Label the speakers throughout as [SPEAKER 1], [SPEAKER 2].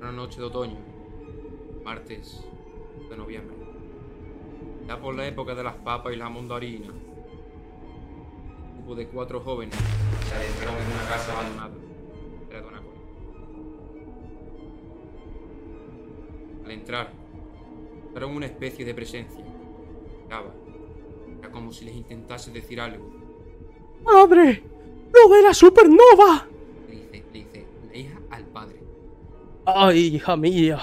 [SPEAKER 1] una noche de otoño, martes de noviembre. Ya por la época de las papas y la mondarinas, un grupo de cuatro jóvenes se adentraron en una casa abandonada. Era de una colina. Al entrar, notaron una especie de presencia. Miraba. Era como si les intentase decir algo.
[SPEAKER 2] ¡Madre! ¡No era supernova!
[SPEAKER 1] Le dice, le dice la hija al padre.
[SPEAKER 2] ¡Ay, hija mía!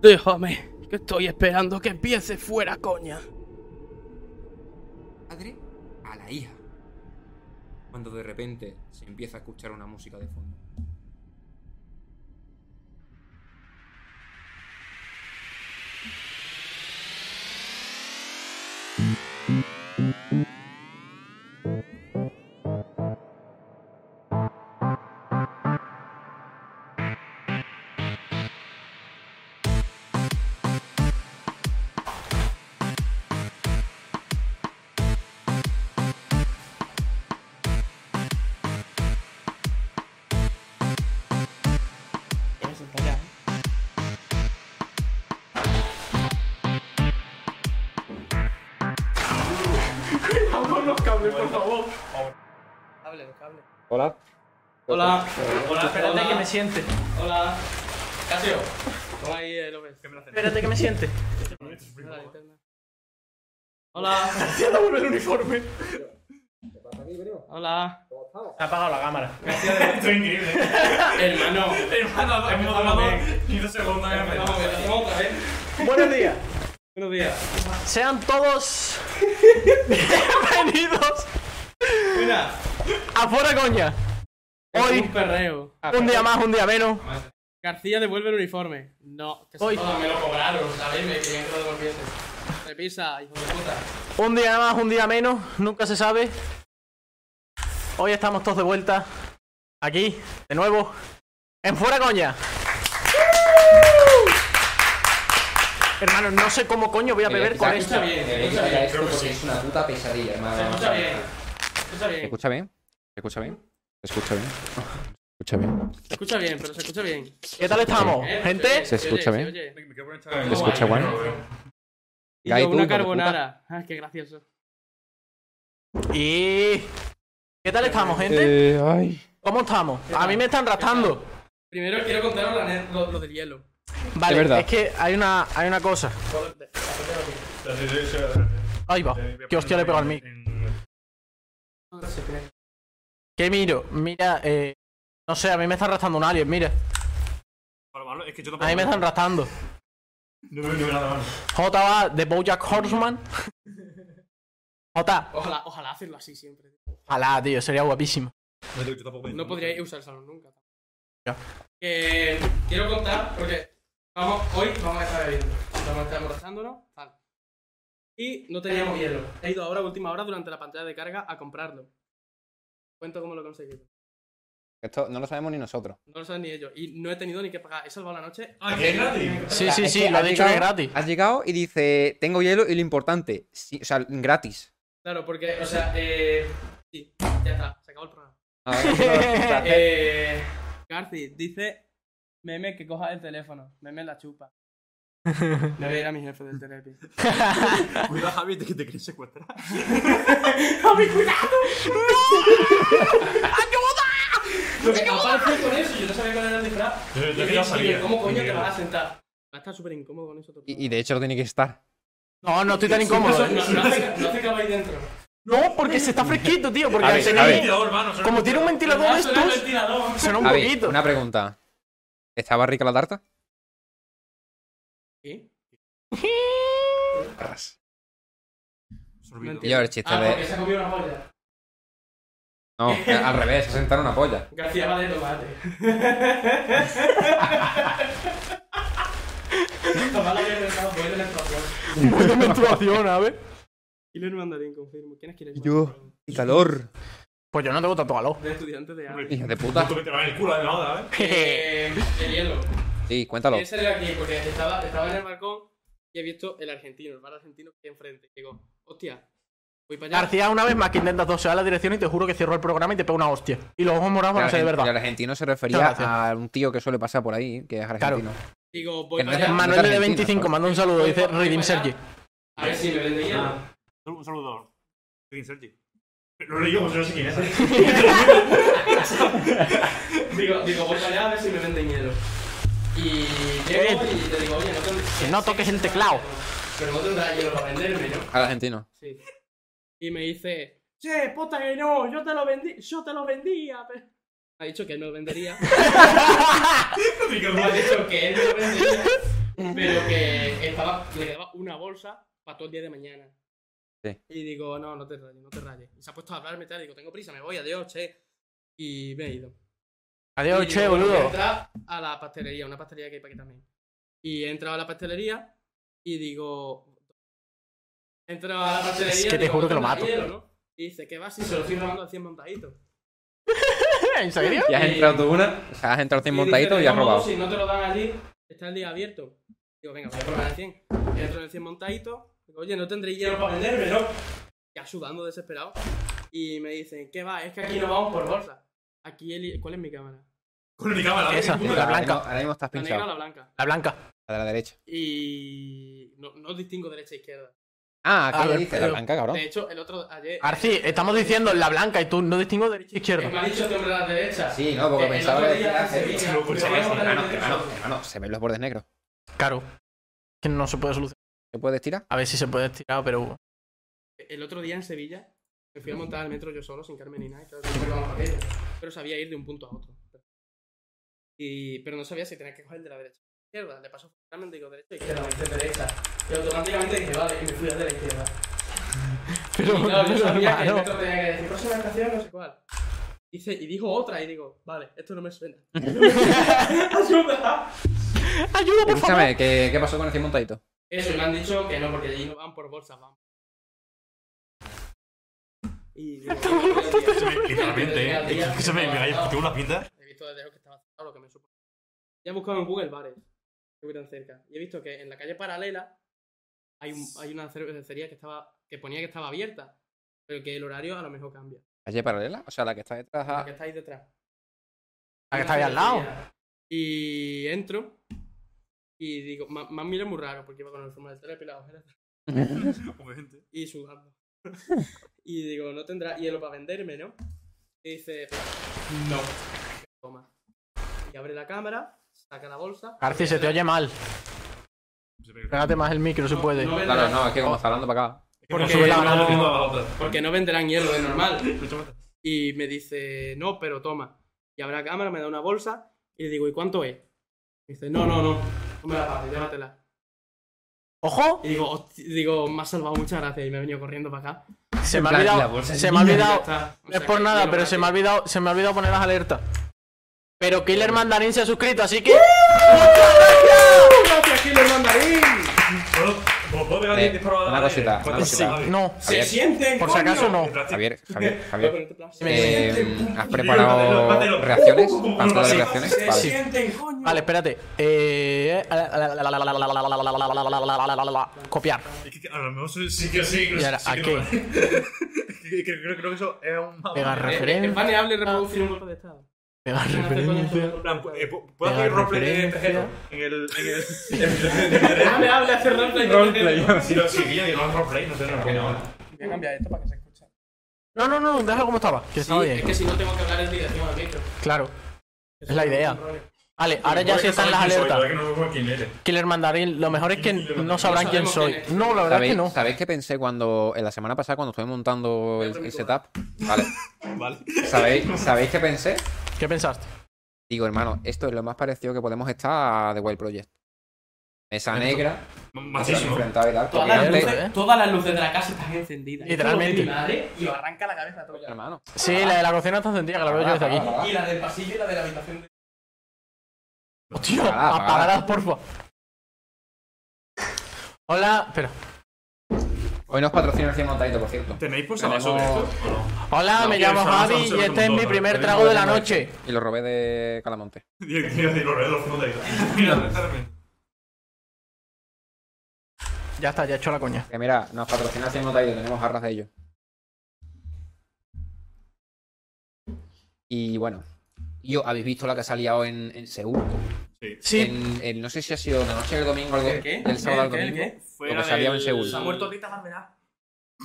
[SPEAKER 2] Déjame, que estoy esperando que empiece fuera, coña.
[SPEAKER 1] Padre a la hija. Cuando de repente se empieza a escuchar una música de fondo.
[SPEAKER 3] Ya me siento ya. Cable, los cables.
[SPEAKER 4] Hola.
[SPEAKER 3] Hola.
[SPEAKER 5] Hola,
[SPEAKER 3] Espérate que me siente.
[SPEAKER 5] Hola. Casio.
[SPEAKER 3] Toma ahí el OBS.
[SPEAKER 5] ¿Qué me haces?
[SPEAKER 3] Espérate que me siente.
[SPEAKER 5] Hola, linterna. Hola.
[SPEAKER 3] el uniforme. Hola. Se ha apagado la cámara.
[SPEAKER 5] Esto es increíble.
[SPEAKER 3] Hermano.
[SPEAKER 5] Hermano, hemos hablado 15 segundos. ya empezamos.
[SPEAKER 3] Buenos días.
[SPEAKER 5] Buenos días.
[SPEAKER 3] Sean todos bienvenidos
[SPEAKER 5] Mira.
[SPEAKER 3] a Fuera Coña. Hoy- Ah,
[SPEAKER 5] Un perreo.
[SPEAKER 3] Un día más, un día menos.
[SPEAKER 5] García devuelve el uniforme. No, que se
[SPEAKER 3] Hoy-
[SPEAKER 5] joda, me lo cobraron, ¿sabéis? Me querían que lo devolviese. Repisa, hijo de puta.
[SPEAKER 3] Un día más, un día menos. Nunca se sabe. Hoy estamos todos de vuelta. Aquí, de nuevo. En Fuera Coña. Hermano, no sé cómo coño voy a beber con esto.
[SPEAKER 5] bien,
[SPEAKER 6] Deberéis
[SPEAKER 5] escucha
[SPEAKER 6] mirar
[SPEAKER 5] bien,
[SPEAKER 6] esto
[SPEAKER 5] creo que
[SPEAKER 6] porque
[SPEAKER 5] sí.
[SPEAKER 6] es una puta pesadilla, hermano.
[SPEAKER 5] Se escucha bien. Se escucha bien.
[SPEAKER 4] escucha bien? ¿Se escucha bien? ¿Se escucha bien? ¿Se escucha bien?
[SPEAKER 5] Se escucha bien, pero se escucha bien.
[SPEAKER 3] ¿Qué tal estamos?
[SPEAKER 5] ¿Eh?
[SPEAKER 3] ¿Gente?
[SPEAKER 4] ¿Se escucha
[SPEAKER 5] oye,
[SPEAKER 4] bien?
[SPEAKER 5] oye.
[SPEAKER 4] ¿Se escucha guay?
[SPEAKER 5] Y
[SPEAKER 4] Gai,
[SPEAKER 5] yo,
[SPEAKER 4] tú, hijo
[SPEAKER 5] una
[SPEAKER 4] de
[SPEAKER 5] carbonara. Ah, qué gracioso.
[SPEAKER 3] Y... ¿Qué tal estamos, gente?
[SPEAKER 4] Eh, ay.
[SPEAKER 3] ¿Cómo estamos? A mí me están rastrando.
[SPEAKER 5] Primero quiero contaros la ane- lo, lo del hielo.
[SPEAKER 3] Vale,
[SPEAKER 4] Es
[SPEAKER 3] es,
[SPEAKER 4] verdad.
[SPEAKER 3] que hay una, hay una cosa. Ahí va. Que hostia le he pegado al mic. ¿Qué miro? Mira, eh... No sé, a mí me está arrastrando un alien, mira.
[SPEAKER 5] es que yo
[SPEAKER 3] A mí me están arrastrando. J va de Bojack Horseman. J.
[SPEAKER 5] Ojalá, ojalá hacerlo así siempre.
[SPEAKER 3] Ojalá, tío, sería guapísimo.
[SPEAKER 5] No podría usar el salón nunca.
[SPEAKER 3] Ya.
[SPEAKER 5] Que quiero contar, porque vamos, hoy vamos a estar bebiendo. Vamos a estar emborrachándonos. Tal. Y no teníamos hielo. He ido ahora, última hora, durante la pantalla de carga, a comprarlo. Cuento cómo lo he conseguido.
[SPEAKER 4] Esto no lo sabemos ni nosotros.
[SPEAKER 5] No lo saben ni ellos. Y no he tenido ni que pagar. He salvado la noche.
[SPEAKER 3] Sí,
[SPEAKER 4] O sea,
[SPEAKER 3] sí,
[SPEAKER 4] es
[SPEAKER 3] sí,
[SPEAKER 4] que
[SPEAKER 3] lo he
[SPEAKER 4] has
[SPEAKER 3] dicho que
[SPEAKER 4] llegado-
[SPEAKER 3] es gratis.
[SPEAKER 4] Has llegado y dice, tengo hielo y lo importante, sí, o sea, gratis.
[SPEAKER 5] Claro, porque, o sea, eh. Sí, ya está, se acabó el programa.
[SPEAKER 4] Ah, puta.
[SPEAKER 5] Eh. Garci, dice meme que coja el teléfono. Meme la chupa. Le voy a ir a mi jefe del telepi.
[SPEAKER 6] Cuidado, Javi, que te crees secuestrar.
[SPEAKER 5] Lo que aparece con eso, yo no sabía cuál era el disfraz.
[SPEAKER 7] Yo,
[SPEAKER 5] Y
[SPEAKER 7] yo
[SPEAKER 5] he
[SPEAKER 7] ya
[SPEAKER 5] dicho,
[SPEAKER 7] sabía.
[SPEAKER 5] ¿Cómo coño te
[SPEAKER 7] Mierda.
[SPEAKER 5] vas a sentar? Va a estar súper incómodo con eso. todo el
[SPEAKER 4] y, y de hecho lo tiene que estar.
[SPEAKER 3] No, no estoy tan
[SPEAKER 5] tiempo.
[SPEAKER 3] incómodo.
[SPEAKER 5] No,
[SPEAKER 3] ¿eh?
[SPEAKER 5] no, no hace, no hace que vais dentro.
[SPEAKER 3] No, porque se está fresquito, tío. Porque
[SPEAKER 4] A
[SPEAKER 3] al
[SPEAKER 4] ver,
[SPEAKER 3] tener-
[SPEAKER 4] a ver.
[SPEAKER 7] Ventilador, hermano, suena
[SPEAKER 3] como tiene un ventilador de
[SPEAKER 5] Ah, suena el
[SPEAKER 3] estos,
[SPEAKER 5] ventilador.
[SPEAKER 3] suena un
[SPEAKER 4] A ver,
[SPEAKER 3] poquito.
[SPEAKER 4] una pregunta. ¿Estaba rica la tarta?
[SPEAKER 5] ¿Sí?
[SPEAKER 6] Sorbido.
[SPEAKER 5] Mentira.
[SPEAKER 4] Yo el chiste
[SPEAKER 5] Ah, porque
[SPEAKER 4] de...
[SPEAKER 5] se ha comido una polla.
[SPEAKER 4] No, al revés, se sentar una polla.
[SPEAKER 5] García va de tomate. Tomate que he pensado, voy de la explosión.
[SPEAKER 3] Puta menstruación, a ver.
[SPEAKER 5] Y Luis Mandarín, confirmo. ¿Quién es Killer
[SPEAKER 4] Yo.
[SPEAKER 5] Mandarín?
[SPEAKER 4] ¡Qué calor!
[SPEAKER 3] Pues yo no tengo tatuado.
[SPEAKER 5] De estudiantes de arte.
[SPEAKER 4] Hija de puta.
[SPEAKER 7] Tú que te va en el culo de moda, ¿eh?
[SPEAKER 5] Eh, el hielo.
[SPEAKER 4] Sí, cuéntalo.
[SPEAKER 5] He salido aquí porque estaba, estaba en el balcón y he visto el argentino, el bar argentino que hay enfrente. Digo, hostia, Voy para allá.
[SPEAKER 3] García, una vez más que intentas dosear la dirección y te juro que cierro el programa y te pego una hostia. Y los ojos morados van a ser de
[SPEAKER 4] El
[SPEAKER 3] verdad.
[SPEAKER 4] argentino se
[SPEAKER 3] Muchas
[SPEAKER 4] refería
[SPEAKER 3] gracias.
[SPEAKER 4] a un tío que suele pasar por ahí, que es argentino.
[SPEAKER 5] Digo, voy
[SPEAKER 4] Que no
[SPEAKER 5] para
[SPEAKER 4] te-
[SPEAKER 5] allá.
[SPEAKER 3] Manuel de
[SPEAKER 4] Argentina,
[SPEAKER 3] 25
[SPEAKER 4] ¿sabes?
[SPEAKER 3] manda un saludo, dice Redim Sergi.
[SPEAKER 5] A ver si me vende ya.
[SPEAKER 7] Un saludo. Green ¿eh? Sergi. Lo leí yo, pues yo no sé quién es.
[SPEAKER 5] Digo, digo, voy para allá a ver si me venden hielo. Y llego
[SPEAKER 3] Eh,
[SPEAKER 5] y te digo, oye, no, te-
[SPEAKER 3] que no toques el teclado.
[SPEAKER 5] Pero no tendrás hielo para venderme, ¿no?
[SPEAKER 4] Al argentino.
[SPEAKER 5] Sí. Y me dice, che, puta que no, yo te lo vendí, yo te lo vendía. pero-". Ha dicho que no lo vendería. ha dicho que él no lo vendería, pero que estaba, le quedaba una bolsa para todo el día de mañana.
[SPEAKER 4] Sí.
[SPEAKER 5] Y digo, no, no te rayes, no te rayes. Y se ha puesto a hablarme y tal, y digo, tengo prisa, me voy, adiós, che. Y me he ido.
[SPEAKER 3] Adiós,
[SPEAKER 5] Y
[SPEAKER 3] che,
[SPEAKER 5] digo, bueno, voy a
[SPEAKER 3] boludo.
[SPEAKER 5] entrar a la pastelería, una pastelería que hay para aquí también. Y he entrado a la pastelería y digo. He entrado a la pastelería.
[SPEAKER 3] que te
[SPEAKER 5] digo,
[SPEAKER 3] juro que lo
[SPEAKER 5] "Toma
[SPEAKER 3] mato".
[SPEAKER 5] hielo, ¿no? Y dice, ¿qué va si se lo estoy robando a 100 montaditos?
[SPEAKER 3] ¿En serio?
[SPEAKER 4] Y has
[SPEAKER 5] Sí.
[SPEAKER 4] entrado tú una, o sea, Eh, has entrado sin
[SPEAKER 5] dice,
[SPEAKER 4] montadito y
[SPEAKER 5] "Te
[SPEAKER 4] has
[SPEAKER 5] como
[SPEAKER 4] robado.
[SPEAKER 5] dos, Si no te lo dan allí, está el día abierto. Digo, venga, voy a probar el 100. Y entro en el 100 montadito. Digo, oye, no tendré hielo para venderme, ¿no? Ya sudando, desesperado. Y me dicen, ¿qué va? Es que aquí no vamos por bolsa. Aquí el. ¿Cuál es mi cámara?
[SPEAKER 7] Con mi cámara.
[SPEAKER 3] Esa,
[SPEAKER 7] ¿eh?
[SPEAKER 3] la
[SPEAKER 4] Ahora mismo-
[SPEAKER 3] blanca.
[SPEAKER 4] Ahora mismo estás
[SPEAKER 5] ¿La negra o
[SPEAKER 4] pinchado.
[SPEAKER 5] la blanca?
[SPEAKER 3] La blanca.
[SPEAKER 4] La de la derecha.
[SPEAKER 5] Y no, no distingo derecha e izquierda.
[SPEAKER 4] Ah,
[SPEAKER 3] A
[SPEAKER 4] ¿qué
[SPEAKER 3] ver,
[SPEAKER 4] le dices? La
[SPEAKER 3] pero-
[SPEAKER 4] blanca, cabrón.
[SPEAKER 5] De hecho, el otro ayer.
[SPEAKER 3] Arci, estamos diciendo la blanca y tú no distingo derecha e
[SPEAKER 5] que me
[SPEAKER 3] izquierda.
[SPEAKER 5] ha dicho este hombre a la derecha.
[SPEAKER 4] Sí, no, porque
[SPEAKER 5] El
[SPEAKER 4] pensaba
[SPEAKER 5] otro
[SPEAKER 4] que
[SPEAKER 5] día
[SPEAKER 4] decía
[SPEAKER 5] en Sevilla,
[SPEAKER 7] sí, loco,
[SPEAKER 5] me
[SPEAKER 7] chaval,
[SPEAKER 5] voy a
[SPEAKER 7] hermano,
[SPEAKER 5] montar en
[SPEAKER 7] hermano,
[SPEAKER 5] derecha.
[SPEAKER 4] Hermano, se ven los bordes negros.
[SPEAKER 3] Claro. Que no se puede solucionar.
[SPEAKER 4] ¿Se puede tirar?
[SPEAKER 3] A ver si se puede estirar, pero. uh,
[SPEAKER 5] El otro día en Sevilla me fui a montar al metro yo solo, sin Carmen ni nada. y claro, yo me llevaba papel, pero sabía ir de un punto a otro. Y, pero no sabía si tenía que coger el de la derecha o de la izquierda. Le pasó exactamente, digo derecha, e izquierda, me dice derecha. Y automáticamente dije, vale, y me fui al de la izquierda.
[SPEAKER 3] Pero,
[SPEAKER 5] Y claro, yo sabía que el
[SPEAKER 3] hermano.
[SPEAKER 5] metro tenía que decir próxima estación, no sé cuál. Dice, y dijo otra, y digo, vale, esto no me suena. ¡Ayuda!
[SPEAKER 3] Ayuda, por favor.
[SPEAKER 4] Escúchame, ¿qué, qué pasó con el 100 montadito?
[SPEAKER 5] Eso, y me han dicho que no, porque allí no van por bolsas, van. Y digo,
[SPEAKER 7] Escúchame, Literalmente, ¿eh? Escúchame, me gallo, tengo una pinta.
[SPEAKER 5] he visto desde lejos que estaba cerrado, lo que me supo. Ya he buscado en Google bares que hubieran cerca. Y he visto que en la calle paralela hay, un- hay una cervecería que, estaba, que ponía que estaba abierta, pero que el horario a lo mejor cambia.
[SPEAKER 4] ¿Calle paralela? O sea, la que está detrás. ah.
[SPEAKER 5] La
[SPEAKER 4] a-
[SPEAKER 5] que está ahí detrás. Ah,
[SPEAKER 3] La que está ahí al lado.
[SPEAKER 5] Y entro y digo, me me han mirado muy raro porque iba con el formal de terapia y las ojeras
[SPEAKER 7] Obviamente.
[SPEAKER 5] y sudando. y digo, no tendrá hielo para venderme, ¿no? Y dice, no. Toma. Y abre la cámara, saca la bolsa.
[SPEAKER 3] Arci, se te oye mal. Pégate más el micro si
[SPEAKER 5] No,
[SPEAKER 3] puede.
[SPEAKER 5] no vendrán-
[SPEAKER 4] Claro, no, es que como está hablando para acá.
[SPEAKER 7] Porque
[SPEAKER 3] sube la
[SPEAKER 5] mano.
[SPEAKER 7] mano.
[SPEAKER 5] Porque no venderán hielo de normal. Y me dice, no, pero toma. Y abre la cámara, me da una bolsa y le digo, ¿y cuánto es? Y dice, no, no, no. No me la pases, llévatela.
[SPEAKER 3] ¡Ojo!
[SPEAKER 5] Y digo, "Hosti- digo, me has salvado, muchas gracias. Y me he venido corriendo para acá.
[SPEAKER 3] Se me ha
[SPEAKER 4] plan, la
[SPEAKER 3] olvidado.
[SPEAKER 4] bolsa es
[SPEAKER 3] Se me ha
[SPEAKER 4] mía.
[SPEAKER 5] Ya
[SPEAKER 3] olvidado.
[SPEAKER 5] está. O
[SPEAKER 3] No es
[SPEAKER 5] sea,
[SPEAKER 3] por
[SPEAKER 5] que
[SPEAKER 3] nada,
[SPEAKER 5] hielo
[SPEAKER 3] pero se me ha
[SPEAKER 5] gratis.
[SPEAKER 3] olvidado, se me ha olvidado poner las alertas. Pero Killer Mandarín se ha suscrito, así que.
[SPEAKER 5] ¡Gracias, Killer Mandarín!
[SPEAKER 7] ¿Puedo pegar
[SPEAKER 4] Eh,
[SPEAKER 7] un disparo a
[SPEAKER 4] una cosita, una
[SPEAKER 3] Sí,
[SPEAKER 4] cosita.
[SPEAKER 3] no. Eh,
[SPEAKER 5] ¡Se sienten!
[SPEAKER 3] Por si acaso no.
[SPEAKER 4] Javier, Javier,
[SPEAKER 5] Voy a
[SPEAKER 4] Javier.
[SPEAKER 5] ponerte plástico.
[SPEAKER 4] eh, ¿Has
[SPEAKER 7] Mátelo,
[SPEAKER 4] preparado
[SPEAKER 7] mátelo.
[SPEAKER 4] reacciones?
[SPEAKER 7] Uh, uh, uh,
[SPEAKER 4] ¿Has de
[SPEAKER 7] sí.
[SPEAKER 4] reacciones?
[SPEAKER 5] ¡Se
[SPEAKER 4] Vale.
[SPEAKER 5] sienten, coño!
[SPEAKER 3] Vale, espérate. Eh. Copiar.
[SPEAKER 7] A lo mejor sí sí que sí.
[SPEAKER 3] Y ahora,
[SPEAKER 7] sí que
[SPEAKER 3] aquí.
[SPEAKER 7] no. Creo- Creo creo que eso es un.
[SPEAKER 3] Pega
[SPEAKER 5] Eh, eh, Es
[SPEAKER 3] referencia.
[SPEAKER 5] baneable reproducir un golpe de estado.
[SPEAKER 3] Pega referencia.
[SPEAKER 7] En plan, eh, ¿pu- ¿Puedo
[SPEAKER 3] Pega
[SPEAKER 7] hacer roleplay en el
[SPEAKER 3] referencia.
[SPEAKER 7] tejero? En el. En el.
[SPEAKER 5] Es baneable hacer roleplay.
[SPEAKER 7] Si lo seguía, yo no es roleplay, no sé, no no.
[SPEAKER 5] Voy a cambiar esto para que se escuche.
[SPEAKER 3] No, no, no, déjalo como estaba. Que
[SPEAKER 5] Sí,
[SPEAKER 3] estaba
[SPEAKER 5] es
[SPEAKER 3] bien.
[SPEAKER 5] que si no tengo que hablar en dirección al micro.
[SPEAKER 3] Claro. Es la idea. Vale, ahora ya
[SPEAKER 7] Puede
[SPEAKER 3] sí
[SPEAKER 7] que
[SPEAKER 3] están las
[SPEAKER 7] sabes quién soy,
[SPEAKER 3] alertas.
[SPEAKER 7] puede que no sepa quién eres.
[SPEAKER 3] Killer Mandarín, lo mejor es que no sabrán quién soy. No, la verdad es que
[SPEAKER 4] ¿Sabéis,
[SPEAKER 3] no.
[SPEAKER 4] ¿Sabéis qué pensé cuando en la semana pasada cuando estuve montando el, el setup? Vale.
[SPEAKER 7] Vale.
[SPEAKER 4] ¿Sabéis, ¿Sabéis qué pensé?
[SPEAKER 3] ¿Qué pensaste?
[SPEAKER 4] Digo, hermano, esto es lo más parecido que podemos estar a The Wild Project. Mesa negra, se han
[SPEAKER 7] Masísimo.
[SPEAKER 4] enfrentado y tal.
[SPEAKER 5] Todas
[SPEAKER 3] la
[SPEAKER 5] las,
[SPEAKER 3] Obviamente,
[SPEAKER 4] Dominante.
[SPEAKER 5] luces,
[SPEAKER 3] ¿eh?
[SPEAKER 5] todas las luces de la casa están encendidas.
[SPEAKER 3] Literalmente.
[SPEAKER 5] Yo lo vi mi madre y lo arranca la cabeza todo.
[SPEAKER 4] Hermano.
[SPEAKER 3] Sí, la de la cocina está encendida, que la veo yo desde aquí.
[SPEAKER 5] Y la del pasillo y la de la habitación. de-
[SPEAKER 3] Hostia,
[SPEAKER 4] Apagada, apagada.
[SPEAKER 3] apagadas, porfa. Hola, espera.
[SPEAKER 4] Hoy nos patrocina el 100 montadito, por cierto.
[SPEAKER 7] ¿Tenéis por saber sobre
[SPEAKER 4] Tenemos-
[SPEAKER 7] esto? ¿O no?
[SPEAKER 3] Hola,
[SPEAKER 7] No,
[SPEAKER 3] me
[SPEAKER 7] quiero
[SPEAKER 3] llamo
[SPEAKER 7] saber,
[SPEAKER 3] Javi
[SPEAKER 7] saber
[SPEAKER 3] y
[SPEAKER 7] sobre
[SPEAKER 3] este es
[SPEAKER 7] todo,
[SPEAKER 3] mi
[SPEAKER 7] todo.
[SPEAKER 3] primer
[SPEAKER 7] Lo
[SPEAKER 3] trago
[SPEAKER 7] mismo
[SPEAKER 3] de la
[SPEAKER 7] tengo
[SPEAKER 3] noche.
[SPEAKER 4] Y lo robé de Calamonte.
[SPEAKER 7] Tío, tío, tío, lo leo los fondos ahí. Mira, lentamente.
[SPEAKER 3] Ya está, ya he hecho la coña.
[SPEAKER 4] Que mira, nos patrocina el 100 montadito, tenemos jarras de ellos. Y bueno, yo, ¿habéis visto la que ha salido en, en Seúl?
[SPEAKER 7] Sí.
[SPEAKER 3] Sí.
[SPEAKER 4] En, en- no sé si ha sido la noche del domingo algo.
[SPEAKER 5] ¿El qué?
[SPEAKER 4] Del sábado al
[SPEAKER 5] ¿El qué? ¿El
[SPEAKER 4] domingo.
[SPEAKER 5] qué?
[SPEAKER 7] Fue
[SPEAKER 4] Lo
[SPEAKER 7] la
[SPEAKER 4] que salía en
[SPEAKER 7] del-
[SPEAKER 4] Seúl.
[SPEAKER 5] Se ha muerto Rita Barberá.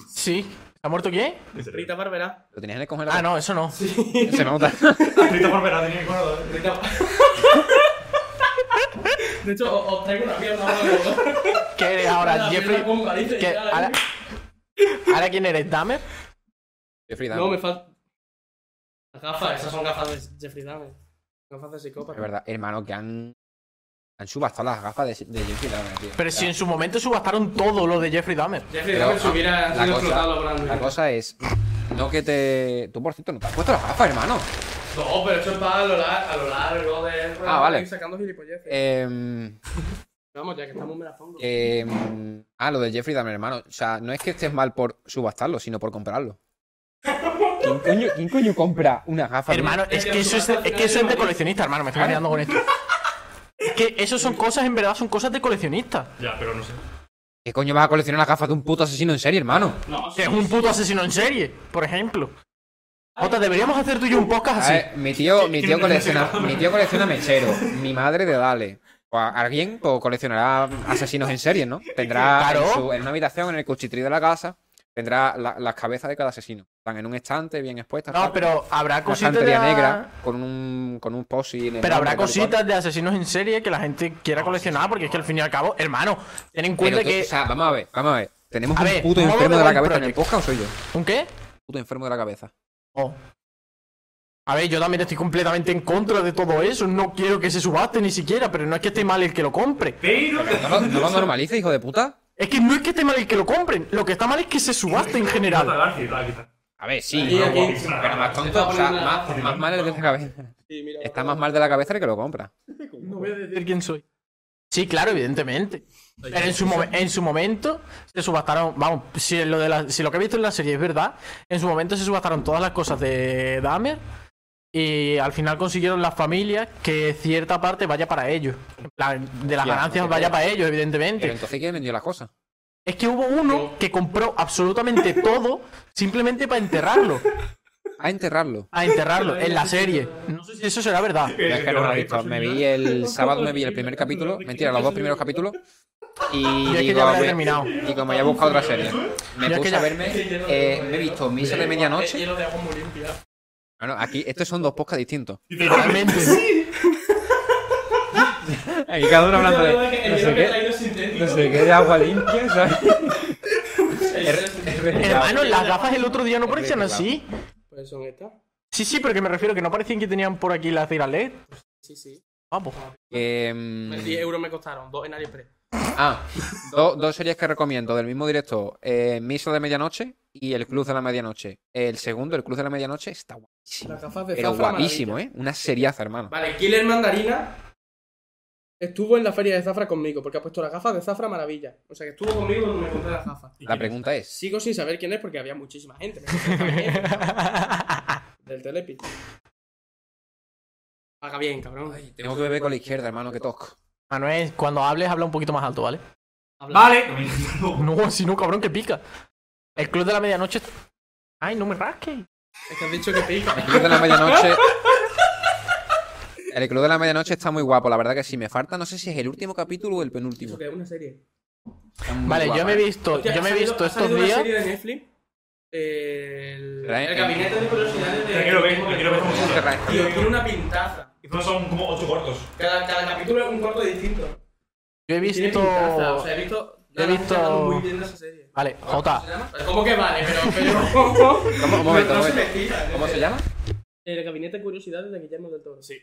[SPEAKER 3] Sí. ¿Ha muerto quién?
[SPEAKER 5] Rita Barberá.
[SPEAKER 4] ¿Lo tenías en el congelador?
[SPEAKER 3] Ah, no, eso no.
[SPEAKER 4] Se nota.
[SPEAKER 7] ah, Rita Barberá tenía eh. que guardar.
[SPEAKER 5] Rita De hecho, os, os traigo una pierna ahora.
[SPEAKER 3] ¿Qué eres ahora,
[SPEAKER 5] La
[SPEAKER 3] Jeffrey?
[SPEAKER 5] pierna con varices,
[SPEAKER 3] ¿Qué?
[SPEAKER 5] ya, ¿eh?
[SPEAKER 3] ¿Ahora, ¿Ahora quién eres? ¿Dahmer?
[SPEAKER 4] Jeffrey Dahmer.
[SPEAKER 5] No, me falta. Las gafas, esas son gafas de Ah, Jeffrey Dahmer. Gafas de psicópata.
[SPEAKER 4] Es verdad, hermano, que han. Han subastado las gafas de, de Jeffrey Dahmer, tío.
[SPEAKER 3] Pero si en su momento subastaron todo lo de Jeffrey Dahmer.
[SPEAKER 5] Jeffrey
[SPEAKER 4] Pero,
[SPEAKER 5] Dahmer se hubiera
[SPEAKER 4] la,
[SPEAKER 5] sido
[SPEAKER 4] cosa,
[SPEAKER 5] explotado por
[SPEAKER 4] la cosa es. No que te. Tú, por cierto, no te has puesto las gafas, hermano.
[SPEAKER 5] No, pero eso es para a lo largo, a lo largo de.
[SPEAKER 4] Ah, vale.
[SPEAKER 5] ir sacando gilipolleces.
[SPEAKER 4] Eh.
[SPEAKER 5] Vamos, ya que estamos, me las pongo.
[SPEAKER 4] Eh, ah, lo de Jeffrey Dahmer, hermano. O sea, no es que estés mal por subastarlo, sino por comprarlo. ¿Quién coño, quién coño compra unas gafas? de-
[SPEAKER 3] Hermano, es que eso es, es que eso es de coleccionista, hermano. Me estoy mareando con esto. Es que eso son cosas, en verdad, son cosas de coleccionista.
[SPEAKER 7] Ya, pero no sé.
[SPEAKER 4] ¿Qué coño vas a coleccionar las gafas de un puto asesino en serie, hermano?
[SPEAKER 3] Que es un puto asesino en serie, por ejemplo. Jota, deberíamos hacer tú y yo un podcast
[SPEAKER 4] A
[SPEAKER 3] así.
[SPEAKER 4] ver, mi tío, mi
[SPEAKER 7] Ah, ¿Quién
[SPEAKER 4] tío
[SPEAKER 7] me
[SPEAKER 4] colecciona,
[SPEAKER 7] colecciona?
[SPEAKER 4] mi tío colecciona mecheros. Mi madre de Dale. O a- alguien pues, coleccionará asesinos en serie, ¿no? Tendrá en,
[SPEAKER 3] Claro.
[SPEAKER 4] su- en una habitación, en el cuchitrí de la casa, tendrá la- las cabezas de cada asesino. Están en un estante bien expuestas.
[SPEAKER 3] No,
[SPEAKER 4] tal.
[SPEAKER 3] pero habrá
[SPEAKER 4] una
[SPEAKER 3] cositas de...
[SPEAKER 4] estantería negra con un, con un posi. en el
[SPEAKER 3] Pero
[SPEAKER 4] nombre,
[SPEAKER 3] habrá
[SPEAKER 4] tal y cual.
[SPEAKER 3] cositas de asesinos en serie que la gente quiera coleccionar porque es que al fin y al cabo, hermano, ten en
[SPEAKER 4] Pero
[SPEAKER 3] cuenta
[SPEAKER 4] tú-
[SPEAKER 3] que...
[SPEAKER 4] o sea, vamos a ver, vamos a ver. ¿Tenemos
[SPEAKER 3] A
[SPEAKER 4] un
[SPEAKER 3] ver,
[SPEAKER 4] puto
[SPEAKER 3] modo
[SPEAKER 4] enfermo de
[SPEAKER 3] de
[SPEAKER 4] la
[SPEAKER 3] One
[SPEAKER 4] cabeza en el
[SPEAKER 3] Project.
[SPEAKER 4] podcast o soy yo?
[SPEAKER 3] ¿Un qué?
[SPEAKER 4] Puto enfermo de la cabeza.
[SPEAKER 3] Oh. A ver, yo también estoy completamente en contra de todo eso. No quiero que se subaste ni siquiera, pero no es que esté mal el que lo compre.
[SPEAKER 7] Pero.
[SPEAKER 4] ¿No lo, no lo normalices, hijo de puta?
[SPEAKER 3] Es que no es que esté mal el que lo compren. Lo que está mal es que se subaste en
[SPEAKER 7] Nota,
[SPEAKER 3] general.
[SPEAKER 7] García, tal, quizá.
[SPEAKER 4] A ver, sí.
[SPEAKER 5] Aquí,
[SPEAKER 4] no,
[SPEAKER 5] aquí.
[SPEAKER 4] guau, Pero más tonto, o sea, más, más mal el de la cabeza.
[SPEAKER 5] Sí, mira,
[SPEAKER 4] Está más mal de la cabeza el que lo compra.
[SPEAKER 3] No voy a decir quién soy. Sí, claro, evidentemente. Pero en su, momen- en su momento se subastaron. Vamos, si lo, de la- si lo que he visto en la serie es verdad, en su momento se subastaron todas las cosas de Dahmer. Y al final consiguieron las familias que cierta parte vaya para ellos. En plan, de las
[SPEAKER 4] Ya,
[SPEAKER 3] ganancias
[SPEAKER 4] pero-
[SPEAKER 3] vaya para ellos, evidentemente.
[SPEAKER 4] Pero entonces, ¿quién vendió las cosas?
[SPEAKER 3] Es que hubo uno que compró absolutamente todo simplemente para enterrarlo.
[SPEAKER 4] A enterrarlo.
[SPEAKER 3] A enterrarlo en la serie. No sé si eso será verdad.
[SPEAKER 4] Yo es que no lo he visto. Me vi el sábado, me vi el primer capítulo. Mentira, los dos primeros capítulos. Y
[SPEAKER 3] Yo es que
[SPEAKER 4] digo,
[SPEAKER 3] ya
[SPEAKER 4] a
[SPEAKER 3] habré
[SPEAKER 4] ver-
[SPEAKER 3] terminado.
[SPEAKER 4] y como ya he buscado otra serie, me
[SPEAKER 3] Yo es que
[SPEAKER 4] puse a
[SPEAKER 3] ya-
[SPEAKER 4] verme. eh, me he visto Misa de Medianoche.
[SPEAKER 5] Hielo de agua muy limpia.
[SPEAKER 4] Bueno, aquí, estos son dos podcasts distintos.
[SPEAKER 3] Realmente.
[SPEAKER 4] Aquí cada uno hablando de.
[SPEAKER 5] El
[SPEAKER 4] no sé
[SPEAKER 5] hielo que
[SPEAKER 4] qué.
[SPEAKER 5] ha traído es sintético.
[SPEAKER 4] No sé qué de agua limpia, ¿sabes?
[SPEAKER 5] El
[SPEAKER 4] Er-
[SPEAKER 5] hielo es sintético.
[SPEAKER 3] Hermano, las gafas el otro día no parecían así.
[SPEAKER 5] Pues son estas.
[SPEAKER 3] Sí, sí, pero que me refiero que no parecían que tenían por aquí las tiras LED.
[SPEAKER 5] Sí, sí.
[SPEAKER 3] Vamos.
[SPEAKER 4] Que, mm,
[SPEAKER 5] 10 euros me costaron, dos en AliExpress.
[SPEAKER 4] ah, do- dos series que recomiendo del mismo directo: eh, Misa de Medianoche y El Club de la Medianoche. El segundo, El Club de la Medianoche, está guapísimo.
[SPEAKER 5] Las gafas de
[SPEAKER 4] Pero
[SPEAKER 5] Zafra,
[SPEAKER 4] guapísimo, ¿eh? Una seriaza, hermano.
[SPEAKER 5] Vale, Killer Mandarina estuvo en la feria de Zafra conmigo, porque ha puesto las gafas de Zafra Maravilla. O sea que estuvo conmigo cuando me compré las gafas.
[SPEAKER 4] La pregunta es:
[SPEAKER 5] Sigo sin saber quién es porque había muchísima gente. Me compré también del Telepi. Haga bien, cabrón.
[SPEAKER 4] Tengo que beber con la izquierda, hermano, que toco.
[SPEAKER 3] Manuel, cuando hables, habla un poquito más alto, ¿vale?
[SPEAKER 5] Habla.
[SPEAKER 7] Vale.
[SPEAKER 3] No, si no, cabrón, que pica. El club de la medianoche. Ay, no me rasques.
[SPEAKER 5] Es que has dicho que pica.
[SPEAKER 4] El Club de la Medianoche. El Club de la Medianoche está muy guapo, la verdad que sí. Me falta, no sé si es el último capítulo o el penúltimo.
[SPEAKER 5] Eso que es una serie.
[SPEAKER 4] Está muy
[SPEAKER 3] Vale,
[SPEAKER 4] guapa,
[SPEAKER 3] yo me he
[SPEAKER 4] ¿eh?
[SPEAKER 3] visto,
[SPEAKER 5] Hostia,
[SPEAKER 3] yo me
[SPEAKER 5] ha
[SPEAKER 3] he
[SPEAKER 5] salido-
[SPEAKER 3] visto
[SPEAKER 5] ha
[SPEAKER 3] estos
[SPEAKER 5] salido una
[SPEAKER 3] días.
[SPEAKER 5] serie de Netflix. El,
[SPEAKER 4] Trae-
[SPEAKER 5] el gabinete de curiosidades de.
[SPEAKER 7] Te quiero ver, te quiero ver cómo se hace.
[SPEAKER 5] Tío, tiene una pintaza.
[SPEAKER 7] Estos son como ocho cortos.
[SPEAKER 5] Cada, cada capítulo es un corto distinto.
[SPEAKER 3] Yo he
[SPEAKER 5] Tiene pintaza. O sea,
[SPEAKER 3] visto.
[SPEAKER 5] he visto.
[SPEAKER 3] he
[SPEAKER 5] la gente
[SPEAKER 3] visto-
[SPEAKER 5] hablando muy bien de esa serie.
[SPEAKER 3] Vale, Jota.
[SPEAKER 5] ¿Cómo que vale? Pero. pero...
[SPEAKER 4] ¿Cómo, un momento,
[SPEAKER 5] no,
[SPEAKER 4] un
[SPEAKER 5] no se
[SPEAKER 4] momento.
[SPEAKER 5] me tira,
[SPEAKER 4] ¿Cómo
[SPEAKER 5] eh.
[SPEAKER 4] se llama?
[SPEAKER 5] El gabinete de curiosidades de Guillermo del Toro.
[SPEAKER 7] Sí.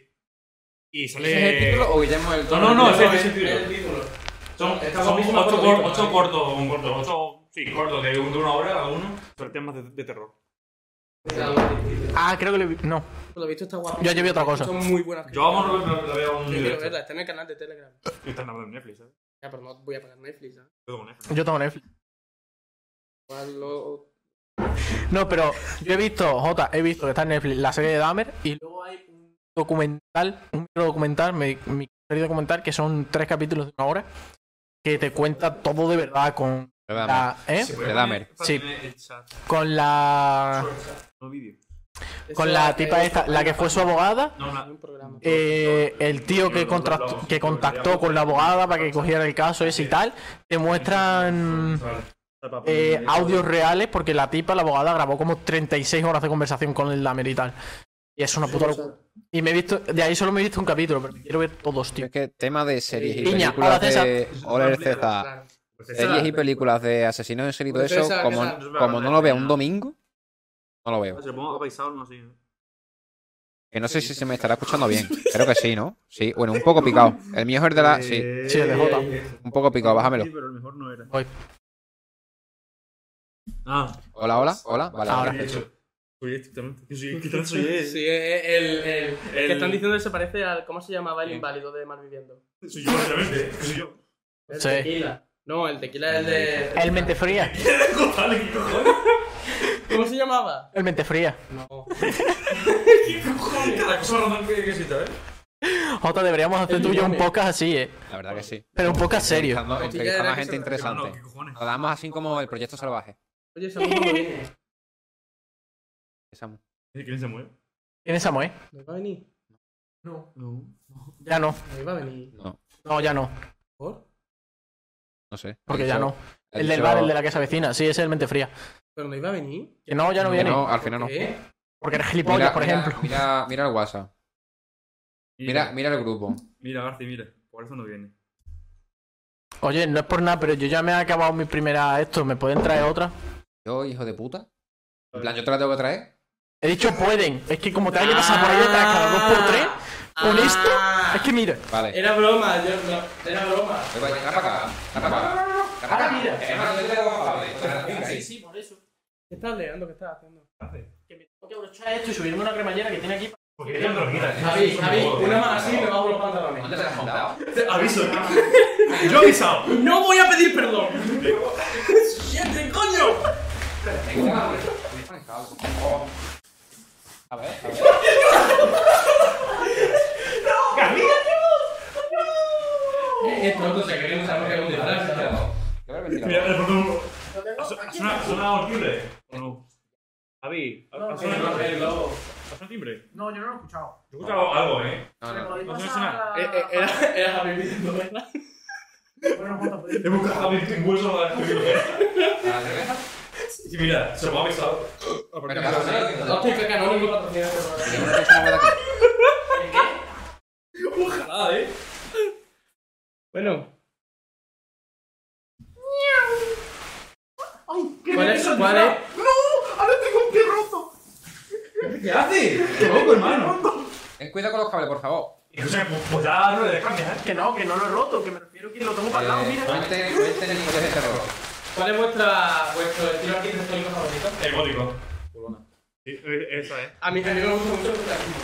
[SPEAKER 7] Y
[SPEAKER 4] ¿Ese ¿Es el
[SPEAKER 7] sale.
[SPEAKER 4] título o Guillermo del
[SPEAKER 7] Eh, No,
[SPEAKER 4] Toro?
[SPEAKER 7] no, no, ese ese es
[SPEAKER 5] es
[SPEAKER 7] el título.
[SPEAKER 5] el título.
[SPEAKER 7] Son,
[SPEAKER 5] Está
[SPEAKER 7] son
[SPEAKER 5] guapísimo
[SPEAKER 7] ocho,
[SPEAKER 5] cortito,
[SPEAKER 7] cor- ocho
[SPEAKER 5] ¿no?
[SPEAKER 7] cortos, un corto, ocho, sí, cortos de, un- de una hora cada uno. Sobre temas de, de terror.
[SPEAKER 5] Claro, el título.
[SPEAKER 3] Ah, creo que lo he visto. No.
[SPEAKER 5] Por lo visto está guapo.
[SPEAKER 3] Yo allí vi otra cosa.
[SPEAKER 5] Son muy buenas.
[SPEAKER 7] Yo vamos a ver, la veo un
[SPEAKER 5] Yo quiero verla,
[SPEAKER 7] directo.
[SPEAKER 5] está en el canal de Telegram.
[SPEAKER 7] Y Está en la web de Netflix, ¿sabes?
[SPEAKER 5] Ya, pero no voy a pagar Netflix, ¿sabes?
[SPEAKER 7] Yo con Netflix.
[SPEAKER 3] Yo tengo Netflix.
[SPEAKER 5] Igual lo-
[SPEAKER 3] No, pero yo he visto, Jota, he visto que está en Netflix la serie de Dahmer y luego hay un documental, un microdocumental, mi, mi serie documental, que son tres capítulos de una hora, que te cuenta todo de verdad con la. ¿eh?
[SPEAKER 7] Se puede
[SPEAKER 4] Dahmer.
[SPEAKER 7] poner para
[SPEAKER 3] Sí.
[SPEAKER 7] tener el chat,
[SPEAKER 3] Con la.
[SPEAKER 7] no vídeo.
[SPEAKER 3] Con la tipa esta, la que fue su abogada.
[SPEAKER 7] No,
[SPEAKER 5] Hay
[SPEAKER 7] la-
[SPEAKER 5] un programa.
[SPEAKER 3] eh, el tío que, contract- que contactó con la abogada para que cogiera el caso ese y tal, te muestran
[SPEAKER 7] Vale.
[SPEAKER 3] eh, audios reales porque la tipa, la abogada, grabó como 36 horas de conversación con el Dahmer y tal. Y es una puta locura. Y me he visto, de ahí solo me he visto un capítulo, pero quiero ver todos, tío.
[SPEAKER 4] Es que tema de series y
[SPEAKER 3] Piña,
[SPEAKER 4] películas
[SPEAKER 3] hola, César.
[SPEAKER 4] de... Hola, César.
[SPEAKER 5] Claro.
[SPEAKER 7] Pues esa-
[SPEAKER 4] Series y películas de asesinos en serie y todo
[SPEAKER 5] César,
[SPEAKER 4] eso, como,
[SPEAKER 5] César.
[SPEAKER 4] como no lo vea un domingo, no lo veo.
[SPEAKER 7] Se lo pongo a paisado, no sé.
[SPEAKER 4] Que no sé si se me estará escuchando bien. Creo que sí, ¿no? Sí, bueno, un poco picado. El mío es el de la... Sí,
[SPEAKER 3] Sí, el de Jota.
[SPEAKER 4] un poco picado, bájamelo.
[SPEAKER 7] Sí, pero el mejor no era.
[SPEAKER 3] Voy.
[SPEAKER 7] Ah,
[SPEAKER 4] Hola, hola, hola. Vale,
[SPEAKER 3] Ahora.
[SPEAKER 4] Ah, ahora.
[SPEAKER 7] de hecho. Soy exactamente. Yo soy- ¿Qué tal soy?
[SPEAKER 5] Sí, eh, eh, el, el-
[SPEAKER 7] El-
[SPEAKER 5] que están diciendo que se parece al. ¿Cómo se llamaba el inválido de Malviviendo?
[SPEAKER 7] Soy yo, obviamente. Soy yo.
[SPEAKER 5] El
[SPEAKER 3] Sí.
[SPEAKER 5] tequila. No, el tequila es el de.
[SPEAKER 3] El mente fría,
[SPEAKER 7] Vale, ¿qué cojones?
[SPEAKER 5] ¿Cómo se llamaba?
[SPEAKER 3] el mente fría.
[SPEAKER 5] No.
[SPEAKER 7] ¿Qué cojones? Cada cosa random que que exista, ¿eh?
[SPEAKER 3] Jota, deberíamos hacer tú y yo un podcast así, eh.
[SPEAKER 4] La verdad que sí.
[SPEAKER 3] Pero un podcast serio.
[SPEAKER 4] Entrevistando, entrevistando a gente
[SPEAKER 7] No, no,
[SPEAKER 4] interesante.
[SPEAKER 7] ¿qué cojones?
[SPEAKER 4] Lo damos así como el proyecto salvaje.
[SPEAKER 5] Oye, son un bolines.
[SPEAKER 4] Empezamos.
[SPEAKER 7] ¿Quién se mueve?
[SPEAKER 3] ¿Quién es Samuel?
[SPEAKER 5] ¿No iba a venir?
[SPEAKER 7] No. No.
[SPEAKER 3] Ya no,
[SPEAKER 5] ¿No iba a venir?
[SPEAKER 4] No,
[SPEAKER 3] no, ya no,
[SPEAKER 5] ¿Por?
[SPEAKER 4] no sé.
[SPEAKER 3] porque
[SPEAKER 4] He
[SPEAKER 3] ya
[SPEAKER 4] dicho-
[SPEAKER 3] no.
[SPEAKER 4] he
[SPEAKER 3] El del
[SPEAKER 4] dicho-
[SPEAKER 3] bar, el de la casa vecina, sí, ese es el mente fría.
[SPEAKER 5] ¿Pero no iba a venir?
[SPEAKER 3] Que no, ya no
[SPEAKER 4] que
[SPEAKER 3] viene.
[SPEAKER 4] No, al final no.
[SPEAKER 5] ¿Qué?
[SPEAKER 3] Porque eres gilipollas, por
[SPEAKER 4] mira,
[SPEAKER 3] ejemplo.
[SPEAKER 4] Mira, mira el WhatsApp. Mira, mira el grupo.
[SPEAKER 7] Mira, Garci, mira. Por eso no viene.
[SPEAKER 3] Oye, no es por nada, pero yo ya me he acabado mi primera esto, ¿me pueden traer otra?
[SPEAKER 4] Yo, hijo de puta. En plan, yo te la tengo que traer.
[SPEAKER 3] He dicho pueden, es que como te hay que pasar por ahí detrás cada dos por tres, con esto, es que mira,
[SPEAKER 4] Vale.
[SPEAKER 5] Era broma, yo no, era broma.
[SPEAKER 4] Ven, ven, ven para acá. ven para acá. Ven para acá. Es más, yo te tengo bajable, te la tengo ahí.
[SPEAKER 3] por eso.
[SPEAKER 5] ¿Qué estás leando? ¿Qué estás haciendo?
[SPEAKER 3] Que me tengo que abrochar esto y subirme una cremallera que tiene aquí.
[SPEAKER 7] Porque ella me lo quita.
[SPEAKER 5] Javi, Javi, una más así y me bajo los pantalones.
[SPEAKER 4] ¿Dónde te la has montado?
[SPEAKER 7] Aviso. Yo he avisado.
[SPEAKER 5] ¡No voy a pedir perdón! ¡Siete, coño!
[SPEAKER 4] Oh. A ver, a ver.
[SPEAKER 5] Es pronto, se queremos saber que es un disfraz.
[SPEAKER 4] Yo voy al ventilador.
[SPEAKER 7] Mira, le pongo. Suena- Suena suena horrible. ¿O no? Javi, ¿ha ha sonado el ¿Ha sonado timbre?
[SPEAKER 3] No, yo no lo he escuchado.
[SPEAKER 7] Yo he escuchado algo, ¿eh?
[SPEAKER 4] No, no, no.
[SPEAKER 7] No suena sonar.
[SPEAKER 5] Era, era Javi pidiendo, ¿verdad?
[SPEAKER 7] He buscado Javi un hueso a la
[SPEAKER 4] ¿A la cerveza?
[SPEAKER 7] Y mira, se lo ha avisado.
[SPEAKER 4] Pero ¿qué haces?
[SPEAKER 5] No, estoy que canónico patrocinador.
[SPEAKER 4] Yo creo que eso no va de aquí.
[SPEAKER 5] Ojalá, ¿eh? Bueno. ¿Cuál es? ¿Cuál es?
[SPEAKER 7] ¿Qué haces? ¡Qué loco, hermano!
[SPEAKER 4] Ten cuidado con los cables, por favor.
[SPEAKER 7] Escúchame, pues- pues ya no le dejas cambiar.
[SPEAKER 3] Que no, que no lo he roto, que me refiero que lo tengo para el lado,
[SPEAKER 4] Eh,
[SPEAKER 3] Ah, mira.
[SPEAKER 4] Cuenten cuenten este el nivel de terror.
[SPEAKER 5] ¿Cuál es vuestra, vuestro estilo arquitectónico favorito?
[SPEAKER 7] El gótico. Sí, eh, Esa es.
[SPEAKER 5] A mí, a mí me gusta mucho el brutalismo.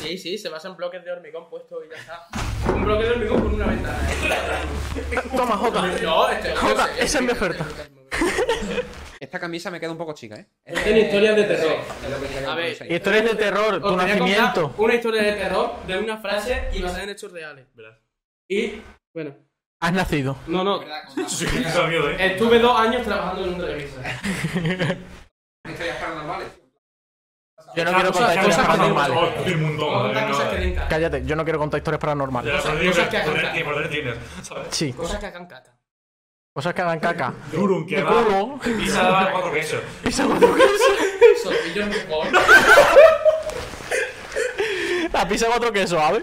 [SPEAKER 5] Sí, sí, se basa en bloques de hormigón puesto y ya está. Un bloque de hormigón con una ventana.
[SPEAKER 3] Toma, Jota.
[SPEAKER 5] No, este
[SPEAKER 3] Jota, esa es mi oferta.
[SPEAKER 4] Esta camisa me queda un poco chica, ¿eh?
[SPEAKER 5] Tiene historias de terror.
[SPEAKER 4] Es lo que quería
[SPEAKER 5] A ver,
[SPEAKER 4] que
[SPEAKER 3] Y
[SPEAKER 4] penséis.
[SPEAKER 3] esto es de terror,
[SPEAKER 5] Os
[SPEAKER 3] tu
[SPEAKER 5] quería contar
[SPEAKER 3] nacimiento.
[SPEAKER 5] Una historia de terror de una frase y basada en hechos reales.
[SPEAKER 7] Verás.
[SPEAKER 5] Y, bueno,
[SPEAKER 3] Has nacido.
[SPEAKER 5] no, no.
[SPEAKER 4] ¿Verdad? Con las
[SPEAKER 7] Sí, que está miedo, ¿eh?
[SPEAKER 5] Estuve dos años trabajando en un televisor.
[SPEAKER 4] historias paranormales.
[SPEAKER 3] Yo no quiero contar historias paranormales.
[SPEAKER 7] Oh, tío, un montón.
[SPEAKER 5] Cosas
[SPEAKER 7] ¿eh? No,
[SPEAKER 5] que
[SPEAKER 7] eh.
[SPEAKER 5] den caca.
[SPEAKER 3] Cállate, yo no quiero contar historias
[SPEAKER 7] De
[SPEAKER 3] paranormales.
[SPEAKER 7] las
[SPEAKER 5] Cosas-
[SPEAKER 7] rodillas
[SPEAKER 5] cosas
[SPEAKER 7] que
[SPEAKER 5] que
[SPEAKER 7] poder-
[SPEAKER 5] arrancan.
[SPEAKER 7] que poder tienes, ¿sabes?
[SPEAKER 3] Sí,
[SPEAKER 5] Cosas que hagan caca.
[SPEAKER 3] cosas que hagan caca.
[SPEAKER 7] Duro, un
[SPEAKER 3] De
[SPEAKER 7] kebab.
[SPEAKER 3] culo.
[SPEAKER 7] Pizza de cuatro quesos.
[SPEAKER 3] Esa cuatro quesos.
[SPEAKER 5] Sotillos de por.
[SPEAKER 3] La pizza cuatro quesos, ¿sabes?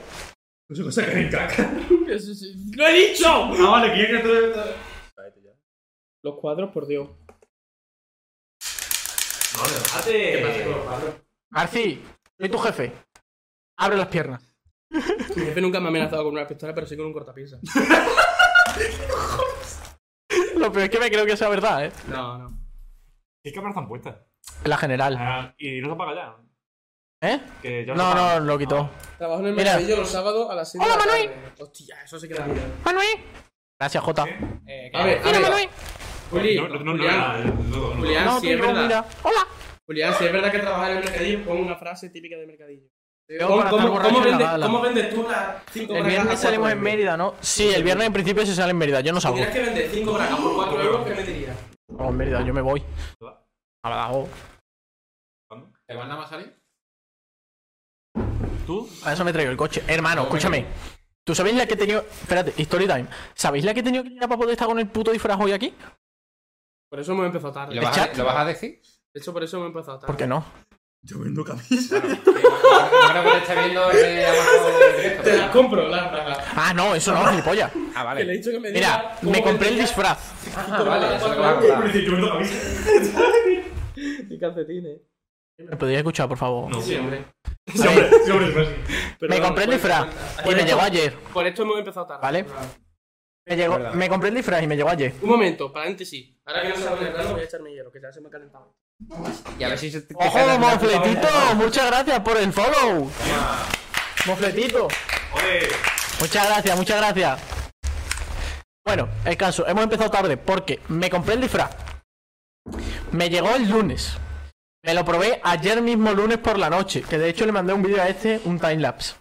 [SPEAKER 7] Eso cosa que en caca.
[SPEAKER 5] ¡Lo he dicho!
[SPEAKER 7] Ah, vale, que ya que tú...
[SPEAKER 5] Los cuadros, por Dios.
[SPEAKER 7] No, debate.
[SPEAKER 5] ¿Qué pasa con los cuadros?
[SPEAKER 3] Garci, soy tu jefe. Abre las piernas.
[SPEAKER 5] Mi jefe nunca me ha amenazado con una pistola, pero sí con un cortapisa.
[SPEAKER 3] Lo peor es que me creo que sea verdad, ¿eh?
[SPEAKER 5] No, no.
[SPEAKER 7] ¿Qué cámaras están puestas?
[SPEAKER 3] La general.
[SPEAKER 7] Ah, y no se apaga ya.
[SPEAKER 3] ¿Eh?
[SPEAKER 7] Que ya
[SPEAKER 3] No, Ah.
[SPEAKER 7] se apaga.
[SPEAKER 3] no, lo quitó.
[SPEAKER 5] Trabajo en el
[SPEAKER 3] Mira.
[SPEAKER 5] mercadillo los sábados a las 6 de
[SPEAKER 3] Hola,
[SPEAKER 5] la tarde.
[SPEAKER 3] Manuel.
[SPEAKER 5] Hostia, eso sí que da miedo.
[SPEAKER 3] Manuel. Gracias, Jota.
[SPEAKER 5] Eh, a ver, a
[SPEAKER 3] Mira,
[SPEAKER 5] ver.
[SPEAKER 3] Manuel.
[SPEAKER 5] Juli,
[SPEAKER 7] No, no, no,
[SPEAKER 5] Julián,
[SPEAKER 7] nada, no, no, no.
[SPEAKER 5] Julián,
[SPEAKER 3] No,
[SPEAKER 5] si
[SPEAKER 3] tú
[SPEAKER 5] es
[SPEAKER 3] no,
[SPEAKER 5] verdad.
[SPEAKER 3] mira. Hola.
[SPEAKER 5] Julián, si es verdad que trabajas en el mercadillo, pon una frase típica del mercadillo.
[SPEAKER 3] Yo
[SPEAKER 5] ¿Cómo,
[SPEAKER 3] para estar
[SPEAKER 5] cómo-
[SPEAKER 3] borracho
[SPEAKER 5] cómo
[SPEAKER 3] en la
[SPEAKER 5] vendes,
[SPEAKER 3] bala.
[SPEAKER 5] cómo vendes tú las 5
[SPEAKER 3] El viernes salimos en Mérida, ¿no? Sí, el viernes en principio se sale en Mérida. Yo no salgo. Oh,
[SPEAKER 5] Tienes que vender 5 bragas por 4 euros, ¿qué me dirías?
[SPEAKER 3] Vamos, en Mérida, yo me voy. A A la o.
[SPEAKER 1] ¿Te van nada más salir?
[SPEAKER 7] ¿Tú?
[SPEAKER 3] A eso me traigo el coche. Hermano, escúchame. ¿Tú sabéis la que he tenido. Espérate, story time. ¿Sabéis la que he tenido que llegar para poder estar con el puto disfraz hoy aquí?
[SPEAKER 5] Por eso hemos empezado tarde.
[SPEAKER 1] ¿Lo
[SPEAKER 5] De
[SPEAKER 1] vas, a,
[SPEAKER 3] chat?
[SPEAKER 1] ¿Lo vas a decir?
[SPEAKER 5] hecho, por eso hemos empezado tarde.
[SPEAKER 3] ¿Por qué no?
[SPEAKER 6] Yo vendo camisa.
[SPEAKER 1] Ahora
[SPEAKER 4] pues
[SPEAKER 1] que está viendo el de Amazon en directo.
[SPEAKER 5] Te las compro, las bragas.
[SPEAKER 3] Ah, no, eso no, ni
[SPEAKER 4] Ah,
[SPEAKER 3] polla.
[SPEAKER 5] Que le he
[SPEAKER 4] vale.
[SPEAKER 5] dicho que me
[SPEAKER 3] Mira,
[SPEAKER 5] diga cómo
[SPEAKER 3] me compré el
[SPEAKER 5] vendría
[SPEAKER 3] disfraz.
[SPEAKER 1] Ah, vale, eso es lo que vas a
[SPEAKER 7] Pero
[SPEAKER 1] contar.
[SPEAKER 7] dice, Yo vendo camisa.
[SPEAKER 5] Y calcetines.
[SPEAKER 3] ¿Me podéis escuchar, por favor?
[SPEAKER 7] No.
[SPEAKER 5] Sí, hombre.
[SPEAKER 7] Sí, hombre, sí, hombre, sí, hombre.
[SPEAKER 3] Me
[SPEAKER 5] Perdón,
[SPEAKER 3] compré el
[SPEAKER 5] por-
[SPEAKER 3] disfraz y me llegó ayer.
[SPEAKER 5] Por esto hemos empezado tarde.
[SPEAKER 3] Vale. Me, llegó, me compré el disfraz y me llegó ayer.
[SPEAKER 5] Un momento, paréntesis. Ahora que no sabemos el plano, voy a echarme hielo, que ya se me ha calentado.
[SPEAKER 4] Y a ver si se te
[SPEAKER 3] ¡Ojo,
[SPEAKER 4] quedas en la puta
[SPEAKER 3] mofletito!
[SPEAKER 4] olla.
[SPEAKER 3] Muchas gracias por el follow. Mofletito.
[SPEAKER 7] Ole.
[SPEAKER 3] Muchas gracias, muchas gracias. Bueno, el caso, hemos empezado tarde porque me compré el disfraz. Me llegó el lunes. Me lo probé ayer mismo lunes por la noche. Que de hecho le mandé un vídeo a este, un timelapse.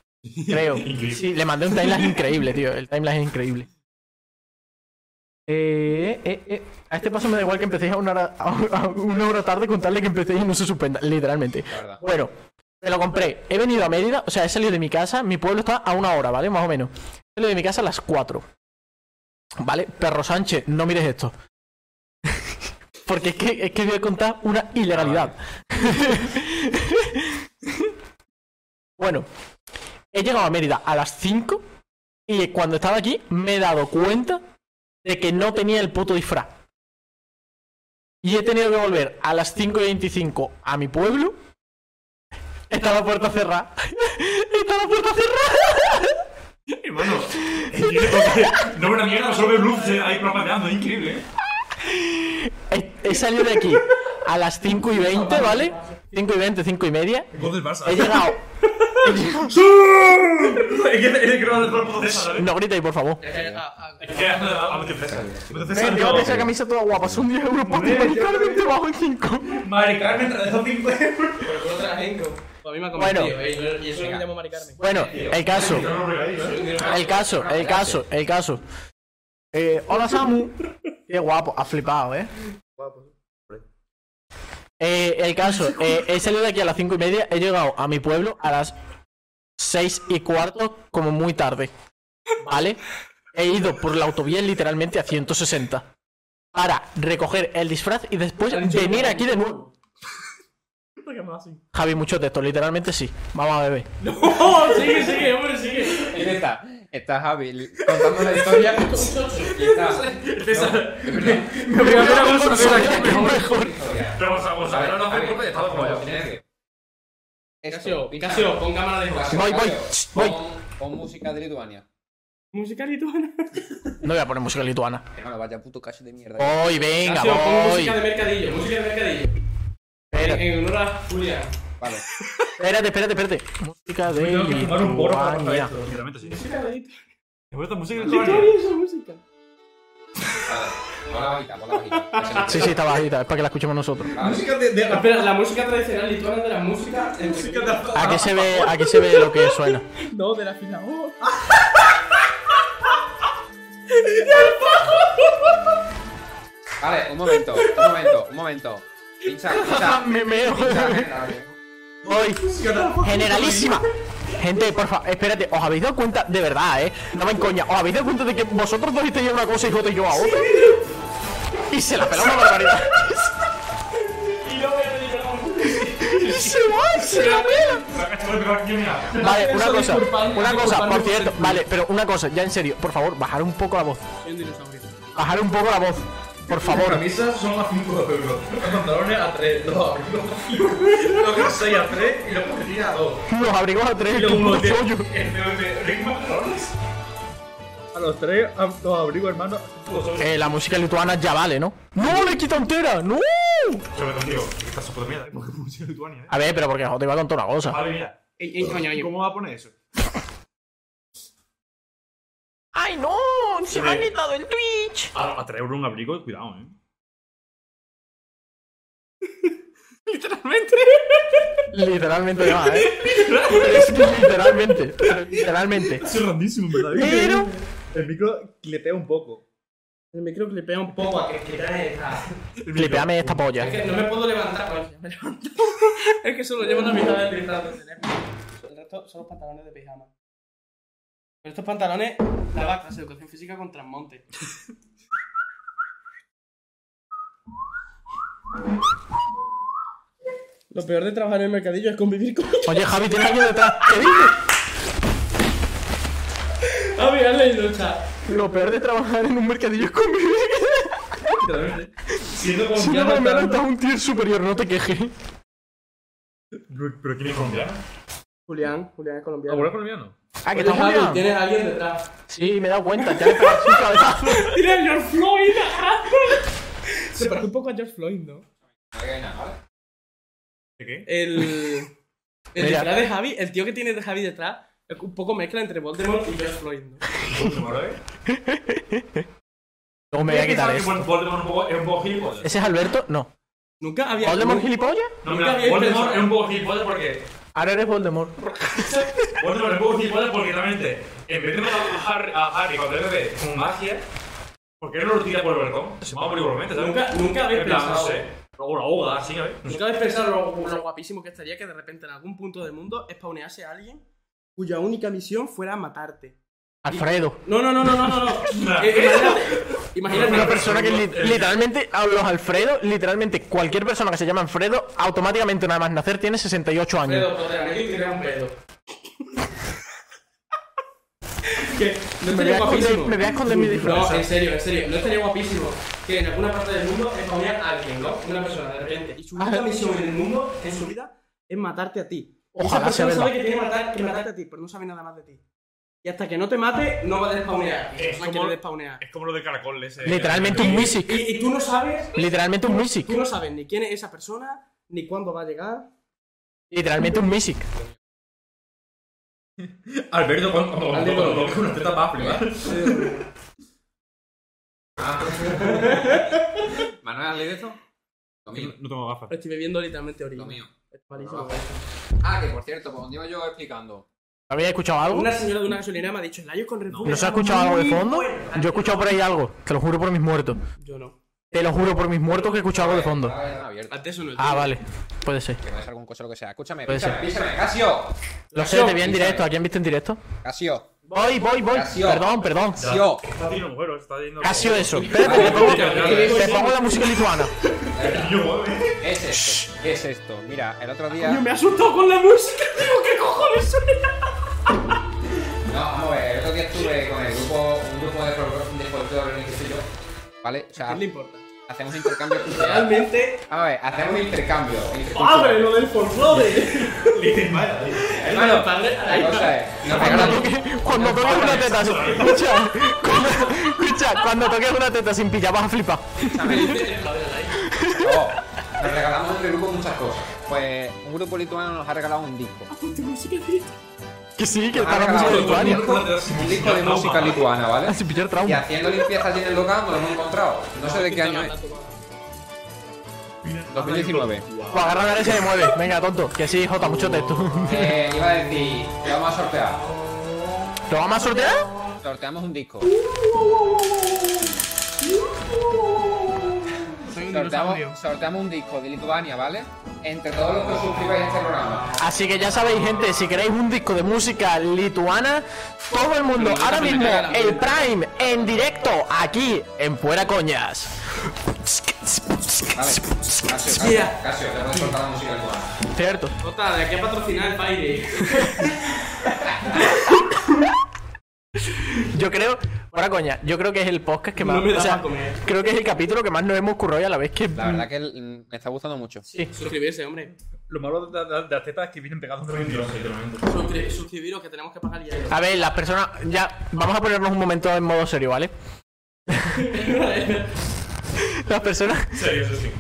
[SPEAKER 3] Creo. sí, le mandé un timelapse increíble, tío. El timelapse es increíble. Eh, eh, eh. A este paso me da igual que empecéis a una hora, a una hora tarde contarle que empecéis y no se suspenda, literalmente.
[SPEAKER 4] La verdad.
[SPEAKER 3] Bueno, me lo compré. He venido a Mérida, o sea, he salido de mi casa. Mi pueblo está a una hora, ¿vale? Más o menos. He salido de mi casa a las 4. ¿Vale? Perro Sánchez, no mires esto. Porque es que, es que voy a contar una ilegalidad. bueno, he llegado a Mérida a las 5 y cuando estaba aquí me he dado cuenta de que no tenía el puto disfraz. Y he tenido que volver a las 5 y 25 a mi pueblo Está la puerta cerrada. Está la puerta cerrada.
[SPEAKER 7] Hermano, es increíble porque no es una mierda, solo veo luz ahí parpadeando, es increíble. ¿eh?
[SPEAKER 3] He, he salido de aquí a las 5 y 20, ¿vale? 5 y 20, 5 y media.
[SPEAKER 6] Gol del Barça.
[SPEAKER 3] He llegado.
[SPEAKER 7] ¡Sí! Es que- es que no va a entrar por César, ¿sabes?
[SPEAKER 3] No gritéis, por favor.
[SPEAKER 5] Eh, ah,
[SPEAKER 7] Es que a a- a- que César. Pero César,
[SPEAKER 3] Ven,
[SPEAKER 7] no.
[SPEAKER 3] llévate esa camisa toda guapa. Son 10 euros por ti.
[SPEAKER 7] Hombre,
[SPEAKER 3] Mari Carmen te bajo en 5.
[SPEAKER 7] Madre Carmen, te dejo 5 euros.
[SPEAKER 5] Pero por otra gente. Pues a mí me ha
[SPEAKER 3] Bueno.
[SPEAKER 5] convencido, eh, y yo- y eso es lo que llamo Mari Carmen.
[SPEAKER 3] Bueno, el caso.
[SPEAKER 7] No, no, regalito, ¿eh?
[SPEAKER 3] El caso, el caso, el caso. Eh, hola Samu. Qué guapo, has flipado, ¿eh? Eh, el caso, eh, he salido de aquí a las cinco y media, he llegado a mi pueblo a las seis y cuarto, como muy tarde. ¿Vale? He ido por la autovía literalmente a 160 para recoger el disfraz y después venir aquí de nuevo. Javi, mucho texto, literalmente sí. Vamos a beber.
[SPEAKER 5] ¡Oh! Sigue, sigue, hombre, sigue.
[SPEAKER 4] ¿Quién está? Está Javi li- contando la historia. y está.
[SPEAKER 7] César.
[SPEAKER 3] Me voy a
[SPEAKER 7] beber agua
[SPEAKER 3] con
[SPEAKER 7] sola,
[SPEAKER 3] soda, que es mejor.
[SPEAKER 7] Pero vamos a- vamos a ver, no, no,
[SPEAKER 1] Javi,
[SPEAKER 7] no, no, estaba como yo.
[SPEAKER 1] silencio.
[SPEAKER 5] Casio, Casio, con cámara de juego.
[SPEAKER 3] Voy, voy, voy.
[SPEAKER 4] Con, con música de Lituania.
[SPEAKER 5] Música lituana.
[SPEAKER 3] No voy a poner música lituana.
[SPEAKER 4] Hermano, vaya puto cacho de mierda.
[SPEAKER 3] Voy, venga,
[SPEAKER 5] Casio, pon
[SPEAKER 3] voy.
[SPEAKER 5] música de mercadillo, música de mercadillo. En, en honor a Julia.
[SPEAKER 4] Vale.
[SPEAKER 3] Espérate, espérate, espérate. Música de
[SPEAKER 7] Tengo que fumar un porro para cortar
[SPEAKER 3] Lituania.
[SPEAKER 7] esto, sinceramente, sí.
[SPEAKER 5] Música de Lituania.
[SPEAKER 7] Me gusta esta música
[SPEAKER 5] Lituania esa música.
[SPEAKER 4] Pon la bajita, pon la bajita. Que se
[SPEAKER 3] Sí, sí, está bajita, es para que la escuchemos nosotros.
[SPEAKER 6] Música de. de la...
[SPEAKER 5] Espera, la música tradicional lituana es de la música.
[SPEAKER 6] Música de la...
[SPEAKER 3] Aquí se ve, aquí se ve lo que suena.
[SPEAKER 5] No, de la fila. Oh.
[SPEAKER 4] Vale, un momento, un momento, un momento. Pincha, pincha.
[SPEAKER 3] Me meo. Voy. Generalísima. Gente, por favor, espérate, ¿os habéis dado cuenta? De verdad, eh. No me encoña, ¿os habéis dado cuenta de que vosotros dos estáis en una cosa y yo estoy yo a otra? Y se la pela una barbaridad. Y se va, se la pela. Vale, una cosa, una cosa, por cierto, vale, pero una cosa, ya en serio, por favor, bajar un poco la voz.
[SPEAKER 5] Soy un dinosaurio.
[SPEAKER 3] Bajar un poco la voz, por
[SPEAKER 6] Las
[SPEAKER 3] favor.
[SPEAKER 6] camisas son a 5 euros. Los pantalones a 3, los abrigos a 5, los corsés a 3 y los calcetines a 2.
[SPEAKER 3] Los abrigos a tres, qué puto chollo.
[SPEAKER 6] A los 3, los abrigos, hermano.
[SPEAKER 3] Eh, la música lituana ya vale, ¿no? ¡No, le quita entera! ¡No! A ver, pero porque joder, iba con toda una cosa.
[SPEAKER 5] Ey, ey, coño, oye.
[SPEAKER 7] ¿Cómo va a poner eso?
[SPEAKER 3] ¡Ay, no! ¡Se
[SPEAKER 7] me ha
[SPEAKER 3] quitado el Twitch!
[SPEAKER 7] Ah, A, a 3 euros un abrigo, cuidado, eh.
[SPEAKER 3] Literalmente ya, ¿eh? Es que literalmente, pero literalmente.
[SPEAKER 6] Es randísimo, ¿verdad?
[SPEAKER 3] Pero,
[SPEAKER 6] El micro cletea un poco.
[SPEAKER 5] El micro clipea un poco a que clipea esta.
[SPEAKER 3] Clipeame esta polla.
[SPEAKER 5] Es que no me puedo levantar, bueno, ya me levanto. es que solo llevo una mitad del librado del teléfono. El resto son los pantalones de pijama. Pero estos pantalones la vaca, se educación física con Transmonte. Lo peor de trabajar en el mercadillo es convivir con
[SPEAKER 3] Oye, Javi, tiene alguien detrás. ¿Qué dices?
[SPEAKER 5] Ah, mira, has leído el chat.
[SPEAKER 3] Lo peor de trabajar en un mercadillo es convivir.
[SPEAKER 7] ¿eh?
[SPEAKER 6] Literalmente. Siendo
[SPEAKER 3] Si no,
[SPEAKER 6] confiado
[SPEAKER 3] me
[SPEAKER 6] tanto-
[SPEAKER 3] estás un tier superior, no te quejes.
[SPEAKER 7] ¿Pero, pero quién es colombiano?
[SPEAKER 5] Julián, Julián es
[SPEAKER 6] ¿Ah,
[SPEAKER 5] colombiano.
[SPEAKER 6] bueno, colombiano?
[SPEAKER 3] Ah, que
[SPEAKER 5] Oye,
[SPEAKER 3] estás
[SPEAKER 5] Javi,
[SPEAKER 3] hablando.
[SPEAKER 5] tienes a alguien detrás.
[SPEAKER 3] Sí, me he dado cuenta. Ya le he pegado su cabezazo.
[SPEAKER 5] ¡Tira a George Floyd! Se parece un poco a George Floyd, ¿no?
[SPEAKER 7] ¿De qué?
[SPEAKER 6] Eh,
[SPEAKER 5] El. El
[SPEAKER 3] Mira.
[SPEAKER 5] detrás de Javi, el tío que tiene de Javi detrás, es un poco mezcla entre Voldemort y George Floyd, ¿no?
[SPEAKER 7] ¿Voldemort, eh?
[SPEAKER 3] Luego me voy a quitar
[SPEAKER 7] Pensaba que
[SPEAKER 3] eso.
[SPEAKER 7] Vol- Voldemort es un poco- es un poco gilipollas.
[SPEAKER 3] ¿Ese es Alberto? No.
[SPEAKER 5] Nunca había.
[SPEAKER 3] ¿Voldemort gilipollas?
[SPEAKER 7] No,
[SPEAKER 5] Nunca
[SPEAKER 7] mira,
[SPEAKER 5] había
[SPEAKER 7] Voldemort
[SPEAKER 5] pensado.
[SPEAKER 7] es un poco gilipollas porque.
[SPEAKER 3] Ahora eres Voldemort.
[SPEAKER 7] Voldemort es un poco gilipollas porque realmente. En vez de matar a Harry, a Harry cuando él bebe con magia, ¿por qué no lo tira por el balcón? Se mata por igualmente, ¿sabes?
[SPEAKER 5] Nunca, nunca habéis
[SPEAKER 7] En plan, no
[SPEAKER 5] pensado.
[SPEAKER 7] sé. O la ahoga, así, ¿sabes? No sé.
[SPEAKER 5] Nunca habéis pensado lo, lo guapísimo que estaría que de repente en algún punto del mundo spawnease a alguien cuya única misión fuera matarte.
[SPEAKER 3] Alfredo.
[SPEAKER 5] No, no, no, no, no, no. no. Eh, imagínate.
[SPEAKER 3] Una
[SPEAKER 5] Imagínate.
[SPEAKER 3] persona que li- literalmente, a los Alfredo, literalmente cualquier persona que se llama Alfredo, automáticamente nada más nacer tiene 68 años.
[SPEAKER 5] Pedo, podrá, me tirar un pedo. ¿Qué? No
[SPEAKER 3] Me voy a
[SPEAKER 5] estaría
[SPEAKER 3] esconder,
[SPEAKER 5] guapísimo.
[SPEAKER 3] me voy a esconder mi disfraz.
[SPEAKER 5] No, en serio, en serio, no estaría guapísimo que en alguna parte del mundo spawnear a alguien, ¿no? Una persona de repente. Y su única
[SPEAKER 3] Ah.
[SPEAKER 5] misión en el mundo, en su vida, es matarte a ti. Y
[SPEAKER 3] Ojalá
[SPEAKER 5] esa
[SPEAKER 3] sea
[SPEAKER 5] persona sabe
[SPEAKER 3] verdad.
[SPEAKER 5] que tiene que matar- que matarte a ti, pero no sabe nada más de ti. Y hasta que no te mate, no va a despawnear. Y
[SPEAKER 7] Es
[SPEAKER 5] no
[SPEAKER 7] como-
[SPEAKER 5] quiere despawnear.
[SPEAKER 7] Es como lo de caracol ese.
[SPEAKER 3] Literalmente un
[SPEAKER 5] eh, Y,
[SPEAKER 3] Misic.
[SPEAKER 5] y tú no sabes,
[SPEAKER 3] Literalmente un
[SPEAKER 5] tú
[SPEAKER 3] Misic.
[SPEAKER 5] no sabes ni quién es esa persona, ni cuándo va a llegar.
[SPEAKER 3] Literalmente un Misic.
[SPEAKER 6] Alberto, cuando cuando- cuando-
[SPEAKER 5] Alberto.
[SPEAKER 6] cuando ves una teta va a flipar.
[SPEAKER 1] ¿Manuel, has leído esto? Lo mío.
[SPEAKER 7] No tengo gafas.
[SPEAKER 5] Estoy bebiendo literalmente orina.
[SPEAKER 1] Lo mío.
[SPEAKER 5] Es malísimo.
[SPEAKER 1] Ah, que por cierto, por donde iba yo explicando.
[SPEAKER 3] ¿Habéis escuchado algo?
[SPEAKER 5] Una señora de una gasolinera me ha dicho, el Lion con Red Bull
[SPEAKER 3] ¿No se ha
[SPEAKER 5] está
[SPEAKER 3] escuchado algo de
[SPEAKER 5] muy
[SPEAKER 3] fondo?
[SPEAKER 5] buena".
[SPEAKER 3] Yo he escuchado por ahí algo. Te lo juro por mis muertos.
[SPEAKER 5] Yo no.
[SPEAKER 3] Te lo juro por mis muertos que he escuchado algo de fondo.
[SPEAKER 1] Ah, está abierto.
[SPEAKER 5] Antes eso no.
[SPEAKER 3] Ah, vale. Puede ser.
[SPEAKER 4] Que puede ser algún coche o lo que sea. Escúchame,
[SPEAKER 3] Puede
[SPEAKER 4] písame,
[SPEAKER 3] ser.
[SPEAKER 4] písame, Casio.
[SPEAKER 3] Lo sé, te vi en directo. ¿A quién viste en directo?
[SPEAKER 4] Casio.
[SPEAKER 3] Voy, voy, voy.
[SPEAKER 4] Casio.
[SPEAKER 3] Perdón, perdón.
[SPEAKER 4] Casio.
[SPEAKER 7] Está teniendo mujer, está teniendo.
[SPEAKER 3] Casio eso. Espérate, te pongo, te pongo la música lituana.
[SPEAKER 7] Yo, ¿eh? mueve.
[SPEAKER 4] ¿Qué es esto? ¿Qué es esto? Mira, el otro día.
[SPEAKER 5] Yo me he asustado con la música, digo, ¿qué cojones suena?
[SPEAKER 4] No, vamos a ver, el otro día estuve con el grupo, un grupo de fol- de folclore, qué sé yo. ¿Vale? O sea,
[SPEAKER 5] ¿Qué le importa?
[SPEAKER 4] hacemos intercambio cultural.
[SPEAKER 5] Realmente,
[SPEAKER 4] Vamos a ver, hacemos intercambio.
[SPEAKER 5] padre,
[SPEAKER 4] intercultural.
[SPEAKER 5] lo del folclore.
[SPEAKER 7] Listen, vale.
[SPEAKER 4] Hermano,
[SPEAKER 5] padre, ahí
[SPEAKER 4] La cosa
[SPEAKER 5] está.
[SPEAKER 4] es, nos
[SPEAKER 3] Cuando
[SPEAKER 4] regalamos.
[SPEAKER 3] toques, cuando toques una teta sin... Escucha, cuando, escucha, cuando toques una teta sin pillar vas a flipar.
[SPEAKER 4] Oh, nos regalamos entre grupo muchas cosas. Pues un grupo lituano nos ha regalado un disco.
[SPEAKER 3] Que sí, que
[SPEAKER 4] Nos ha
[SPEAKER 3] está la
[SPEAKER 4] regalado
[SPEAKER 3] música
[SPEAKER 4] un
[SPEAKER 3] lituana.
[SPEAKER 4] disco, un disco de música lituana, ¿vale?
[SPEAKER 3] Sin pillar
[SPEAKER 4] Y
[SPEAKER 3] trauma.
[SPEAKER 4] haciendo limpieza allí en el local nos lo hemos encontrado. No sé de qué año es. 2019.
[SPEAKER 3] Pues agarra la derecha y mueve. Venga, tonto. Que sí, Jota, mucho texto.
[SPEAKER 4] Eh, iba a decir, que vamos a sortear.
[SPEAKER 3] ¿Lo vamos a sortear?
[SPEAKER 4] Sorteamos un disco.
[SPEAKER 5] Soy un dinosaurio.
[SPEAKER 4] Sorteamos, sorteamos un disco de Lituania, ¿vale? Entre todos los que os suscribáis a este programa.
[SPEAKER 3] Así que ya sabéis, gente, si queréis un disco de música lituana, todo el mundo, ahora mismo, el Prime, en directo, aquí, en Fuera Coñas.
[SPEAKER 4] Vale. Casio, Casio,
[SPEAKER 5] Yeah.
[SPEAKER 4] Casio, te puedes cortar la música lituana.
[SPEAKER 3] Cierto.
[SPEAKER 5] Jota, de aquí a patrocinar el baile.
[SPEAKER 3] Yo creo, fuera coña, yo creo que es el podcast que más.
[SPEAKER 5] No me da
[SPEAKER 3] o sea,
[SPEAKER 5] para comer.
[SPEAKER 3] creo que es el capítulo que más nos hemos currado y a la vez que.
[SPEAKER 4] La verdad que mm, me está gustando mucho.
[SPEAKER 5] Suscribirse, hombre.
[SPEAKER 6] Lo malo de, de- de las tetas es que vienen pegadas de
[SPEAKER 5] Suscri- suscribiros, que tenemos que pagar ya.
[SPEAKER 3] A ver, las personas. Ya, vamos a ponernos un momento en modo serio, ¿vale? Las personas.
[SPEAKER 7] Serio, eso sí.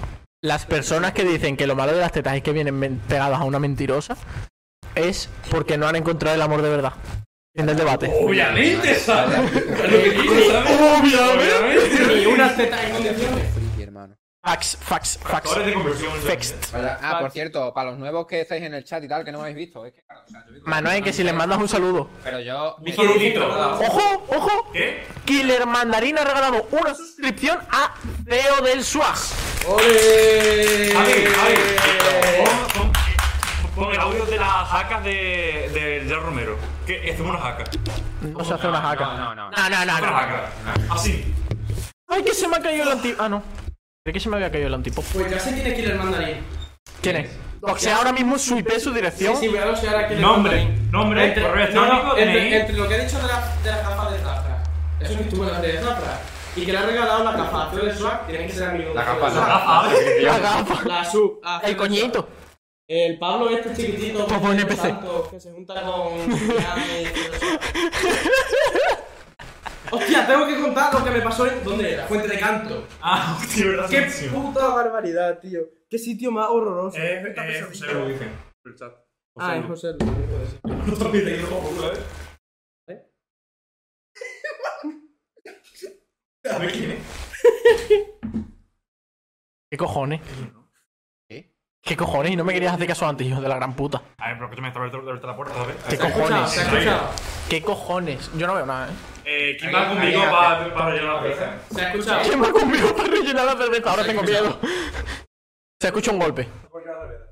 [SPEAKER 3] Las personas que dicen que lo malo de las tetas es que vienen men- pegadas a una mentirosa es porque no han encontrado el amor de verdad. En el debate.
[SPEAKER 7] Obviamente, ¿sabes?
[SPEAKER 5] Ni unas tetas en condiciones.
[SPEAKER 4] Friki, hermano.
[SPEAKER 3] Fax, fax, fax.
[SPEAKER 7] Factores de conversión.
[SPEAKER 3] Fext.
[SPEAKER 4] Ah, por cierto, para los nuevos que estáis en el chat y tal, que no me habéis visto. Es que, claro, o sea, yo digo-
[SPEAKER 3] Manuel, que si les mandas un saludo.
[SPEAKER 4] Pero yo.
[SPEAKER 7] Un saludito.
[SPEAKER 3] ¡Ojo! ¡Ojo!
[SPEAKER 7] ¿Qué?
[SPEAKER 3] Killer Mandarín ha regalado una suscripción a CEO del SWAG.
[SPEAKER 7] Javi, Javi. Eh. pon- pon- Pon el audio de las hackas de, de, de Romero. Que hacemos unas hackas.
[SPEAKER 3] No se hace una haca.
[SPEAKER 4] No, no, no.
[SPEAKER 3] No, no, no,
[SPEAKER 7] Unas
[SPEAKER 3] no.
[SPEAKER 7] hackas. Así.
[SPEAKER 3] Ay, que se me ha caído el anti... Ah, no. ¿De que se me había caído el antipop?
[SPEAKER 5] Pues ya sé quién es Killer Mandarin.
[SPEAKER 3] ¿Quién es? O sea, ahora mismo su IP, su
[SPEAKER 5] Sí,
[SPEAKER 3] dirección.
[SPEAKER 5] sí, voy a anunciar a Killer
[SPEAKER 7] Nombre,
[SPEAKER 5] Mandarin.
[SPEAKER 7] nombre, correo
[SPEAKER 5] no,
[SPEAKER 7] electrónico,
[SPEAKER 5] no, entre,
[SPEAKER 7] DNI.
[SPEAKER 5] entre lo que ha dicho de las de las gafas de Zafra, eso que estuvo en la de Zafra, y que le ha regalado las gafas a Acción del SWAT, tienen que ser amigos.
[SPEAKER 1] La
[SPEAKER 5] de Acción
[SPEAKER 1] gafa,
[SPEAKER 5] del
[SPEAKER 1] la
[SPEAKER 5] SWAT.
[SPEAKER 7] Ah,
[SPEAKER 3] La gafa.
[SPEAKER 5] La sub. a Acción
[SPEAKER 3] El
[SPEAKER 5] del SWAT.
[SPEAKER 3] coñito.
[SPEAKER 5] El Pablo este chiquitito.
[SPEAKER 3] Pues pone NPC.
[SPEAKER 5] tanto, Que se junta con. Hostia, tengo que contar lo que me pasó en. ¿Dónde era? Fuente de canto.
[SPEAKER 7] ah, hostia, verdad.
[SPEAKER 5] ¡Qué
[SPEAKER 7] sí.
[SPEAKER 5] puta barbaridad, tío! ¡Qué sitio más horroroso!
[SPEAKER 7] Eh, eh, José lo dicen. por el chat.
[SPEAKER 5] ah, es José Luis. puede ser.
[SPEAKER 7] No te olvides, yo tampoco, ¿eh?
[SPEAKER 5] ¿Eh?
[SPEAKER 7] ¿Eh? A ver quién es.
[SPEAKER 3] ¿Qué cojones?
[SPEAKER 4] ¿Qué?
[SPEAKER 3] ¿Qué cojones? Y no me querías hacer caso antes, hijo de la gran puta.
[SPEAKER 7] A ver, pero que tú me estás abriendo ahorita la puerta, ¿sabes?
[SPEAKER 3] ¿Qué
[SPEAKER 5] ¿Se ha escuchado?
[SPEAKER 3] cojones?
[SPEAKER 5] ¿Se ha escuchado?
[SPEAKER 3] ¿Qué cojones? Yo no veo nada, ¿eh?
[SPEAKER 7] Eh, ¿Quién
[SPEAKER 4] Ahí,
[SPEAKER 7] va conmigo
[SPEAKER 4] ahí,
[SPEAKER 7] para para rellenar la cabeza?
[SPEAKER 5] ¿Se ha escuchado?
[SPEAKER 3] ¿Quién va conmigo para rellenar la cerveza? Ahora tengo miedo. Se escucha un golpe.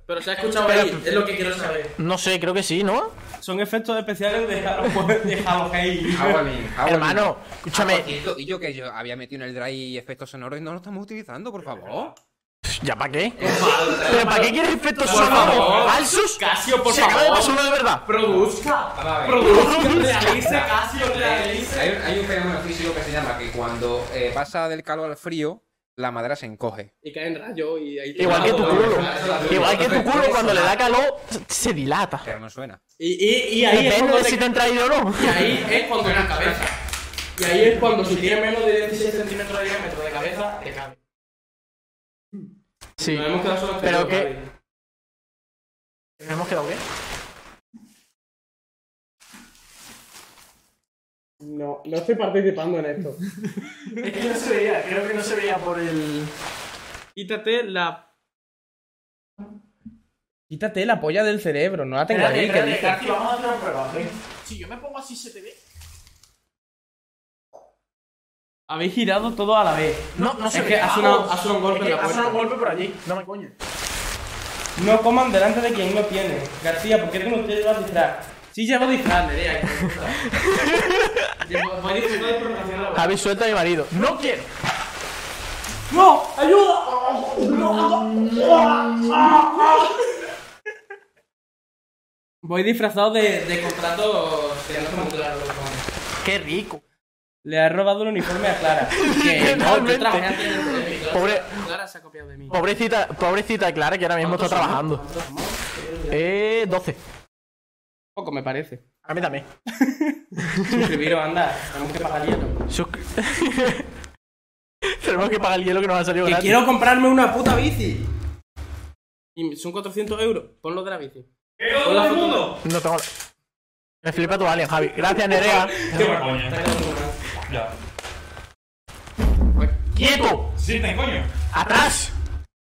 [SPEAKER 5] Pero se ha escuchado
[SPEAKER 3] Espera,
[SPEAKER 5] ahí, es lo que quiero saber.
[SPEAKER 3] No sé, creo que sí, ¿no?
[SPEAKER 5] Son efectos especiales de Halloween.
[SPEAKER 4] Howling, howling.
[SPEAKER 3] Hermano,
[SPEAKER 4] Ah, por
[SPEAKER 3] escúchame.
[SPEAKER 4] cierto, Y yo que yo había metido en el drive efectos sonoros y no lo estamos utilizando, por favor.
[SPEAKER 3] Pff, ¿Ya para qué? ¿Pero para qué quieres efectos sonoros?
[SPEAKER 5] favor.
[SPEAKER 3] ¡Alsus!
[SPEAKER 5] Casio, por
[SPEAKER 3] Se acaba de
[SPEAKER 5] favor.
[SPEAKER 3] pasar uno de verdad.
[SPEAKER 5] Produzca.
[SPEAKER 4] Vamos a ver.
[SPEAKER 5] Produzca. Realice, Casio, realice.
[SPEAKER 4] Hay, hay un fenómeno físico que se llama que cuando eh, pasa del calor al frío, la madera se encoge.
[SPEAKER 5] Y caen rayos y ahí.
[SPEAKER 3] Igual que tu culo. Igual que tu culo
[SPEAKER 4] Eso,
[SPEAKER 3] cuando le
[SPEAKER 4] nada.
[SPEAKER 3] da calor se dilata.
[SPEAKER 4] Pero no suena.
[SPEAKER 5] Y, y, y ahí es
[SPEAKER 3] Depende
[SPEAKER 5] cuando
[SPEAKER 3] de
[SPEAKER 5] te-
[SPEAKER 3] si te han traído o no.
[SPEAKER 5] y ahí es cuando la cabeza. Y ahí es cuando si tienes menos de 16 centímetros de diámetro de cabeza, te cabe.
[SPEAKER 3] Sí.
[SPEAKER 5] Nos hemos quedado solos
[SPEAKER 3] Pero
[SPEAKER 5] con
[SPEAKER 3] que-
[SPEAKER 5] Javi.
[SPEAKER 3] ¿Nos hemos quedado qué?
[SPEAKER 5] No, no estoy participando en esto.
[SPEAKER 3] Es que no se veía, creo que no se veía por el.
[SPEAKER 5] Quítate la. Quítate la polla del cerebro, no la tengo ahí, que dice.
[SPEAKER 3] vamos a hacer una prueba. Si yo me pongo así, se te ve.
[SPEAKER 5] Habéis girado todo a la vez.
[SPEAKER 3] No, no se
[SPEAKER 5] Es
[SPEAKER 3] ve.
[SPEAKER 5] que ha sonado, ha sonado un golpe
[SPEAKER 3] Es que
[SPEAKER 5] en la
[SPEAKER 3] ha
[SPEAKER 5] puerta.
[SPEAKER 3] sonado un golpe por allí. No me coño.
[SPEAKER 5] No coman delante de quien no tiene. García, ¿por qué tú no te llevas disfraz? Sí llevo disfraz, Nerea. eh, que me gusta. Llevo- Voy disfrazado de programación laboral.
[SPEAKER 3] Javi, suelta a mi marido. No quiero.
[SPEAKER 5] ¡No! ¡Ayuda! Voy disfrazado de, de contrato. que no son claros los nombres.
[SPEAKER 3] Qué rico.
[SPEAKER 5] Le ha robado el uniforme a Clara. Que no, yo
[SPEAKER 3] Literalmente.
[SPEAKER 5] trabajé antes dentro de mi clase.
[SPEAKER 3] Pobre-
[SPEAKER 5] Clara se ha copiado de mí.
[SPEAKER 3] Pobrecita, pobrecita Clara que ahora mismo está trabajando. Eh, 12.
[SPEAKER 5] Poco me parece.
[SPEAKER 3] A mí también.
[SPEAKER 5] Suscribiros, anda. Tenemos que pagar hielo.
[SPEAKER 3] Suscri- Tenemos que pagar el hielo que nos ha salido
[SPEAKER 5] Que
[SPEAKER 3] gratis.
[SPEAKER 5] quiero comprarme una puta bici. Y son 400 euros. Ponlo de la bici.
[SPEAKER 7] ¿Qué todo el
[SPEAKER 5] foto.
[SPEAKER 7] mundo?
[SPEAKER 3] No tengo la... Me flipa tu alien, Javi. Gracias, Nerea.
[SPEAKER 7] Qué coña. Ya.
[SPEAKER 3] ¡Quieto!
[SPEAKER 7] Sí, te coño.
[SPEAKER 3] ¡Atrás!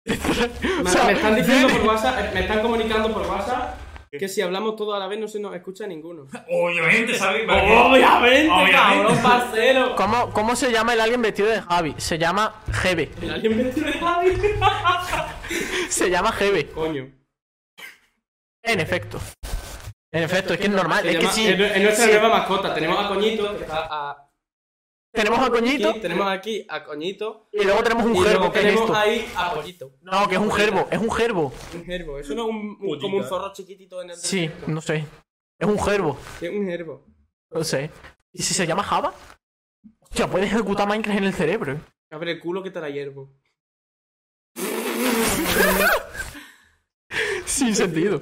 [SPEAKER 5] Me,
[SPEAKER 3] O sea,
[SPEAKER 5] me están diciendo por WhatsApp, eh, me están comunicando por WhatsApp que si hablamos todos a la vez no se nos escucha ninguno.
[SPEAKER 7] Obviamente, ¿sabes?
[SPEAKER 5] Obviamente,
[SPEAKER 7] Obviamente.
[SPEAKER 5] cabrón, parcero.
[SPEAKER 3] ¿Cómo, ¿Cómo se llama el alien vestido de Javi? Se llama Jebe.
[SPEAKER 5] ¿Alguien me tiene Javi?
[SPEAKER 3] Se llama Jebe.
[SPEAKER 5] Coño.
[SPEAKER 3] En efecto. En efecto, es que es normal.
[SPEAKER 5] Se
[SPEAKER 3] Es que
[SPEAKER 5] llama-
[SPEAKER 3] sí.
[SPEAKER 5] es, es nuestra
[SPEAKER 3] sí.
[SPEAKER 5] nueva mascota. Tenemos a Coñito, que está a-
[SPEAKER 3] Tenemos a
[SPEAKER 5] aquí,
[SPEAKER 3] Coñito
[SPEAKER 5] tenemos aquí a Coñito.
[SPEAKER 3] y luego tenemos
[SPEAKER 5] Y
[SPEAKER 3] un
[SPEAKER 5] luego
[SPEAKER 3] gerbo. ¿Qué es
[SPEAKER 5] tenemos
[SPEAKER 3] esto?
[SPEAKER 5] ahí a Pollito.
[SPEAKER 3] No, que es un gerbo. Es un gerbo.
[SPEAKER 5] Un gerbo. Eso no es un, un- como un zorro chiquitito en el
[SPEAKER 3] Sí,
[SPEAKER 5] desierto.
[SPEAKER 3] no sé. Es un gerbo.
[SPEAKER 5] Sí, un gerbo.
[SPEAKER 3] No sé. ¿Y si se llama Java? Hostia, puedes ejecutar Minecraft en el cerebro.
[SPEAKER 5] Abre el culo que te la hierbo.
[SPEAKER 3] Sin sentido.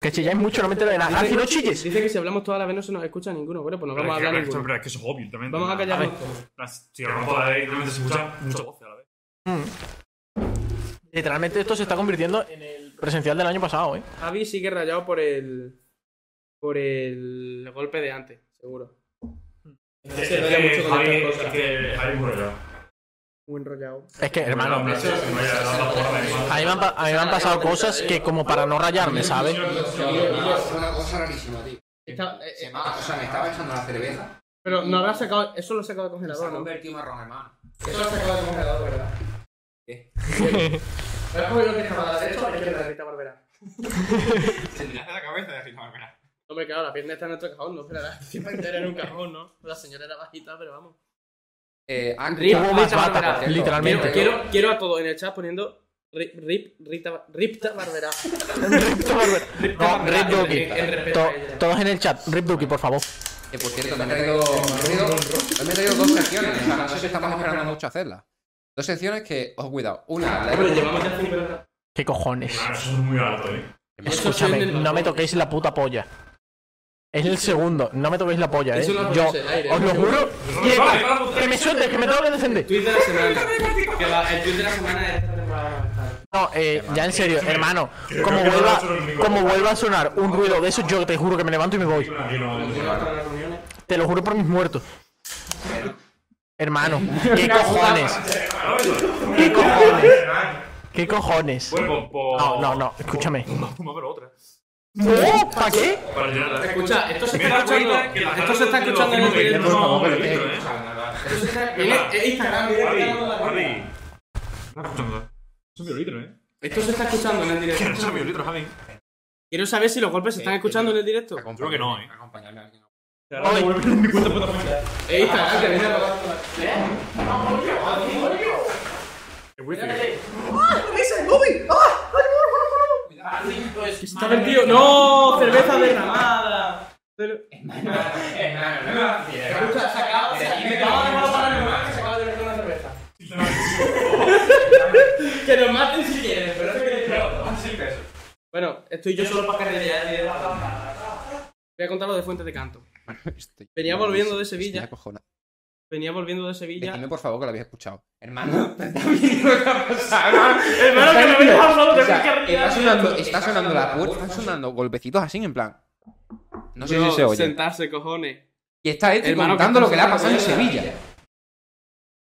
[SPEAKER 3] Que chilláis mucho, no me entero de nada. Ah, si no chilles.
[SPEAKER 5] Dice que si hablamos toda la vez no se nos escucha ninguno. Bueno, pues no vamos a hablar ninguno.
[SPEAKER 7] Pero es que eso es obvio también.
[SPEAKER 5] Vamos a
[SPEAKER 3] A ver.
[SPEAKER 5] callarnos todos.
[SPEAKER 7] Si lo rompo a la ley, realmente se escucha mucha voz a la vez.
[SPEAKER 3] Literalmente esto se está convirtiendo en el presencial del año pasado, ¿eh?
[SPEAKER 5] Javi sigue rayado por el. por el golpe de antes, seguro.
[SPEAKER 7] Es que Javi es muy raro.
[SPEAKER 5] muy enrollado.
[SPEAKER 3] Es que, hermano,
[SPEAKER 7] Bueno,
[SPEAKER 3] a
[SPEAKER 7] eso es- no, ya, no, no, no, no, no.
[SPEAKER 3] mí, me han, pa- a mí me han pasado cosas que como para no rayarme, ¿sabes?
[SPEAKER 4] Es una cosa rarísima, tío.
[SPEAKER 5] Está- eh,
[SPEAKER 4] Se
[SPEAKER 5] eh,
[SPEAKER 4] me ha- o sea, me estaba echando la cerveza.
[SPEAKER 5] pero no habrás sacado. Eso lo he sacado del
[SPEAKER 4] Se ha
[SPEAKER 5] congelador, ¿no?
[SPEAKER 4] convertido en marrón, hermano.
[SPEAKER 5] Eso lo he sacado del congelador, ¿verdad?
[SPEAKER 4] ¿Qué?
[SPEAKER 5] ¿Me has cogido mi cámara derecha o la izquierda, Rita Barbera?
[SPEAKER 8] Se le hace la cabeza de Rita Barbera.
[SPEAKER 5] Hombre, claro, la pierna está en nuestro cajón, no esperará. Siempre entera en un cajón, ¿no? La señora era bajita, pero vamos.
[SPEAKER 4] Eh, han-
[SPEAKER 5] Rip,
[SPEAKER 3] Hubo más
[SPEAKER 5] Rita
[SPEAKER 3] bata,
[SPEAKER 5] Barbera.
[SPEAKER 3] por cierto.
[SPEAKER 5] Quiero,
[SPEAKER 3] literalmente.
[SPEAKER 5] quiero, quiero a todos en el chat poniendo Rip, Rip, Rita, Ripta Barbera.
[SPEAKER 3] No, Rip Duki.
[SPEAKER 5] En- en respeto a ella.
[SPEAKER 3] To- Todos en el chat, Rip Duki, por favor.
[SPEAKER 4] Que por cierto, me he traído, me he traído- hoy me he traído dos secciones. O sea, no sé si estamos esperando mucho a hacerlas. Dos secciones que, os cuidado. Una, la
[SPEAKER 5] Hombre, llevamos ya cinco horas.
[SPEAKER 3] ¿Qué cojones?
[SPEAKER 7] Ah, Eso es muy alto, eh.
[SPEAKER 3] Escúchame, no me toquéis la puta polla. Es el segundo, no me toquéis la polla, eh.
[SPEAKER 5] Eso no lo
[SPEAKER 3] Yo,
[SPEAKER 5] pones en el aire,
[SPEAKER 3] os lo
[SPEAKER 5] ¿no?
[SPEAKER 3] juro.
[SPEAKER 7] Eso no
[SPEAKER 3] que-
[SPEAKER 7] lo vale, vamos,
[SPEAKER 3] Que me sueltes, que me tengo que defender.
[SPEAKER 5] Tweet de la semana. Que va, el tweet de la semana es esta temporada. ¿sabes?
[SPEAKER 3] No, eh, ya en serio, hermano.
[SPEAKER 7] Creo
[SPEAKER 3] Como
[SPEAKER 7] que no
[SPEAKER 3] vuelva,
[SPEAKER 7] lo he hecho nunca.
[SPEAKER 3] como vuelva a sonar un ruido de eso, yo te juro que me levanto y me voy.
[SPEAKER 7] Aquí
[SPEAKER 5] Yo
[SPEAKER 7] no vamos a
[SPEAKER 5] no voy a
[SPEAKER 7] hablar.
[SPEAKER 5] estar en las reuniones.
[SPEAKER 3] Te lo juro por mis muertos. Hermano, ¿qué cojones? ¿Qué cojones? ¿Qué cojones?
[SPEAKER 7] Bueno, por...
[SPEAKER 3] No, no, no, escúchame.
[SPEAKER 7] pero otra.
[SPEAKER 3] No, ¿Para qué?
[SPEAKER 7] Para llenarla.
[SPEAKER 5] Escucha, esto se
[SPEAKER 7] Me he
[SPEAKER 5] está
[SPEAKER 7] dado
[SPEAKER 5] escuchando.
[SPEAKER 7] cuenta que la
[SPEAKER 5] Esto se está
[SPEAKER 7] gente
[SPEAKER 5] escuchando en
[SPEAKER 7] lo
[SPEAKER 5] el
[SPEAKER 7] tiene
[SPEAKER 5] directo.
[SPEAKER 7] que no,
[SPEAKER 3] por favor,
[SPEAKER 7] el
[SPEAKER 3] eh,
[SPEAKER 7] micro, eh.
[SPEAKER 5] Esto se está- en- en Instagram, mira,
[SPEAKER 7] Javi,
[SPEAKER 5] está dando la vuelta.
[SPEAKER 7] Javi. No, no, no. Es un violitro, eh.
[SPEAKER 5] Esto se está escuchando en el
[SPEAKER 7] Que no
[SPEAKER 5] directo.
[SPEAKER 7] es un violitro, Javi.
[SPEAKER 5] Quiero saber si los golpes se están escuchando en el directo.
[SPEAKER 7] Creo que no, eh.
[SPEAKER 4] acompañarle a alguien.
[SPEAKER 3] Hoy.
[SPEAKER 5] En Eh, Instagram, que viene la-
[SPEAKER 7] El wifi.
[SPEAKER 5] Está metido. ¡No! ¡Cerveza derramada! Pero... Escucha, se acaba se- acaba de dejar la palabra en mi mano que se acaba de meter una cerveza. Que nos maten si quieren, pero es que- Bueno, estoy yo solo para carretear. Voy a contar lo de Fuente de Canto.
[SPEAKER 4] Estoy-
[SPEAKER 5] Venía volviendo de
[SPEAKER 4] Estoy
[SPEAKER 5] Sevilla.
[SPEAKER 4] acojonado.
[SPEAKER 5] Venía volviendo de Sevilla.
[SPEAKER 4] Decidme por favor que lo habéis escuchado. Hermano,
[SPEAKER 5] Hermano, que me voy a dejar solo,
[SPEAKER 4] o
[SPEAKER 5] tengo
[SPEAKER 4] sea,
[SPEAKER 5] que carretear.
[SPEAKER 4] está sonando, está sonando la puerta, están sonando golpecitos así en plan. No sé si
[SPEAKER 5] Bro,
[SPEAKER 4] se oye.
[SPEAKER 5] Sentarse, cojones.
[SPEAKER 4] Y está este
[SPEAKER 5] Hermano,
[SPEAKER 4] contando
[SPEAKER 5] que
[SPEAKER 4] lo que le ha
[SPEAKER 5] está
[SPEAKER 4] pasado en
[SPEAKER 5] sonando
[SPEAKER 4] Sevilla.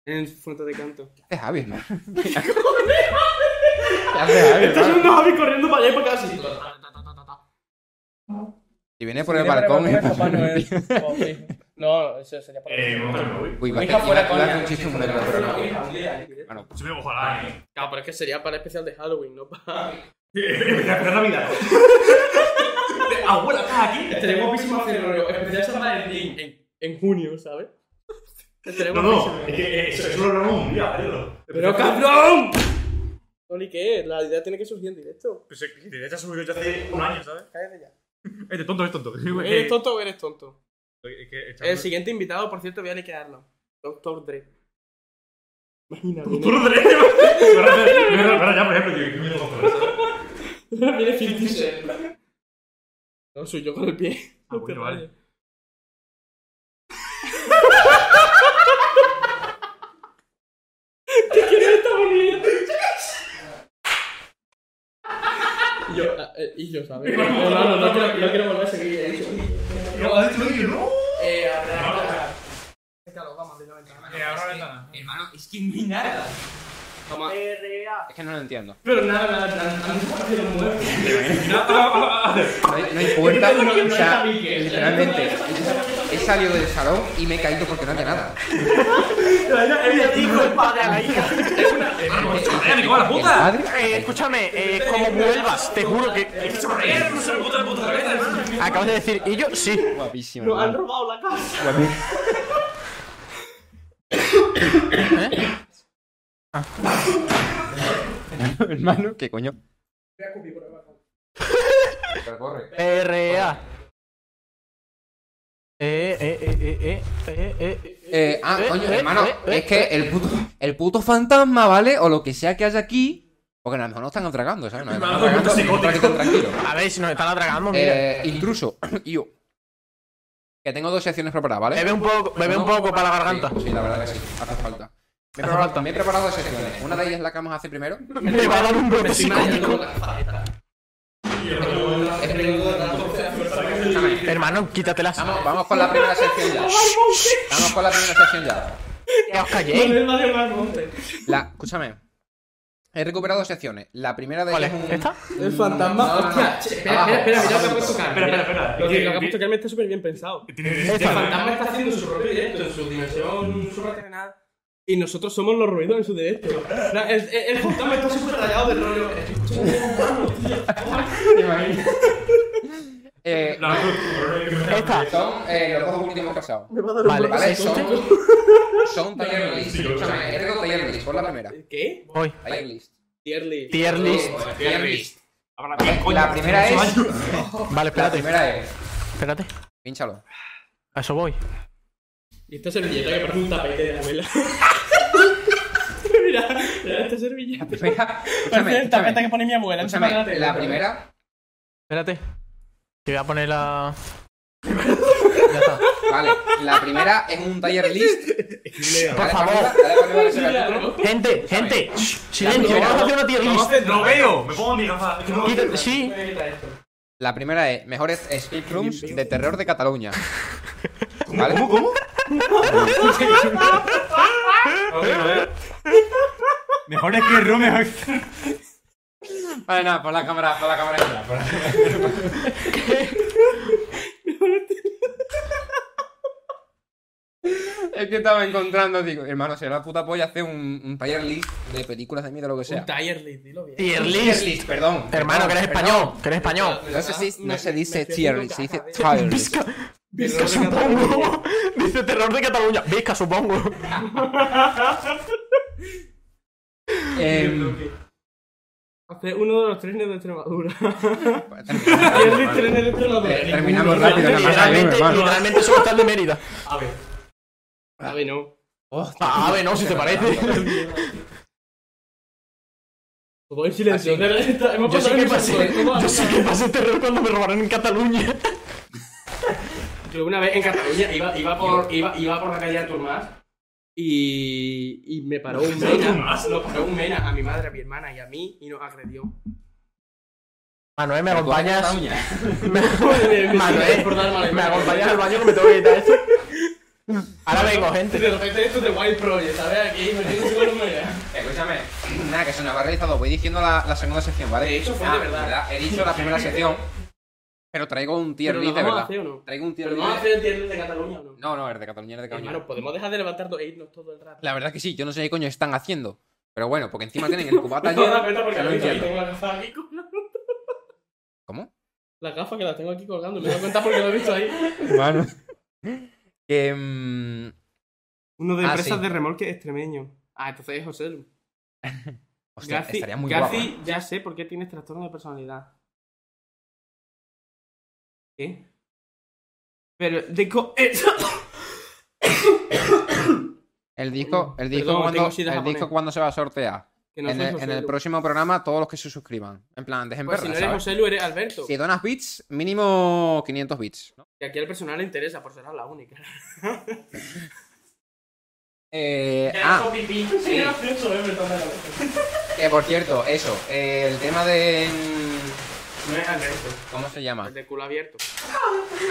[SPEAKER 5] En Fuente de Canto.
[SPEAKER 4] ¿Qué hace Javi, hermano? ¿Qué hace Javi,
[SPEAKER 5] Está
[SPEAKER 4] hermano?
[SPEAKER 5] sonando Javi corriendo para allá y para acá así.
[SPEAKER 4] Y viene por el balcón. ¿eh? y-
[SPEAKER 5] No, eso sería por
[SPEAKER 7] Eh, no, me voy.
[SPEAKER 4] Uy, va a
[SPEAKER 5] Hija fuera
[SPEAKER 4] iba a hacer
[SPEAKER 5] coña.
[SPEAKER 4] un chiste muy bueno, pero no. Bueno,
[SPEAKER 7] Se me ojalá, eh.
[SPEAKER 5] Claro, pero es que sería para el especial de Halloween, no para.
[SPEAKER 7] Feliz Navidad. Abuela, estás aquí.
[SPEAKER 5] Tenemos muchísimo hacer rollo. Especial San Valentín. En, en junio, ¿sabes?
[SPEAKER 7] No, no, es que eh, eso, eso lo hablamos un día, tío.
[SPEAKER 5] ¡Pero cabrón! Oli, ¿qué? La idea tiene que surgir en directo.
[SPEAKER 7] Pues es que te has subido ya hace un año, ¿sabes?
[SPEAKER 5] Cállate ya.
[SPEAKER 7] Eres tonto, eres tonto.
[SPEAKER 5] ¿Eres tonto o eres tonto?
[SPEAKER 7] Es que,
[SPEAKER 5] El siguiente invitado, por cierto, voy a liquidarlo. Doctor Dre.
[SPEAKER 7] Tú
[SPEAKER 5] Imagínate.
[SPEAKER 7] no tenés. Pero pero ya, por ejemplo, yo yo me lo compro, ¿sabes?
[SPEAKER 5] Viene 50 Cent. No, soy yo con el pie.
[SPEAKER 7] Ah, bueno, vale.
[SPEAKER 5] Y yo, eh, y yo, ¿sabes? No, no, no, no, quiero, no quiero volver a seguir. he dicho.
[SPEAKER 7] No, has dicho que no.
[SPEAKER 5] Eh, a ver, a ver, a ver. Claro, vamos, de la ventana.
[SPEAKER 4] hermano, es que no hay nada.
[SPEAKER 5] Toma.
[SPEAKER 4] Es que no lo entiendo.
[SPEAKER 5] Pero nada, nada, nada, nada,
[SPEAKER 4] No hay, no hay puerta.
[SPEAKER 5] No, no, no
[SPEAKER 4] o sea,
[SPEAKER 5] hay tabique.
[SPEAKER 4] literalmente, he salido del salón y me he caído porque no había nada.
[SPEAKER 3] Ella dijo el padre a la hija.
[SPEAKER 7] ¡Vaya, me cago en la puta!
[SPEAKER 4] Madre,
[SPEAKER 3] Eh, escúchame, eh, como vuelvas, te juro que.
[SPEAKER 7] ¡Vaya, no se me puta la puta cabeza, hermano!
[SPEAKER 3] Acabas de decir, y yo sí.
[SPEAKER 4] guapísimo.
[SPEAKER 5] Nos han
[SPEAKER 4] hermano.
[SPEAKER 5] robado la casa.
[SPEAKER 4] hermano, ¿qué coño? Corre.
[SPEAKER 3] RA. Eh, eh, eh, eh, eh, eh, eh, eh.
[SPEAKER 4] Eh, ah,
[SPEAKER 3] Eh,
[SPEAKER 4] coño,
[SPEAKER 3] eh,
[SPEAKER 4] hermano,
[SPEAKER 3] eh, eh,
[SPEAKER 4] es que el puto, el puto fantasma, ¿vale? O lo que sea que haya aquí, porque a lo mejor no están atragando, ¿sabes? No, están
[SPEAKER 7] Hermano,
[SPEAKER 4] atragando,
[SPEAKER 7] psicótico.
[SPEAKER 4] para que estén tranquilos.
[SPEAKER 3] A ver si nos están atragando, mira.
[SPEAKER 4] Eh, intruso, y yo. Que tengo dos secciones preparadas, ¿vale?
[SPEAKER 3] Bebe un poco, bebe un
[SPEAKER 4] No.
[SPEAKER 3] poco para la garganta.
[SPEAKER 4] Sí, sí, la verdad que sí, hace falta. Me he,
[SPEAKER 3] Hace
[SPEAKER 4] preparado,
[SPEAKER 3] falta.
[SPEAKER 4] me he preparado dos secciones. Una de ellas es la que vamos a hacer primero. Es
[SPEAKER 3] Me va a dar un brote psicótico. Hermano, quítatelas.
[SPEAKER 4] Vamos, vamos con la primera sección ya. Vamos con la primera sección ya.
[SPEAKER 3] Ya os
[SPEAKER 5] Con
[SPEAKER 3] calléis.
[SPEAKER 5] el Mario Bros. Monte.
[SPEAKER 4] La, escúchame. He recuperado dos secciones. La primera de
[SPEAKER 3] ¿Cuál
[SPEAKER 4] ellas
[SPEAKER 3] es?
[SPEAKER 4] es un-
[SPEAKER 3] ¿Esta?
[SPEAKER 5] El fantasma.
[SPEAKER 4] No, no, no.
[SPEAKER 5] Hostia, che, espera, espera, espera, mira lo que ha puesto Carmen.
[SPEAKER 7] Espera, espera, espera.
[SPEAKER 5] Lo que lo que ha puesto Carmen está súper bien pensado. El fantasma está haciendo su propio directo en su dimensión supraterrenal. Y nosotros somos los ruidos en su directo. La- El, el- el fantasma está súper rayado del rollo. Estoy escuchando un humano, tío.
[SPEAKER 4] eh,
[SPEAKER 3] Esta.
[SPEAKER 4] son eh, los dos últimos casados.
[SPEAKER 5] Me va a dar un
[SPEAKER 3] Vale,
[SPEAKER 5] golpe
[SPEAKER 4] ¿Vale?
[SPEAKER 5] de
[SPEAKER 4] Son,
[SPEAKER 5] susto.
[SPEAKER 4] son tier list. Escúchame, he recuperado tier list. Por la primera.
[SPEAKER 5] ¿Qué?
[SPEAKER 3] Voy.
[SPEAKER 4] Tier list.
[SPEAKER 5] Tierly.
[SPEAKER 3] Tier list.
[SPEAKER 4] Tier list. La primera es.
[SPEAKER 3] Vale,
[SPEAKER 4] La
[SPEAKER 3] espérate,
[SPEAKER 4] primera es.
[SPEAKER 3] espérate.
[SPEAKER 4] Pínchalo.
[SPEAKER 3] A eso voy.
[SPEAKER 5] Y esta servilleta que parece un tapete de la abuela. mira, mira esta servilleta.
[SPEAKER 4] La primera. Escúchame,
[SPEAKER 5] Parece el tapete
[SPEAKER 4] escúchame.
[SPEAKER 5] que pone mi abuela encima de la
[SPEAKER 4] Escúchame,
[SPEAKER 5] tele.
[SPEAKER 4] la primera.
[SPEAKER 3] Espérate. Te voy a poner la. Ya está.
[SPEAKER 4] Vale, la primera es un tier list.
[SPEAKER 3] Por
[SPEAKER 4] Dale para
[SPEAKER 3] favor.
[SPEAKER 4] arriba, dale para arriba, que se
[SPEAKER 5] Sí,
[SPEAKER 4] ve el
[SPEAKER 5] la-
[SPEAKER 4] título.
[SPEAKER 3] Gente, gente. shh, Silencio,
[SPEAKER 4] Ya,
[SPEAKER 3] vamos a
[SPEAKER 4] pero-
[SPEAKER 3] hacer una tier list.
[SPEAKER 7] No veo, me pongo mi gafa. es que no-
[SPEAKER 3] Quita- Sí.
[SPEAKER 4] La primera es mejores escape rooms de terror de Cataluña. ¿Vale?
[SPEAKER 7] No veo, no veo.
[SPEAKER 9] Mejor es que Romeo.
[SPEAKER 4] Vale, nada, por la cámara, por la cámara. entera, por la- Es que estaba encontrando, digo, hermano, será la puta polla hacer un, un tier list de películas de miedo o lo que sea.
[SPEAKER 5] Un tier list, dilo bien.
[SPEAKER 3] Tier
[SPEAKER 4] Tier
[SPEAKER 3] list.
[SPEAKER 4] list, perdón.
[SPEAKER 3] Hermano, que eres
[SPEAKER 4] perdón, Ah,
[SPEAKER 3] español. Que eres español.
[SPEAKER 4] perdón. No, sé si, no
[SPEAKER 5] Me-
[SPEAKER 4] se
[SPEAKER 5] me
[SPEAKER 4] dice
[SPEAKER 5] estoy
[SPEAKER 4] tier
[SPEAKER 5] haciendo
[SPEAKER 4] list, se dice
[SPEAKER 5] caca, ¿eh?
[SPEAKER 4] tier list.
[SPEAKER 3] Vizca.
[SPEAKER 5] Terror de Cataluña.
[SPEAKER 3] Vizca, supongo. Dice terror de Cataluña. Vizca, supongo.
[SPEAKER 4] Em,
[SPEAKER 5] Hace uno de los trenes de Extremadura.
[SPEAKER 4] terminamos-
[SPEAKER 5] tier list, trenes de Extremadura.
[SPEAKER 4] Eh, terminamos rápido, que me
[SPEAKER 3] Literalmente,
[SPEAKER 4] hermano.
[SPEAKER 3] literalmente solo está el de Mérida.
[SPEAKER 5] A ver. A ver, no.
[SPEAKER 3] Ah, a ver, no, si te parece.
[SPEAKER 5] Todo en
[SPEAKER 4] Ah,
[SPEAKER 5] silencio. Hemos
[SPEAKER 3] Yo
[SPEAKER 5] pasado
[SPEAKER 3] sé que
[SPEAKER 5] mucho
[SPEAKER 3] pasé.
[SPEAKER 5] tiempo.
[SPEAKER 3] Yo sé que pasé terror cuando me robaron en Cataluña.
[SPEAKER 5] Yo una vez en Cataluña iba, iba, por, iba, iba por la calle Turmas y, y me paró un mena. Lo paró un mena a mi madre, a mi hermana y a mí y nos agredió.
[SPEAKER 3] Manuel, eh, me acompañas.
[SPEAKER 5] Joder,
[SPEAKER 3] Manuel,
[SPEAKER 5] por dar mala
[SPEAKER 3] me
[SPEAKER 5] imagen.
[SPEAKER 3] acompañas al baño que me tengo que quitar esto. Ahora vengo, gente.
[SPEAKER 5] De repente esto es de Wild Project, ¿sabes? Aquí me tengo un mena.
[SPEAKER 4] Escúchame, nada, que se nos va realizado. Voy diciendo la, la segunda sección, ¿vale? Ah,
[SPEAKER 5] De hecho, fue de verdad.
[SPEAKER 4] He dicho la primera sección, pero traigo un tier
[SPEAKER 5] ¿Pero lo
[SPEAKER 4] list de
[SPEAKER 5] vamos a
[SPEAKER 4] verdad.
[SPEAKER 5] hacer o no?
[SPEAKER 4] Traigo un tier
[SPEAKER 5] ¿Pero vamos a
[SPEAKER 4] list.
[SPEAKER 5] hacer el tier de Cataluña o no?
[SPEAKER 4] No, no, es de Cataluña, es de Cataluña.
[SPEAKER 5] Hermano, podemos dejar de levantarnos e irnos todo el rato.
[SPEAKER 4] La verdad que sí, yo no sé qué coño están haciendo. Pero bueno, porque encima tienen el cubata
[SPEAKER 5] Me he dado
[SPEAKER 4] lleno.
[SPEAKER 5] cuenta porque
[SPEAKER 4] que no
[SPEAKER 5] la tengo aquí,
[SPEAKER 4] entiendo.
[SPEAKER 5] tengo la gafa aquí colgando.
[SPEAKER 4] ¿Cómo?
[SPEAKER 5] La gafa que la tengo aquí colgando, me he dado cuenta porque lo he visto ahí.
[SPEAKER 4] Bueno. Que. mm,
[SPEAKER 5] Uno de
[SPEAKER 4] Ah,
[SPEAKER 5] empresas
[SPEAKER 4] sí.
[SPEAKER 5] de remolque extremeño. Ah, entonces es José Lu.
[SPEAKER 4] hostia,
[SPEAKER 5] Gazi-
[SPEAKER 4] estaría muy
[SPEAKER 5] Gazi,
[SPEAKER 4] guapo. ¿eh?
[SPEAKER 5] ya sé por qué tienes trastorno de personalidad. ¿Qué? Pero, de co- eh,
[SPEAKER 4] El disco, el disco,
[SPEAKER 5] Perdón, tengo
[SPEAKER 4] cuando,
[SPEAKER 5] sida
[SPEAKER 4] el
[SPEAKER 5] japonés.
[SPEAKER 4] disco cuando se va a sortear.
[SPEAKER 5] que no
[SPEAKER 4] en
[SPEAKER 5] soy
[SPEAKER 4] el,
[SPEAKER 5] José
[SPEAKER 4] en el
[SPEAKER 5] Lu.
[SPEAKER 4] próximo programa, todos los que se suscriban. En plan, dejen
[SPEAKER 5] Pues si
[SPEAKER 4] verla,
[SPEAKER 5] no
[SPEAKER 4] ¿sabes?
[SPEAKER 5] eres José Lu, eres Alberto.
[SPEAKER 4] Si donas bits, mínimo 500 bits. ¿no?
[SPEAKER 5] Que aquí al personal le interesa, por ser la única.
[SPEAKER 4] Eh, ah, Que por cierto, eso, eh, el tema de.
[SPEAKER 5] No es Alberto,
[SPEAKER 4] ¿Cómo se llama?
[SPEAKER 5] el de culo abierto.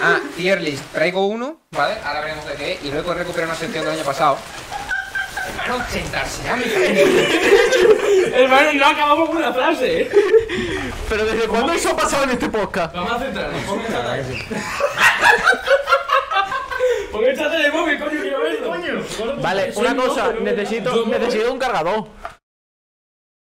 [SPEAKER 4] Ah, tier list. Traigo uno, ¿vale? Ahora veremos de qué. Y luego recupero una sección del año pasado. Hermano, sentarse ya, mi cariño.
[SPEAKER 5] Hermano, y no acabamos con una frase, ¿eh?
[SPEAKER 3] Pero ¿desde cuándo eso ha pasado en este podcast?
[SPEAKER 5] Vamos a centrarnos. Pon esta tele. Pon esta tele móvil, coño, quiero verlo.
[SPEAKER 7] pues,
[SPEAKER 5] Coño.
[SPEAKER 3] Vale, una cosa, necesito, necesito un cargador.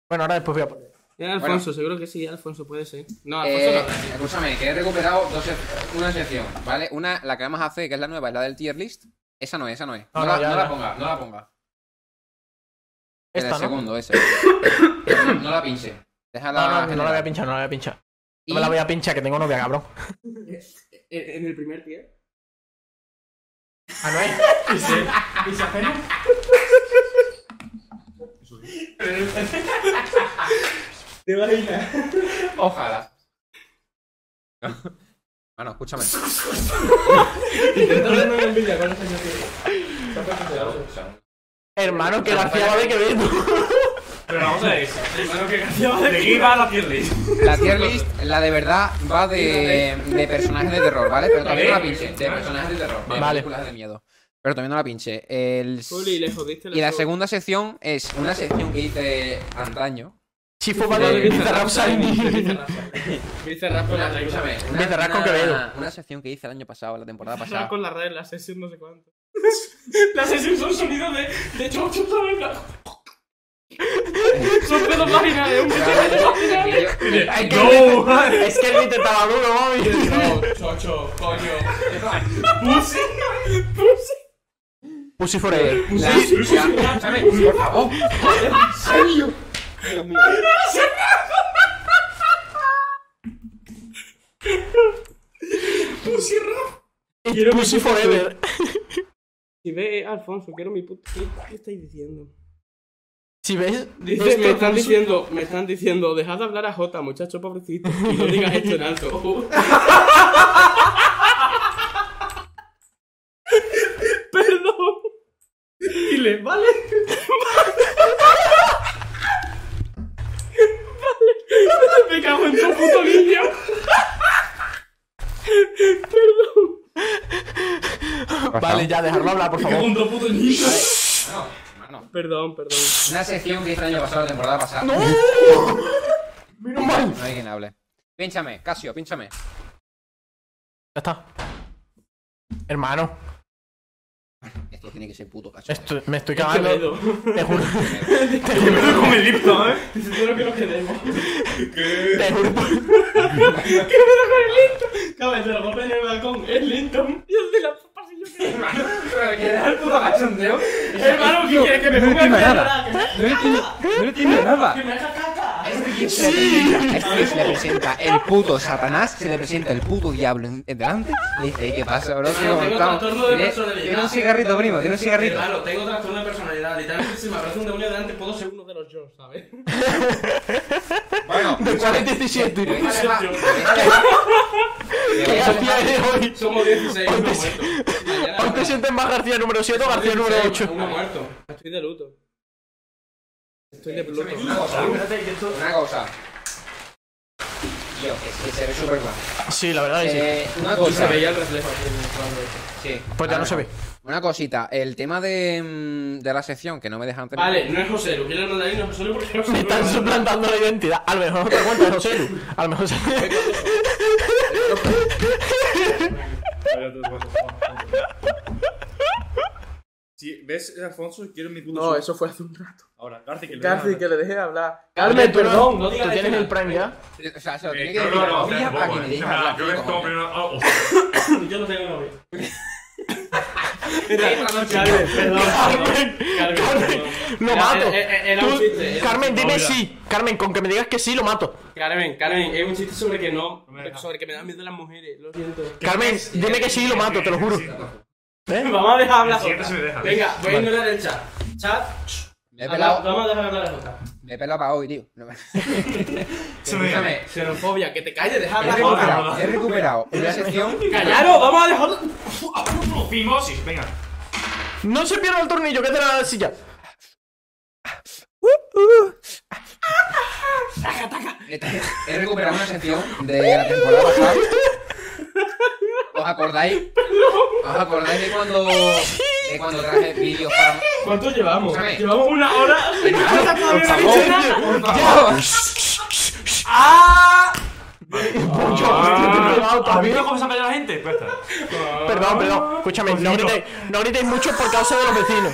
[SPEAKER 3] Bueno, ahora después voy a poner.
[SPEAKER 5] Era Alfonso, seguro que sí, Alfonso puede ser. No, Alfonso
[SPEAKER 4] Eh,
[SPEAKER 5] no.
[SPEAKER 4] escúchame, que he recuperado dos sec- una sección, ¿vale? Una, la que vamos a hacer, que es la nueva, es la del tier list. Esa no es, esa no es. No,
[SPEAKER 3] No, no,
[SPEAKER 4] la,
[SPEAKER 3] ya,
[SPEAKER 4] no
[SPEAKER 3] ya.
[SPEAKER 4] la ponga, no la ponga.
[SPEAKER 3] Esta,
[SPEAKER 4] el
[SPEAKER 3] ¿no?
[SPEAKER 4] segundo, ese. no, no la pinche. Déjala.
[SPEAKER 3] No, no, no la voy a
[SPEAKER 4] general.
[SPEAKER 3] pinchar, no la voy a pinchar.
[SPEAKER 4] Y-
[SPEAKER 3] No me la voy a pinchar, que tengo novia, cabrón.
[SPEAKER 5] En en el primer tier.
[SPEAKER 3] Manuel,
[SPEAKER 5] Te vas a ir
[SPEAKER 4] Ojalá. Bueno, escúchame.
[SPEAKER 5] Intenta darme una envidia con ese tier.
[SPEAKER 3] hermano, que García va de Quevedo.
[SPEAKER 7] Pero vamos a ver. ¿De qué iba la tier list?
[SPEAKER 4] La tier list, la de verdad, va de, de personajes de terror, ¿vale? Pero también no la pinche, de personajes de terror, de
[SPEAKER 3] Vale.
[SPEAKER 4] películas de miedo. Pero también no la pinche. El...
[SPEAKER 5] Juli, le jodiste
[SPEAKER 4] Y la segunda sección es una sección que hice antaño.
[SPEAKER 3] Si fue para el Bizarrap Shiny.
[SPEAKER 5] Dice Rafa con la regla.
[SPEAKER 4] Escúchame,
[SPEAKER 3] Me cerrás con Quevedo.
[SPEAKER 4] una, una sección que hice el año pasado, la temporada
[SPEAKER 5] Rafa
[SPEAKER 4] pasada.
[SPEAKER 5] con la red, la sesión no sé cuánto. la sesión son sonidos de. de chocho, ¿sabes? Son pedos vaginales, un bicho de pedos vaginales.
[SPEAKER 3] Es que el beat- es que el beat estaba duro, mami.
[SPEAKER 5] No, chocho, coño. Pussy. Pussy.
[SPEAKER 3] Pussy forever.
[SPEAKER 4] La- la- escúchame, por favor.
[SPEAKER 3] It's Pussy forever.
[SPEAKER 5] Si ve, eh, Alfonso, quiero mi puto. ¿Qué, qué estáis diciendo?
[SPEAKER 3] Si ves.
[SPEAKER 5] Dice,
[SPEAKER 3] ves
[SPEAKER 5] me están
[SPEAKER 3] Pussy-
[SPEAKER 5] diciendo, me están diciendo, dejad de hablar a Jota, muchacho pobrecito. Y no digas esto en alto. Perdón. Y le vale. vale. Me cago en tu puto niño. Perdón.
[SPEAKER 3] Vale, ya, dejarlo hablar, por favor.
[SPEAKER 7] Segundo puto niño.
[SPEAKER 5] Perdón, perdón.
[SPEAKER 4] Una sección que hice el año pasado, la temporada pasada. No,
[SPEAKER 3] Menos mal.
[SPEAKER 4] hay quien hable. Pínchame, Casio, pínchame.
[SPEAKER 3] Ya está. Hermano,
[SPEAKER 4] Esto tiene que ser puto Casio.
[SPEAKER 3] esto- me estoy
[SPEAKER 5] Qué
[SPEAKER 3] cagando.
[SPEAKER 5] pedo.
[SPEAKER 3] Te juro,
[SPEAKER 7] Quevedo con el Lipton, ¿eh?
[SPEAKER 5] Espero que lo quedemos.
[SPEAKER 3] te juro.
[SPEAKER 5] ¿Qué me con el Linton? Cabrón, te lo golpe en el balcón. El Linton. Dios de la pasillo que
[SPEAKER 10] el puto cachondeo?
[SPEAKER 5] Hermano, ¿qué quieres que me ponga a llorar?
[SPEAKER 4] Ah,
[SPEAKER 10] No le tiene nada.
[SPEAKER 5] Que me haga caca.
[SPEAKER 4] Este que se le presenta el puto Satanás, se le presenta el puto diablo en, en delante. Le dice, "Ey, ¿qué pasa, bro?
[SPEAKER 5] Tengo
[SPEAKER 4] ¿Cómo
[SPEAKER 5] trastorno
[SPEAKER 4] estamos?"
[SPEAKER 5] de
[SPEAKER 4] Tiene-
[SPEAKER 5] personalidad.
[SPEAKER 4] Tiene un cigarrito, primo, tiene un cigarrito.
[SPEAKER 5] Hermano, tengo trastorno de personalidad. Literalmente, si me aparece un demonio delante, puedo ser uno de los yo, ¿sabes?
[SPEAKER 4] Bueno,
[SPEAKER 3] De 4 a 17.
[SPEAKER 4] Eso
[SPEAKER 3] García de hoy.
[SPEAKER 5] Somos 16, uno
[SPEAKER 3] Hoy te-
[SPEAKER 5] muerto.
[SPEAKER 3] Hoy te sientes más García número 7 o García número 8.
[SPEAKER 5] Uno muerto. Estoy de luto. Estoy de luto.
[SPEAKER 4] Una cosa, una cosa. Tío, es que se ve súper mal.
[SPEAKER 3] Sí, la verdad que
[SPEAKER 4] Eh, una cosa.
[SPEAKER 5] veía el reflejo aquí en el cuadro.
[SPEAKER 4] Sí.
[SPEAKER 3] sí. Pues ya no se ve.
[SPEAKER 4] Una cosita, el tema de, mm, de la sección que no me dejan terminar.
[SPEAKER 5] Vale, no es José, lo quiero mandar ahí, no es José, Lu, porque José Lu
[SPEAKER 3] Me están
[SPEAKER 5] es malo.
[SPEAKER 3] suplantando la identidad. A lo mejor no te cuentas, José Lu. A lo mejor se...
[SPEAKER 11] Si ves, Alfonso, quiero mi puto
[SPEAKER 5] No, eso fue hace un rato.
[SPEAKER 11] Ahora, Garci, que
[SPEAKER 5] Casi que le dejé hablar.
[SPEAKER 3] Carmen,
[SPEAKER 5] perdón, no digas este
[SPEAKER 3] ¿Tú tienes
[SPEAKER 5] eso.
[SPEAKER 3] el Prime ya?
[SPEAKER 4] O sea, se lo tiene
[SPEAKER 7] Eh,
[SPEAKER 4] que
[SPEAKER 7] No,
[SPEAKER 4] decir a la
[SPEAKER 7] no, no, o sea,
[SPEAKER 4] novia para que me
[SPEAKER 7] tampoco, eh.
[SPEAKER 4] deje
[SPEAKER 7] Nada,
[SPEAKER 4] hablar.
[SPEAKER 7] Yo que
[SPEAKER 4] tío,
[SPEAKER 7] como
[SPEAKER 4] cojones.
[SPEAKER 7] primero. oh,
[SPEAKER 5] Yo no tengo novia. Mira, Carmen, perdón.
[SPEAKER 3] Carmen,
[SPEAKER 5] Carmen,
[SPEAKER 3] Carmen,
[SPEAKER 5] perdón.
[SPEAKER 3] lo
[SPEAKER 5] Era-
[SPEAKER 3] mato.
[SPEAKER 5] era- era un
[SPEAKER 3] Tú-
[SPEAKER 5] chiste, era un
[SPEAKER 3] Carmen,
[SPEAKER 5] chiste.
[SPEAKER 3] dime
[SPEAKER 7] Obvio.
[SPEAKER 3] sí. Carmen, con que me digas que sí, lo mato.
[SPEAKER 5] Carmen, Carmen, es un chiste sobre que no.
[SPEAKER 7] me deja.
[SPEAKER 5] Sobre que me dan miedo las mujeres, lo siento.
[SPEAKER 3] Carmen, dime que sí, lo mato, te lo juro. ¿Eh?
[SPEAKER 5] Vamos a dejar hablar a
[SPEAKER 7] Siguiente se
[SPEAKER 5] Jota.
[SPEAKER 7] me deja.
[SPEAKER 5] Venga, voy a ignorar el chat. Chat,
[SPEAKER 4] Me he
[SPEAKER 5] habla-
[SPEAKER 4] pelado,
[SPEAKER 5] vamos a dejar hablar a Jota.
[SPEAKER 4] me he pelado para hoy, tío. No me-
[SPEAKER 7] Se me deja.
[SPEAKER 4] Escúchame,
[SPEAKER 5] Xenofobia, que te calles, deja
[SPEAKER 4] he
[SPEAKER 5] hablar a Jota.
[SPEAKER 4] recuperado, he recuperado una sección.
[SPEAKER 5] ¡Callaros! ¡Vamos a dejar!
[SPEAKER 7] Fimosis, venga.
[SPEAKER 3] No se pierda el tornillo, que es de la silla. Ah.
[SPEAKER 4] He recuperado una sección de la temporada pasada. ¿Os acordáis? ¿Os acordáis de cuando, de cuando traje vídeos para.?
[SPEAKER 5] ¿Cuánto llevamos?
[SPEAKER 4] Escúchame.
[SPEAKER 5] Llevamos una hora.
[SPEAKER 4] Claro, por
[SPEAKER 5] Todavía no he
[SPEAKER 4] favor,
[SPEAKER 5] dicho nada.
[SPEAKER 4] por favor.
[SPEAKER 3] Ah,
[SPEAKER 7] ¿Has
[SPEAKER 3] también.
[SPEAKER 7] visto cómo se ha callado la gente? Pues está.
[SPEAKER 3] Perdón, perdón. Escúchame, no gritéis, no gritéis mucho por causa de los vecinos.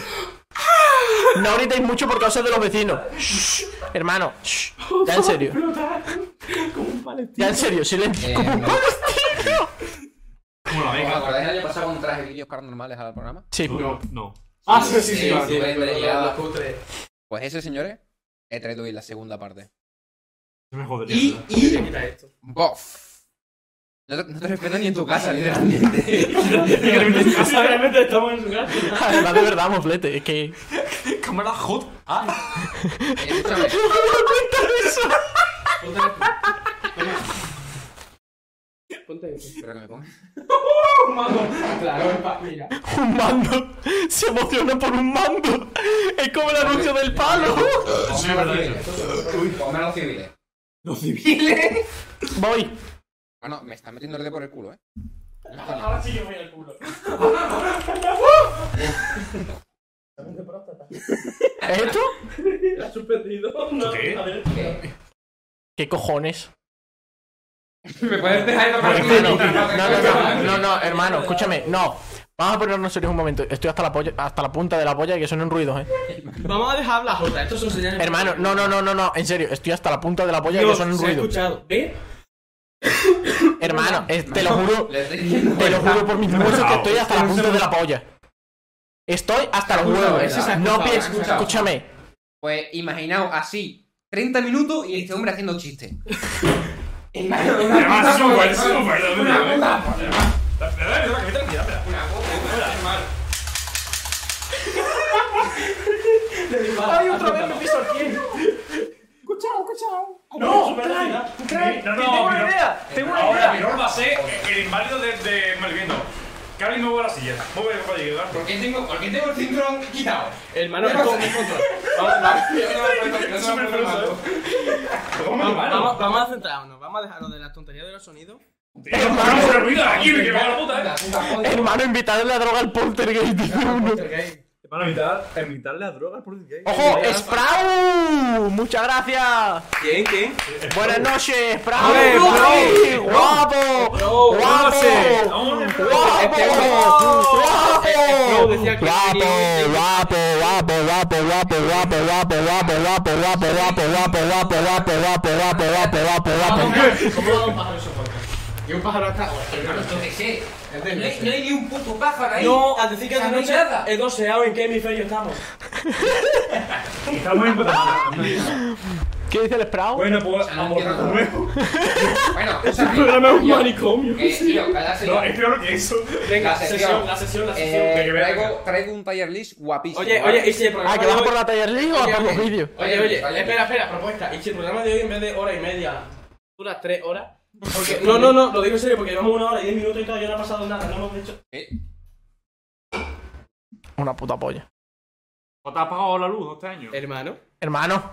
[SPEAKER 3] No gritéis mucho por causa de los vecinos. Shh, hermano, shh, ya en serio. Ya en serio, silencio.
[SPEAKER 4] Eh,
[SPEAKER 3] Como un
[SPEAKER 4] no.
[SPEAKER 3] palestino.
[SPEAKER 7] Bueno,
[SPEAKER 4] ¿Os
[SPEAKER 7] venga.
[SPEAKER 4] acordáis del año pasado cuando traje vídeos paranormales al programa?
[SPEAKER 3] Sí,
[SPEAKER 7] No, no.
[SPEAKER 5] Ah, sí, sí,
[SPEAKER 4] Sí,
[SPEAKER 5] sí. vale.
[SPEAKER 4] sí, vale, vale, ya.
[SPEAKER 5] Los cutres.
[SPEAKER 4] Pues ese, señores, he traído hoy la segunda parte.
[SPEAKER 7] Se me jodería.
[SPEAKER 4] Y,
[SPEAKER 7] ¿verdad?
[SPEAKER 4] y,
[SPEAKER 5] Quita esto.
[SPEAKER 4] bof. No te, no te respetan ni en tu casa, literalmente.
[SPEAKER 5] Realmente estamos en su casa.
[SPEAKER 3] además de verdad, moflete. Es que.
[SPEAKER 7] Cámara hot.
[SPEAKER 4] Escúchame,
[SPEAKER 3] No me doy cuenta de eso.
[SPEAKER 5] Ponte eso.
[SPEAKER 4] espera que me ponga.
[SPEAKER 5] Claro, pa- mira.
[SPEAKER 3] Un mando. Se emociona por un mando. Es como el anuncio del palo.
[SPEAKER 7] Sí, es verdad eso.
[SPEAKER 4] Ponme a los civiles.
[SPEAKER 3] Voy.
[SPEAKER 4] Bueno, me está metiendo el dedo por el culo, eh.
[SPEAKER 5] Ahora sí que voy al culo.
[SPEAKER 3] ¿Esto?
[SPEAKER 5] ¿La has suspendido? No,
[SPEAKER 7] ¿Qué?
[SPEAKER 5] a ver.
[SPEAKER 3] ¿Qué cojones?
[SPEAKER 4] ¿Me puedes dejar ir para
[SPEAKER 3] Hermano, no, no, no, no, no, hermano, escúchame, no. Vamos a ponernos serios un momento. Estoy hasta la, polla- hasta la punta de la polla y que suenen ruidos, eh.
[SPEAKER 5] Vamos a dejar hablar, Jota. Estos son señales.
[SPEAKER 3] Hermano, no, no, no, no, no, en serio, estoy hasta la punta de la polla y que
[SPEAKER 5] Dios,
[SPEAKER 3] suenen
[SPEAKER 5] se ha
[SPEAKER 3] ruidos.
[SPEAKER 5] escuchado. ¿Ve?
[SPEAKER 3] Hermano, eh, te lo juro,
[SPEAKER 4] Le estoy diciendo.
[SPEAKER 3] te lo juro por mis huesos que estoy hasta la punta de la polla. Estoy hasta los
[SPEAKER 5] Escucha,
[SPEAKER 3] huevos.
[SPEAKER 5] ese se ha
[SPEAKER 3] No
[SPEAKER 5] escuchado,
[SPEAKER 3] pienses,
[SPEAKER 4] se ha escuchado.
[SPEAKER 3] escúchame.
[SPEAKER 4] Pues imaginaos así, 30 minutos y este hombre haciendo chistes. Imaginaos una
[SPEAKER 7] Además,
[SPEAKER 4] puta
[SPEAKER 7] es un buen- es
[SPEAKER 4] colección.
[SPEAKER 7] un buen- es un
[SPEAKER 4] Una
[SPEAKER 7] buen-
[SPEAKER 4] puta
[SPEAKER 7] ¿eh? Además, la- la- la- la- que tranquila, espera.
[SPEAKER 3] Ay, otra vez me piso al pie.
[SPEAKER 7] No, Clyde, Clyde, tengo una idea, tengo una idea. Mi rol va a ser el inválido de, de Malviendo. Que alguien mueva la silla. Mueve para llegar.
[SPEAKER 4] ¿Por qué tengo, por qué tengo el cinturón quitado?
[SPEAKER 5] Hermano, es como un control. Vamos, vamos, vamos, vamos, vamos a centrarnos. Vamos a dejarnos de las tonterías de los sonidos.
[SPEAKER 7] Hermano, se olvida aquí, me quema la puta. ¿eh?
[SPEAKER 3] Hermano, invitadle la droga al poltergeist. dice uno.
[SPEAKER 12] Van a evitar, evitar la droga al poltergeist.
[SPEAKER 3] ¡Ojo! ¡Sprout! ¡Muchas gracias!
[SPEAKER 5] ¿Quién? ¿Quién?
[SPEAKER 3] Buenas noches, Sprout.
[SPEAKER 5] ¡Ole,
[SPEAKER 3] ¡Ay,
[SPEAKER 5] Sprout!
[SPEAKER 3] ¡Guapo! ¡Guapo!
[SPEAKER 12] ¡Conoce!
[SPEAKER 3] ¡Guapo!
[SPEAKER 5] Este hombre- Sprout
[SPEAKER 3] ¡Guapo!
[SPEAKER 5] decía que
[SPEAKER 3] Guapo,
[SPEAKER 5] tenía un-
[SPEAKER 3] guapo, guapo, guapo, guapo, guapo, guapo, guapo, guapo, guapo, guapo, guapo, guapo, guapo, guapo, guapo, guapo, guapo, guapo.
[SPEAKER 5] Y un pájaro hasta
[SPEAKER 4] Yo qué sé. No hay, no hay ni un puto pájaro ahí.
[SPEAKER 5] No, a decir que
[SPEAKER 4] O sea,
[SPEAKER 5] de
[SPEAKER 4] no hay
[SPEAKER 5] noche
[SPEAKER 4] nada.
[SPEAKER 5] es 12 ¿en qué hemisferio estamos?
[SPEAKER 7] Estamos en
[SPEAKER 3] ¿Qué dice el Sprout?
[SPEAKER 12] Bueno, pues
[SPEAKER 5] Ah,
[SPEAKER 4] sea, no
[SPEAKER 12] vamos
[SPEAKER 4] entiendo.
[SPEAKER 12] a nuevo.
[SPEAKER 4] Bueno, o sea, yo-
[SPEAKER 5] manicomio.
[SPEAKER 4] que, tío, cada
[SPEAKER 7] No,
[SPEAKER 4] sesión,
[SPEAKER 7] es peor que eso.
[SPEAKER 5] Venga,
[SPEAKER 4] La
[SPEAKER 5] sesión,
[SPEAKER 4] sesión.
[SPEAKER 5] la sesión, la sesión.
[SPEAKER 4] eh,
[SPEAKER 7] que que venga.
[SPEAKER 4] traigo, traigo un tier list guapísimo.
[SPEAKER 5] Oye,
[SPEAKER 4] ¿vale?
[SPEAKER 5] oye, y si el programa
[SPEAKER 3] Ah, que
[SPEAKER 5] de
[SPEAKER 3] vas
[SPEAKER 5] hoy-
[SPEAKER 3] por la taller league o
[SPEAKER 5] Oye,
[SPEAKER 3] por los
[SPEAKER 5] oye.
[SPEAKER 3] vídeos.
[SPEAKER 5] Oye, oye,
[SPEAKER 4] Oye.
[SPEAKER 5] espera, espera, propuesta. ¿Y si el programa de hoy en vez de hora y media dura 3 horas? Porque, no, no, no, lo digo en serio, porque llevamos una hora y 10 minutos y todavía no ha pasado nada, no hemos dicho...
[SPEAKER 3] Una puta polla.
[SPEAKER 7] ¿No te ha apagado la luz este año?
[SPEAKER 5] Hermano.
[SPEAKER 3] Hermano.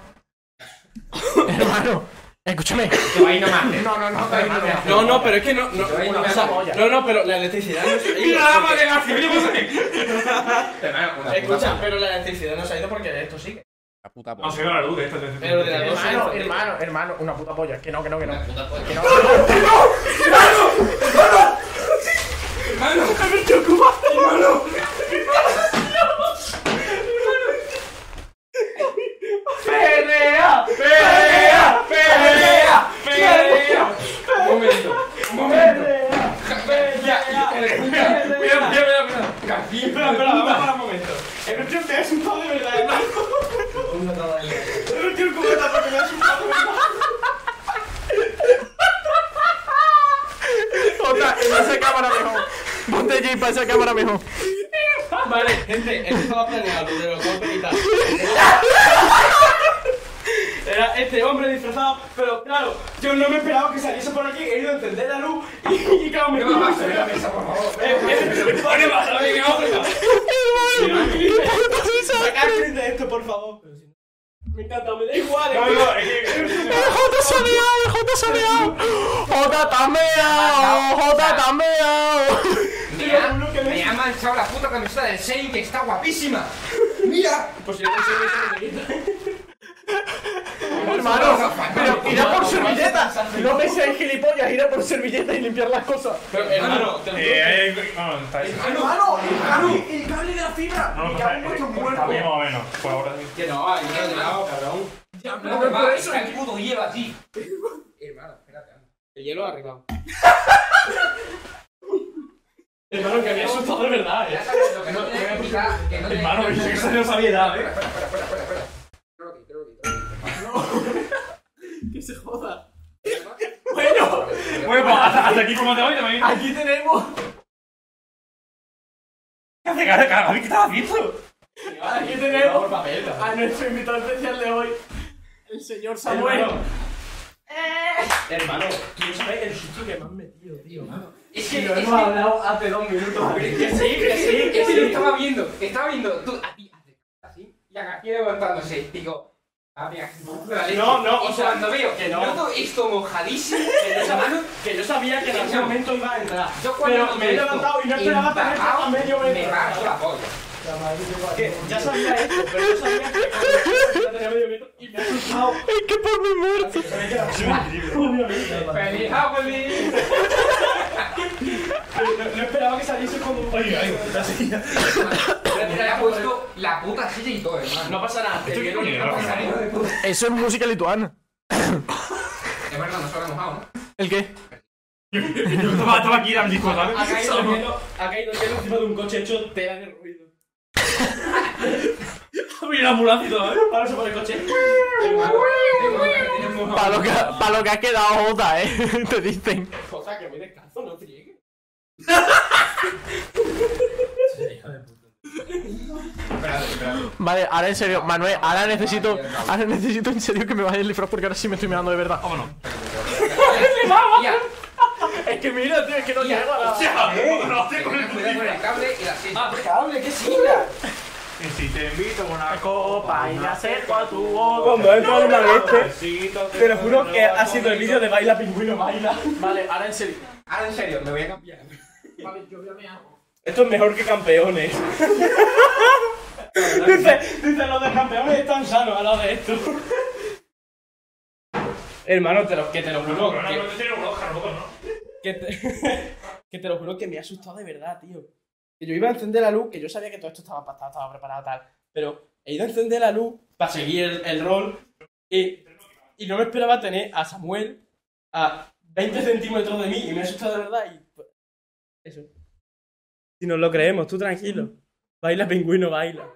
[SPEAKER 3] Hermano. Escúchame.
[SPEAKER 4] Ahí nomás. No, no, no, ahí nomás.
[SPEAKER 5] No, no, pero es que no, no,
[SPEAKER 4] Ahí
[SPEAKER 5] o
[SPEAKER 4] nomás.
[SPEAKER 5] sea, no, no, pero la electricidad no se ha ido.
[SPEAKER 7] ¡Mira,
[SPEAKER 5] porque-
[SPEAKER 7] madre García! ¡Mira, madre!
[SPEAKER 4] Hermano, una puta
[SPEAKER 5] Escucha, pero la electricidad no se ha ido porque esto sigue.
[SPEAKER 4] La puta
[SPEAKER 7] No
[SPEAKER 4] polla.
[SPEAKER 7] se ve la luz de esta. de esta-
[SPEAKER 5] Pero de la luz-
[SPEAKER 3] Hermano, hermano, hermano, una puta polla. Que no, que no, que no.
[SPEAKER 4] Puta polla.
[SPEAKER 7] Mira, mira, mira, mira. García, espera, espera, vamos a parar un momento.
[SPEAKER 3] Otra, en esa cámara mejor. Ponte allí para esa cámara mejor.
[SPEAKER 5] Vale, gente, esto estaba planeado de los golpes y tal. Era este hombre disfrazado, pero claro, yo no me esperaba que saliese por aquí, he ido a encender la luz y, y claro, me
[SPEAKER 4] No, no, no, no, no, por favor.
[SPEAKER 5] Eh, eh, Vale, vale, vale, venga, vamos, venga. Sacar clip de esto, por favor. Me encanta, me da igual. eh.
[SPEAKER 3] ¡El Jota se ha meao! ¡El Jota se ha meao! ¡Jota está meao! ¡Jota está meao!
[SPEAKER 4] Me ha, me ha manchado la puta camiseta del Sein que está guapísima. Mira.
[SPEAKER 5] Pues yo no sé qué es lo que
[SPEAKER 3] Hermano, pero irá por servilleta. No me seas gilipollas, irá por servilleta y limpiar las cosas.
[SPEAKER 5] Pero, hermano, te lo juro.
[SPEAKER 7] Eh, eh, bueno, está ahí. No, no, está- está bien, más o menos. Por ahora sí.
[SPEAKER 5] Que no, ahí no, no, cabrón.
[SPEAKER 4] No, no, no, está el puto hielo así. Hermano, espérate.
[SPEAKER 5] El hielo ha arreglado. Hermano, que había asustado de verdad, eh.
[SPEAKER 4] Ya sabes lo que no tenía que quitar, que no tenía
[SPEAKER 7] Hermano,
[SPEAKER 4] que
[SPEAKER 7] yo
[SPEAKER 4] quitar.
[SPEAKER 7] que eso no sabía nada, ¿eh?
[SPEAKER 4] Creo que- creo que- creo que-
[SPEAKER 5] Que se joda.
[SPEAKER 7] Bueno, pues hasta, hasta aquí como de hoy también.
[SPEAKER 5] Aquí tenemos.
[SPEAKER 7] ¿Qué hace, cara? cara? ¿Qué estás haciendo?
[SPEAKER 5] Aquí tenemos a nuestro invitado especial de hoy, el señor Samuel. Eh. Hermano, tú no sabes el susto que me han metido, tío.
[SPEAKER 4] Es
[SPEAKER 5] Que
[SPEAKER 4] que-
[SPEAKER 5] lo
[SPEAKER 4] es
[SPEAKER 5] hemos
[SPEAKER 4] que-
[SPEAKER 5] hablado hace dos minutos.
[SPEAKER 4] Que sí, que sí, que sí, estaba viendo, estaba viendo, tú, a ti, así, y a García levantándose, digo,
[SPEAKER 5] No, no, o
[SPEAKER 10] "Ah, y
[SPEAKER 5] sea,
[SPEAKER 10] cuando veo
[SPEAKER 5] que no.
[SPEAKER 10] todo esto mojadísimo
[SPEAKER 5] Que yo sabía- que yo sabía que en algún momento iba a entrar.
[SPEAKER 10] yo cuando
[SPEAKER 5] Pero me he
[SPEAKER 10] esto
[SPEAKER 5] levantado y no esperaba tener
[SPEAKER 10] empapado,
[SPEAKER 5] a medio metro.
[SPEAKER 10] me rajo la polla.
[SPEAKER 5] Que ya sabía esto, pero yo sabía que cuando ya tenía medio metro y me he asustado.
[SPEAKER 3] Es que por mi muerte.
[SPEAKER 10] Feliz Halloween.
[SPEAKER 5] No, no esperaba que saliese como.
[SPEAKER 10] Le ha puesto la puta silla y todo, hermano.
[SPEAKER 5] No pasa nada.
[SPEAKER 7] Esto
[SPEAKER 5] te
[SPEAKER 7] qué
[SPEAKER 5] vieron
[SPEAKER 7] coño ¿eh?
[SPEAKER 5] que
[SPEAKER 7] era,
[SPEAKER 5] no pasa
[SPEAKER 7] ¿no?
[SPEAKER 5] nada.
[SPEAKER 3] Eso es música lituana.
[SPEAKER 10] Es verdad, no se lo ha mojado, ¿no?
[SPEAKER 3] ¿El qué?
[SPEAKER 7] Yo estaba estaba aquí la disco,
[SPEAKER 5] Ha
[SPEAKER 7] ¿sabes?
[SPEAKER 5] caído el hielo, ha caído el hielo encima de un coche hecho tela de ruido. Ha venido la ambulancia y todo, ¿eh? Ahora se pone el coche.
[SPEAKER 3] Para lo, que, pa' lo que has quedado jota, eh. Te dicen.
[SPEAKER 5] Cosa que voy descalzo, no friegues.
[SPEAKER 3] Vale, ahora en serio, Manuel, ahora necesito. Ahora necesito en serio que me vayas el disfraz porque ahora sí me estoy mirando de verdad. Vámonos.
[SPEAKER 10] Tía,
[SPEAKER 3] Es que mira, tío, es que no llego a la.
[SPEAKER 10] cuidado con el cable y la
[SPEAKER 5] Ah,
[SPEAKER 10] silla.
[SPEAKER 5] ¡Cable, qué silla!
[SPEAKER 7] Y si te invito a una copa y me acerco a tu
[SPEAKER 11] Cuando
[SPEAKER 7] boca.
[SPEAKER 11] entra el malete,
[SPEAKER 7] besito,
[SPEAKER 11] te lo juro que ha sido el vídeo de baila pingüino.
[SPEAKER 3] Vale, ahora en serio.
[SPEAKER 10] Ahora en serio, me voy a cambiar.
[SPEAKER 11] Esto es mejor que campeones.
[SPEAKER 5] Dice, dice, los de campeones están sanos a lado de esto. Hermano, te lo, que te lo juro.
[SPEAKER 7] Pero no,
[SPEAKER 5] Que,
[SPEAKER 7] no tiene un ojo, tampoco, ¿no?
[SPEAKER 5] que te, que te lo juro que me ha asustado de verdad, tío. Que yo iba a encender la luz, que yo sabía que todo esto estaba pactado, estaba preparado, tal. Pero he ido a encender la luz para seguir el, el rol. Y, y no me esperaba tener a Samuel a 20 centímetros de mí. Y me ha asustado de verdad. Y, pues, eso. Si nos lo creemos, tú tranquilo. Baila, pingüino, baila.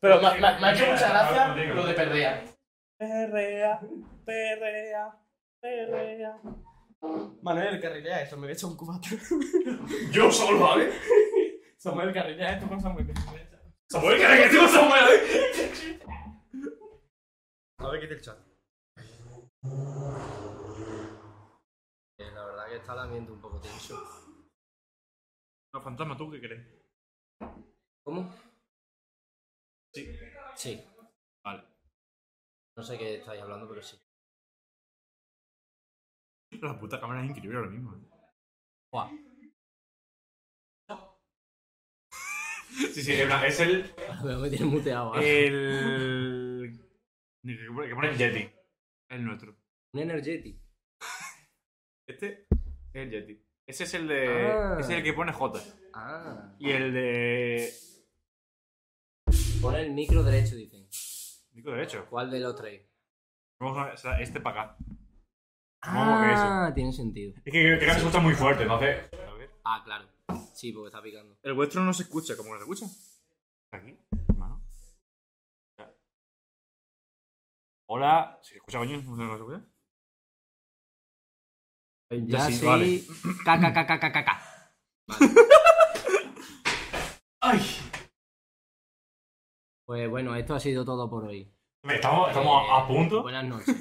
[SPEAKER 5] Pero me, me- me ha hecho mucha gracia lo de perrea. Perrea, perrea, perrea. Manuel, carrilea esto, me he hecho un cubato.
[SPEAKER 7] Yo solo, ¿vale?
[SPEAKER 5] Samuel, carrilea esto con Samuel. que se me echa.
[SPEAKER 7] Samuel, que que tío Samuel, ¿eh?
[SPEAKER 6] A ver qué el chat.
[SPEAKER 4] Eh, La verdad que está el ambiente un poco tenso.
[SPEAKER 7] No, fantasma, ¿tú qué crees?
[SPEAKER 4] ¿Cómo?
[SPEAKER 7] Sí.
[SPEAKER 4] Sí.
[SPEAKER 7] Vale.
[SPEAKER 4] No sé qué estáis hablando, pero sí.
[SPEAKER 7] La puta cámara es increíble ahora mismo. ¿eh?
[SPEAKER 4] Buah.
[SPEAKER 7] Sí, sí, en plan, es el.
[SPEAKER 4] Ah, Me tiene muteado. ¿eh?
[SPEAKER 7] El. Que pone- que pone Yeti. El nuestro.
[SPEAKER 4] Un energetic.
[SPEAKER 7] Este es el Yeti. Ese es el de.
[SPEAKER 4] Ah.
[SPEAKER 7] Ese es el que pone J.
[SPEAKER 4] Ah.
[SPEAKER 7] Y el de.
[SPEAKER 4] Pon el micro derecho, dicen.
[SPEAKER 7] Nico derecho.
[SPEAKER 4] ¿Cuál de los tres?
[SPEAKER 7] Vamos a o sea, este para acá. Vamos a ver eso.
[SPEAKER 4] Ah, tiene sentido.
[SPEAKER 7] Es que creo que me gusta muy fuerte, entonces. A ver.
[SPEAKER 4] Ah, claro. Sí, porque está picando.
[SPEAKER 7] El vuestro no se escucha, ¿cómo no se escucha? Aquí, hermano. Ya. Hola. ¿Se escucha, coño? ¿No se escucha?
[SPEAKER 4] Pues Ya
[SPEAKER 7] sí,
[SPEAKER 4] sí.
[SPEAKER 7] vale.
[SPEAKER 4] Caca, caca, caca, caca.
[SPEAKER 7] ¡Ay!
[SPEAKER 4] Pues bueno, esto ha sido todo por hoy.
[SPEAKER 7] Estamos, estamos a, a
[SPEAKER 4] Eh,
[SPEAKER 7] punto.
[SPEAKER 4] Buenas noches.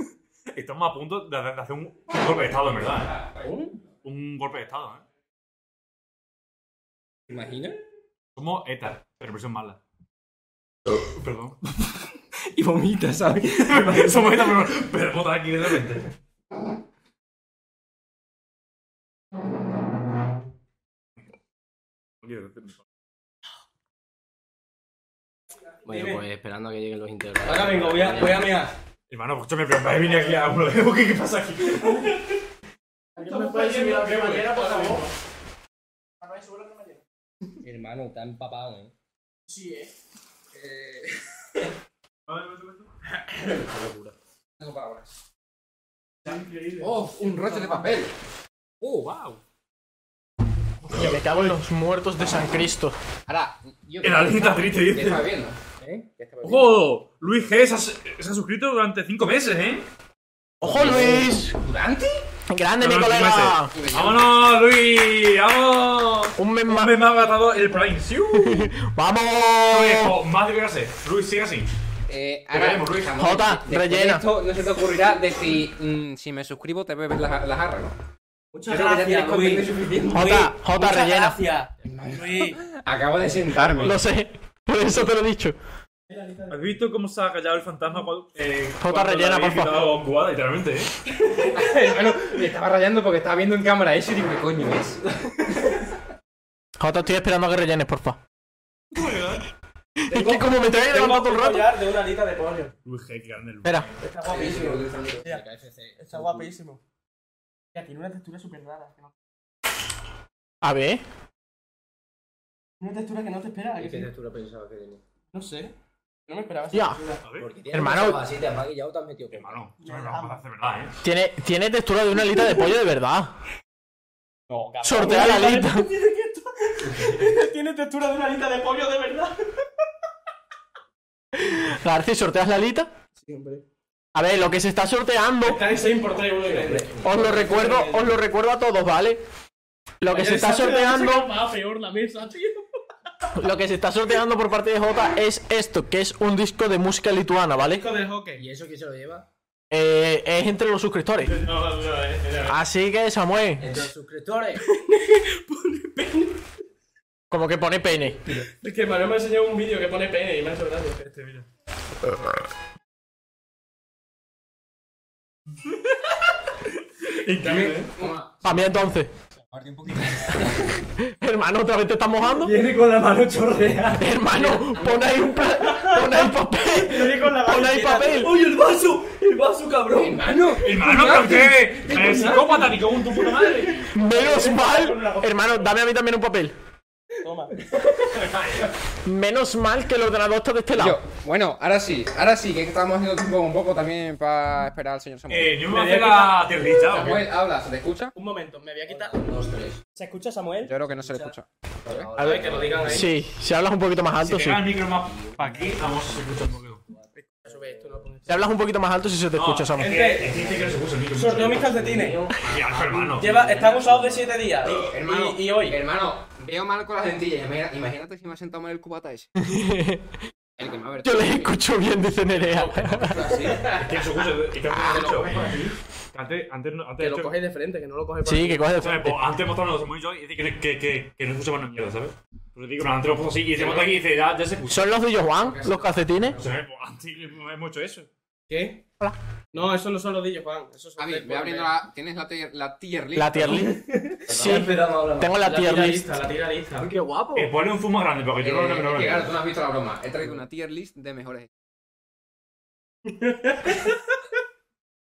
[SPEAKER 7] Estamos a punto de, de hacer un, un golpe de estado, en verdad. ¿eh? Un golpe de estado, ¿eh?
[SPEAKER 1] ¿Te imaginas?
[SPEAKER 7] Somos ETA, pero versión mala. Perdón.
[SPEAKER 1] Y vomita, ¿sabes?
[SPEAKER 7] Somos ETA, pero, pero puta aquí de repente.
[SPEAKER 4] Bueno,
[SPEAKER 5] Dime.
[SPEAKER 4] pues esperando a que lleguen los integrantes.
[SPEAKER 5] Ahora vengo, voy a, voy a mear.
[SPEAKER 7] Hermano, escúchame, pero me vine aquí a uno de ¿Qué, qué pasa aquí?
[SPEAKER 5] me puedes subir a la manera, por favor?
[SPEAKER 4] Hermano, está empapado, ¿eh?
[SPEAKER 5] Sí, eh.
[SPEAKER 10] Tengo palabras.
[SPEAKER 4] ¡Oh, un rollo de papel! ¡Oh, wow!
[SPEAKER 3] Que me cago en los muertos de San Cristo.
[SPEAKER 4] Ahora, yo...
[SPEAKER 7] El alita triste
[SPEAKER 10] ¿Qué
[SPEAKER 7] dice.
[SPEAKER 10] estás viendo?
[SPEAKER 4] ¿Eh? ¿Qué está bebiendo?
[SPEAKER 7] ¡Ojo! Luis G se ha, se ha suscrito durante 5 meses, ¿eh?
[SPEAKER 3] ¡Ojo, Luis!
[SPEAKER 10] ¿Durante?
[SPEAKER 3] ¡Grande, mi
[SPEAKER 7] No, no,
[SPEAKER 3] colega!
[SPEAKER 7] ¡Vámonos, Luis! ¡Vamos!
[SPEAKER 3] Un mes
[SPEAKER 7] Un
[SPEAKER 3] más.
[SPEAKER 7] mes más agarrado el Prime. ¡Sí!
[SPEAKER 3] ¡Vamos!
[SPEAKER 7] Más de que hacer. Luis, sigue así.
[SPEAKER 10] Eh,
[SPEAKER 7] Te veremos, Luis.
[SPEAKER 10] Ramón,
[SPEAKER 3] Jota,
[SPEAKER 10] después de
[SPEAKER 3] rellena.
[SPEAKER 10] esto, no se te ocurrirá de si, mm, si me suscribo te bebes la, la jarra, ¿no? Creo
[SPEAKER 5] Muchas
[SPEAKER 10] que ya
[SPEAKER 5] gracias,
[SPEAKER 10] tienes contenido
[SPEAKER 5] Luis.
[SPEAKER 10] suficiente.
[SPEAKER 3] Jota,
[SPEAKER 5] Luis,
[SPEAKER 3] Jota,
[SPEAKER 5] muchas
[SPEAKER 3] rellena.
[SPEAKER 5] Gracias. Luis.
[SPEAKER 10] Acabo de sentarme.
[SPEAKER 3] Lo sé. Por eso te lo he dicho.
[SPEAKER 7] ¿Has visto cómo se ha callado el fantasma cuando. Eh,
[SPEAKER 3] Jota
[SPEAKER 7] cuando le
[SPEAKER 3] rellena,
[SPEAKER 7] habéis
[SPEAKER 3] por
[SPEAKER 7] quitado Guada, literalmente, eh?
[SPEAKER 4] Hermano, me estaba rayando porque estaba viendo en cámara eso y digo, ¿qué coño es?
[SPEAKER 3] Jota, estoy esperando a que rellenes, porfa. Es que
[SPEAKER 5] Tengo-
[SPEAKER 3] como me trae
[SPEAKER 5] Tengo
[SPEAKER 3] levantado todo
[SPEAKER 5] un
[SPEAKER 3] el rato.
[SPEAKER 5] collar de una alita de pollo.
[SPEAKER 7] Uy, qué grande el.
[SPEAKER 3] Espera,
[SPEAKER 5] Está guapísimo. Mira,
[SPEAKER 4] KFC.
[SPEAKER 5] Está guapísimo. Mira, tiene una textura súper rara. que no-
[SPEAKER 3] a ver.
[SPEAKER 5] Una textura que no te esperas. ¿a que
[SPEAKER 4] ¿Qué
[SPEAKER 5] sí?
[SPEAKER 4] textura pensabas que tenía?
[SPEAKER 5] No sé. No me esperaba esa
[SPEAKER 3] Ya.
[SPEAKER 5] textura.
[SPEAKER 7] A ver,
[SPEAKER 3] Hermano.
[SPEAKER 4] Así te has maquillado, te has metido con-
[SPEAKER 7] hermano, eso no lo vamos a hacer, ¿verdad, eh?
[SPEAKER 3] Tiene, tiene textura de una alita de pollo de verdad.
[SPEAKER 5] No, cabrón.
[SPEAKER 3] Sortea la alita.
[SPEAKER 5] Tiene que esto- Tiene textura de una alita de pollo de verdad.
[SPEAKER 3] Garci, ¿sorteas la alita?
[SPEAKER 5] Sí, hombre.
[SPEAKER 3] A ver, lo que se está sorteando,
[SPEAKER 5] Está en 6 por 3, uno y medio.
[SPEAKER 3] os lo recuerdo, os lo recuerdo a todos, ¿vale? Lo que se está sorteando,
[SPEAKER 13] Va peor la mesa, tío.
[SPEAKER 3] lo que se está sorteando por parte de Jota es esto, que es un disco de música lituana, ¿vale?
[SPEAKER 13] Hijo del hockey.
[SPEAKER 4] ¿Y eso quién se lo lleva?
[SPEAKER 3] Eh, es entre los suscriptores. Así que, Samuel,
[SPEAKER 4] Entre los suscriptores.
[SPEAKER 3] como que pone pene.
[SPEAKER 5] Es que Manuel me ha enseñado un vídeo que pone pene y me ha hecho gracia. Este, mira.
[SPEAKER 7] ¿eh?
[SPEAKER 3] Para mí entonces. Hermano, otra vez te estás mojando.
[SPEAKER 5] Viene con la mano chorrea.
[SPEAKER 3] Hermano, pon ahí un pla- pon ahí papel.
[SPEAKER 5] Viene con la
[SPEAKER 3] Pon ahí papel.
[SPEAKER 5] ¡Uy, el vaso! ¡El vaso, cabrón!
[SPEAKER 4] ¡Hermano!
[SPEAKER 7] Hermano, pero qué. Eres psicópata, ni con tu puta madre.
[SPEAKER 3] Menos mal. Hermano, dame a mí también un papel.
[SPEAKER 5] Toma.
[SPEAKER 3] Menos mal que el ordenador está de este lado.
[SPEAKER 4] Yo, bueno, ahora sí, ahora sí, que estamos haciendo tiempo un poco también para esperar al señor Samuel.
[SPEAKER 7] Eh, yo me voy a hacer la tierrita, ¿o qué?
[SPEAKER 4] Samuel, habla, ¿se te escucha?
[SPEAKER 5] Un momento, me voy a quitar.
[SPEAKER 4] Dos, tres.
[SPEAKER 5] ¿Se escucha Samuel?
[SPEAKER 4] Yo creo que no se le escucha.
[SPEAKER 5] A ver, que lo digan ahí.
[SPEAKER 3] Sí, si hablas un poquito más alto, sí.
[SPEAKER 7] Pega el micro más para aquí, vamos a escuchar un poquito.
[SPEAKER 5] Sube esto, no pones.
[SPEAKER 3] Si hablas un poquito más alto, si se te escucha, Samuel.
[SPEAKER 7] Gente, dice que no se puso el micro.
[SPEAKER 5] Sorteo mis calcetines.
[SPEAKER 7] Ya, hermano.
[SPEAKER 5] Lleva, están usados de 7 días. Y,
[SPEAKER 4] Hermano,
[SPEAKER 5] y, y hoy.
[SPEAKER 4] Hermano, veo mal con las lentillas. Imagina- Imagínate si me ha sentado mal el cubata ese. El que me ha
[SPEAKER 3] Yo
[SPEAKER 4] vertido.
[SPEAKER 3] les escucho bien, dice Nerea.
[SPEAKER 7] Que se puso- y que hemos hecho. Que Antes, antes, no- antes,
[SPEAKER 13] Que lo
[SPEAKER 7] hecho-
[SPEAKER 13] coges de frente, que no lo coges por
[SPEAKER 3] Sí, que coge de
[SPEAKER 7] ¿sabes?
[SPEAKER 3] frente.
[SPEAKER 7] Pues antes mostramos los muy yo y dice que, que, que, que no escuchamos una mierda, ¿sabes? Pero digo, pero antes lo puso así y se monta aquí y dice, ya, ya se puso.
[SPEAKER 3] ¿Son los de Yo Juan, los calcetines?
[SPEAKER 7] ¿Sabes? Pues antes hemos hecho eso.
[SPEAKER 13] ¿Qué? No, eso no son los dillos, Juan. Eso son
[SPEAKER 4] Javi,
[SPEAKER 13] del
[SPEAKER 4] ve abriendo
[SPEAKER 13] Borja.
[SPEAKER 4] la. Tienes la tier, la tier list.
[SPEAKER 3] La tier list. Sí, tengo la
[SPEAKER 13] La
[SPEAKER 3] tier
[SPEAKER 13] tira
[SPEAKER 3] list.
[SPEAKER 13] lista, la tira lista.
[SPEAKER 14] Qué guapo.
[SPEAKER 7] Eh, ponle un fumo grande porque
[SPEAKER 4] Eh,
[SPEAKER 7] yo no lo
[SPEAKER 4] que, claro, tú
[SPEAKER 7] veo.
[SPEAKER 4] no has visto la broma. He traído una tier list de mejores. Ah,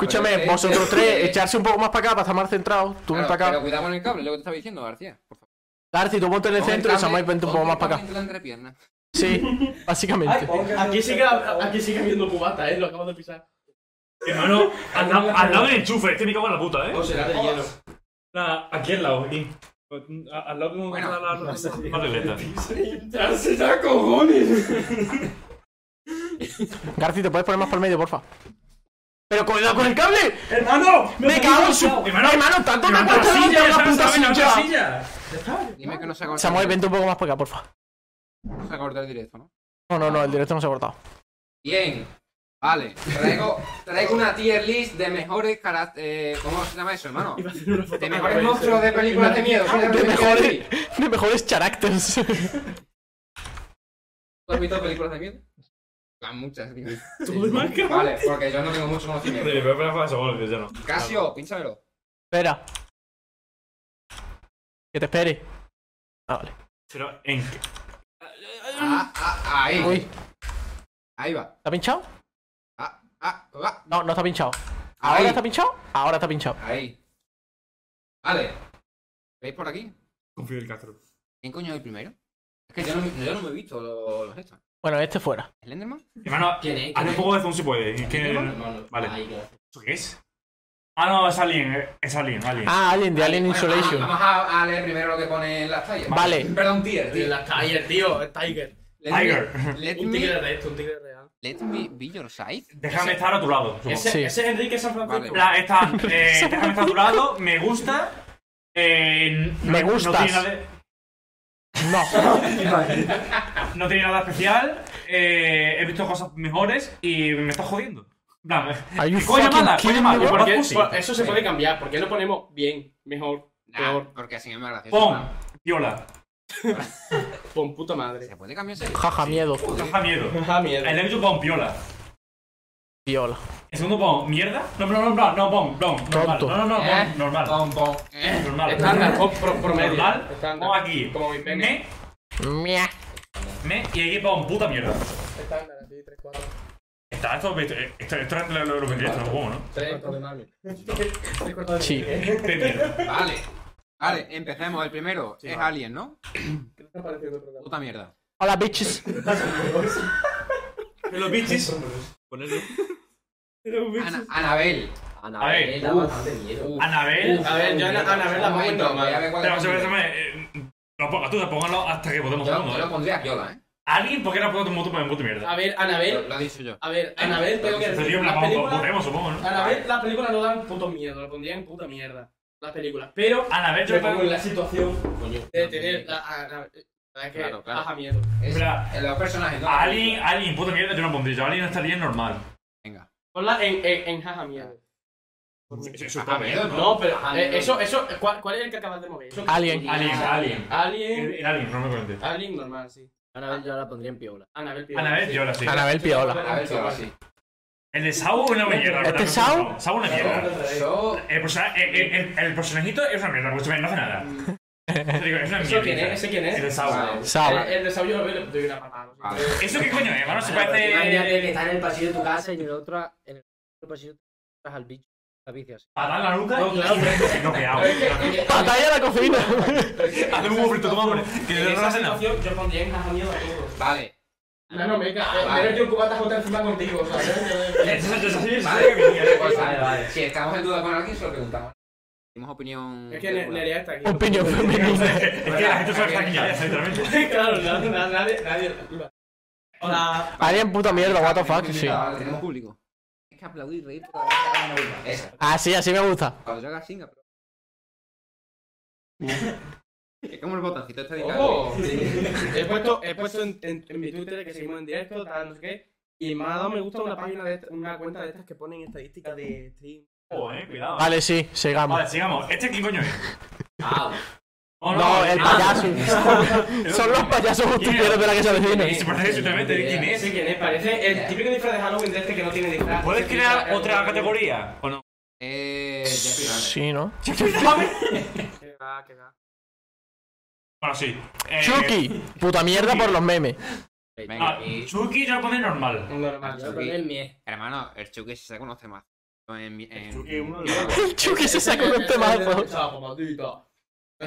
[SPEAKER 4] pero es
[SPEAKER 3] Escúchame,
[SPEAKER 4] que-
[SPEAKER 3] vosotros tres,
[SPEAKER 4] eh,
[SPEAKER 3] echarse un poco más para acá para estar más centrados. Tú ven
[SPEAKER 4] claro,
[SPEAKER 3] para
[SPEAKER 4] Pero
[SPEAKER 3] acá.
[SPEAKER 4] cuidado con el cable, lo que te estaba diciendo, García. Por favor.
[SPEAKER 3] Darcy, tú ponte en el
[SPEAKER 4] Pon
[SPEAKER 3] centro y
[SPEAKER 4] cable-
[SPEAKER 3] Samuel, vente un
[SPEAKER 4] pon
[SPEAKER 3] poco
[SPEAKER 4] el
[SPEAKER 3] más para
[SPEAKER 4] cable
[SPEAKER 3] acá.
[SPEAKER 4] entre la entrepierna.
[SPEAKER 3] Sí, básicamente.
[SPEAKER 13] Aquí sigue, aquí sigue habiendo cubata, eh. Lo acabo de pisar.
[SPEAKER 7] Hermano, al lado- al lado del enchufe, este me cago en la puta, ¿eh?
[SPEAKER 13] O será de hielo.
[SPEAKER 7] La- aquí al lado, aquí. A- Al lado de un-
[SPEAKER 4] Bueno,
[SPEAKER 7] la- la- la- la regleta.
[SPEAKER 4] oh.
[SPEAKER 3] Garci, ¿te puedes poner más por medio, porfa? ¡Pero cuidado con el cable!
[SPEAKER 5] ¡Hermano!
[SPEAKER 3] ¡Me cago en su...
[SPEAKER 7] Hermano,
[SPEAKER 3] Hermano, tanto me
[SPEAKER 7] levanta
[SPEAKER 3] cuesta
[SPEAKER 7] la
[SPEAKER 3] levantar
[SPEAKER 7] silla,
[SPEAKER 3] una puta
[SPEAKER 7] ¿sabes? Levanta la
[SPEAKER 3] silla!
[SPEAKER 7] silla.
[SPEAKER 4] Dime que no se ha cortado.
[SPEAKER 3] Samuel, vente un poco más para acá, porfa.
[SPEAKER 4] No se ha cortado el directo, ¿no?
[SPEAKER 3] No, no, no, el directo no se ha cortado.
[SPEAKER 4] Bien. Vale. Traigo, traigo una tier list de mejores carac- eh, ¿Cómo se llama eso, hermano? De mejores monstruos de películas de miedo. ¿sabes lo
[SPEAKER 3] De
[SPEAKER 4] que te quiero
[SPEAKER 3] mejores,
[SPEAKER 4] decir?
[SPEAKER 3] de mejores characters.
[SPEAKER 4] ¿Tú has visto películas de miedo? Ah, muchas, tío. Vale, porque yo no tengo mucho
[SPEAKER 7] Sí,
[SPEAKER 4] conocimiento.
[SPEAKER 7] pero espera, espera, Samuel, que ya no.
[SPEAKER 4] Casio, pínchamelo.
[SPEAKER 3] Espera. Que te espere. Ah, vale.
[SPEAKER 7] Pero, ¿en qué?
[SPEAKER 4] Ah, ah, ahí.
[SPEAKER 3] Uy,
[SPEAKER 4] Ahí va.
[SPEAKER 3] ¿está pinchado?
[SPEAKER 4] Ah, ah, va.
[SPEAKER 3] No, no está pinchado. ¿Ahora
[SPEAKER 4] Ahí.
[SPEAKER 3] está pinchado? Ahora está pinchado.
[SPEAKER 4] Ahí. Vale. ¿Veis por aquí?
[SPEAKER 7] Confío en Castro.
[SPEAKER 4] ¿Quién coño es el primero? Es que yo no, yo no me he visto lo- los estos.
[SPEAKER 3] Bueno, este fuera.
[SPEAKER 4] ¿Slenderman?
[SPEAKER 7] Hermano,
[SPEAKER 4] ¿Quién es?
[SPEAKER 7] haz un poco de zoom si puedes. Es que- Ah, Vale. ¿Eso qué es? Ah, no, es Alien, eh, es Alien, Alien.
[SPEAKER 3] Ah, Alien, de Alien
[SPEAKER 4] Bueno,
[SPEAKER 3] Insolation.
[SPEAKER 4] Vamos a, a leer primero lo que pone en las tallas.
[SPEAKER 3] Vale.
[SPEAKER 4] Perdón, tier, tier.
[SPEAKER 13] La Tiger, tío. El Tiger.
[SPEAKER 4] Let
[SPEAKER 7] Tiger.
[SPEAKER 4] Me, let,
[SPEAKER 13] Un tigre
[SPEAKER 4] me,
[SPEAKER 13] de esto, un tigre real.
[SPEAKER 4] let me be your side.
[SPEAKER 7] Déjame estar a tu lado. supongo.
[SPEAKER 5] Ese,
[SPEAKER 3] Sí.
[SPEAKER 5] ese es Enrique San Francisco.
[SPEAKER 4] Vale.
[SPEAKER 7] La- está, eh, déjame estar a tu lado, me gusta. eh, no-
[SPEAKER 3] Me
[SPEAKER 7] no
[SPEAKER 3] gustas.
[SPEAKER 7] tiene nada de-
[SPEAKER 3] No.
[SPEAKER 7] No tiene nada especial. eh, he visto cosas mejores y me estás jodiendo. En plan,
[SPEAKER 3] Are you
[SPEAKER 7] ¿qué coño
[SPEAKER 3] fucking
[SPEAKER 7] mala?
[SPEAKER 3] kidding
[SPEAKER 7] Coño mala,
[SPEAKER 3] me,
[SPEAKER 7] ¿por
[SPEAKER 3] bro?
[SPEAKER 7] qué?
[SPEAKER 13] Porque,
[SPEAKER 7] Sí.
[SPEAKER 13] bueno, eso se puede cambiar. ¿Por qué no ponemos bien, mejor,
[SPEAKER 4] Nah,
[SPEAKER 13] peor?
[SPEAKER 4] porque así me es más gracioso.
[SPEAKER 7] Pon, viola.
[SPEAKER 5] Con puta madre.
[SPEAKER 10] ¿Se puede cambiarse?
[SPEAKER 3] Jaja, miedo.
[SPEAKER 7] Caja miedo.
[SPEAKER 5] Ajá, miedo.
[SPEAKER 7] El éxito pon piola.
[SPEAKER 3] Viola.
[SPEAKER 7] El segundo pon mierda. No, no, no, no, no, pon, pon, normal.
[SPEAKER 3] Tonto.
[SPEAKER 7] No, no, no, pon, normal.
[SPEAKER 10] Pon, pon.
[SPEAKER 7] Normal.
[SPEAKER 5] Eh. Estándar, pop pro- promedio.
[SPEAKER 7] Normal.
[SPEAKER 5] Estándar.
[SPEAKER 7] Pon aquí.
[SPEAKER 5] Como mi pene.
[SPEAKER 7] Me,
[SPEAKER 3] Mia.
[SPEAKER 7] me, y aquí pon puta mierda.
[SPEAKER 5] Estándar, así, 3, 4.
[SPEAKER 7] Está, esto, esto, esto, esto lo, lo, lo vendría este juego, ¿no?
[SPEAKER 5] 3, 4 de mami. 3, 4 de
[SPEAKER 3] Sí.
[SPEAKER 7] De mierda.
[SPEAKER 10] Vale. Vale, empecemos. El primero es Alien, ¿no?
[SPEAKER 5] ¿Qué te ha parecido el programa?
[SPEAKER 10] Puta mierda.
[SPEAKER 3] Hola, bitches.
[SPEAKER 7] De los bichis. Ponerlo.
[SPEAKER 10] Ana- Anabel.
[SPEAKER 7] A ver,
[SPEAKER 4] Da bastante miedo.
[SPEAKER 7] Anabel.
[SPEAKER 5] A ver, yo a Ana- Anabel la
[SPEAKER 10] Un
[SPEAKER 5] pongo en
[SPEAKER 10] momento, voy a
[SPEAKER 5] normal.
[SPEAKER 10] ver cuál
[SPEAKER 7] Pero
[SPEAKER 10] es
[SPEAKER 7] se
[SPEAKER 10] el
[SPEAKER 7] ve, se
[SPEAKER 10] primero.
[SPEAKER 7] ve, eh, No pongas tú, póngalo hasta que votemos todo el
[SPEAKER 10] Yo
[SPEAKER 7] mundo.
[SPEAKER 10] yo lo
[SPEAKER 7] ¿eh?
[SPEAKER 10] pondría Yola, ¿eh?
[SPEAKER 7] ¿Alguien por qué no ha puesto un voto para el puto mierda?
[SPEAKER 5] A ver,
[SPEAKER 10] Lo
[SPEAKER 5] Anabel.
[SPEAKER 10] lo he dicho yo.
[SPEAKER 5] A ver, Anabel, tengo que
[SPEAKER 7] Este
[SPEAKER 5] decir.
[SPEAKER 7] tío en
[SPEAKER 5] Las
[SPEAKER 7] plan, vo-
[SPEAKER 5] películas.
[SPEAKER 7] votaremos, supongo, ¿no?
[SPEAKER 5] Anabel, las películas no dan puto miedo, las pondría en puta mierda. Las películas. Pero
[SPEAKER 7] Anabel, yo
[SPEAKER 5] yo
[SPEAKER 7] le
[SPEAKER 5] pongo
[SPEAKER 7] pongo
[SPEAKER 5] en la situación de tener
[SPEAKER 10] mierda.
[SPEAKER 5] la. a- a- ¿Sabes qué?
[SPEAKER 10] Claro, claro.
[SPEAKER 5] Baja miedo.
[SPEAKER 10] Es
[SPEAKER 7] Espera.
[SPEAKER 10] eh, los personajes, ¿no?
[SPEAKER 7] A alguien, alguien, puta mierda, yo no pondría. Yo a alguien estaría normal.
[SPEAKER 10] Venga.
[SPEAKER 5] Ponla en, en, en jaja miedo.
[SPEAKER 7] Eso es
[SPEAKER 10] Ajá, Ah, miedo, ¿no?
[SPEAKER 5] No, pero eh, eso, eso, ¿cuál, cuál es el que acabas de mover? Eso que-
[SPEAKER 3] Alien.
[SPEAKER 7] Alien, Alien. Eh,
[SPEAKER 5] Alien.
[SPEAKER 7] El Alien, no me conté.
[SPEAKER 5] Alien normal, sí.
[SPEAKER 4] Anabel yo la pondría en piola.
[SPEAKER 5] Anabel Piedra.
[SPEAKER 7] Anabel, yo la sí.
[SPEAKER 3] Anabel Piola.
[SPEAKER 10] Anabel Yola, sí.
[SPEAKER 7] El de Sau una mierda.
[SPEAKER 3] ¿Este
[SPEAKER 7] ¿verdad?
[SPEAKER 3] Saw?
[SPEAKER 7] Saw una mierda.
[SPEAKER 10] Yo.
[SPEAKER 7] El, persona- el, el, el, el personajito es una mierda, porque este no hace nada. Te digo, es una
[SPEAKER 5] ¿Eso quién es?
[SPEAKER 7] mierda.
[SPEAKER 5] ¿Ese quién
[SPEAKER 7] El de
[SPEAKER 5] es?
[SPEAKER 7] Sau.
[SPEAKER 5] El,
[SPEAKER 3] Saba.
[SPEAKER 5] el de Sao yo lo veo y le doy una patada. Eh,
[SPEAKER 10] Vale.
[SPEAKER 7] ¿Eso qué coño es, hermano? Se
[SPEAKER 4] Imagínate que
[SPEAKER 7] parece.
[SPEAKER 4] está en el pasillo de tu casa y en el otro, en el otro pasillo estás al bicho. La bici así.
[SPEAKER 7] Patar la nuca
[SPEAKER 5] No, claro.
[SPEAKER 7] y noqueado.
[SPEAKER 3] Batalla de la cocina.
[SPEAKER 7] Hazle un huevo frito, toma, hombre. Que
[SPEAKER 5] En
[SPEAKER 7] no
[SPEAKER 5] esa
[SPEAKER 7] lo hace nada.
[SPEAKER 5] situación yo pondría en jaja miedo a todos.
[SPEAKER 10] Vale.
[SPEAKER 5] No, no, venga, eh,
[SPEAKER 10] Vale.
[SPEAKER 5] menos yo que voy a tajarte encima contigo, ¿sabes?
[SPEAKER 10] Pues, vale, vale. Si estamos en duda con alguien, se lo preguntamos. Dimos opinión.
[SPEAKER 5] Es que Ne- Nerea está aquí.
[SPEAKER 3] Opinión femenina.
[SPEAKER 7] Es que la gente sabe franquilla, literalmente.
[SPEAKER 5] Claro, nadie, nadie, nadie. Hola.
[SPEAKER 3] Alien, puta mierda, what the fuck,
[SPEAKER 10] Tenemos
[SPEAKER 3] sí.
[SPEAKER 10] invitado, Tenemos público.
[SPEAKER 4] Es que aplaudir y reír porque cada una vuelta.
[SPEAKER 10] Esa.
[SPEAKER 3] Ah, Así, así me gusta.
[SPEAKER 10] Cuando yo haga así, me aplaudo.
[SPEAKER 3] Mm.
[SPEAKER 10] Es como el botoncito este de
[SPEAKER 5] Oh, he puesto, he puesto en, en- en mi Twitter que seguimos en directo, tal, no sé qué. Y me ha dado me gusta una página de esta- una cuenta de estas que ponen estadísticas de stream.
[SPEAKER 7] Ojo, eh, cuidado.
[SPEAKER 3] Vale, sí, sigamos.
[SPEAKER 7] Vale, sigamos. ¿Este quién coño es?
[SPEAKER 5] Ah.
[SPEAKER 7] Oh,
[SPEAKER 3] No, el
[SPEAKER 7] ah,
[SPEAKER 3] payaso. Son los payasos justicieros de la que se
[SPEAKER 7] Se
[SPEAKER 3] avecina.
[SPEAKER 7] parece exactamente de quién
[SPEAKER 5] No
[SPEAKER 7] es.
[SPEAKER 5] sé quién es, parece el típico disfraz de Halloween de este que no tiene disfraz.
[SPEAKER 7] ¿Puedes
[SPEAKER 5] Este
[SPEAKER 7] crear
[SPEAKER 5] disfraz-
[SPEAKER 7] otra categoría? ¿O no?
[SPEAKER 10] Eh. Jeffrey Dahmer.
[SPEAKER 3] Sí, ¿no?
[SPEAKER 5] Que va, que va.
[SPEAKER 7] Bueno, sí. Eh,
[SPEAKER 3] Chucky, puta mierda por los memes.
[SPEAKER 10] Venga.
[SPEAKER 7] Ah, Chucky yo lo pone normal.
[SPEAKER 5] Normal.
[SPEAKER 4] Yo pondría el mie.
[SPEAKER 10] Hermano, el Chucky se saca unos temas. En, mi- en...
[SPEAKER 7] Chucky, uno de
[SPEAKER 3] El Chucky se sacó un temazo. Eh,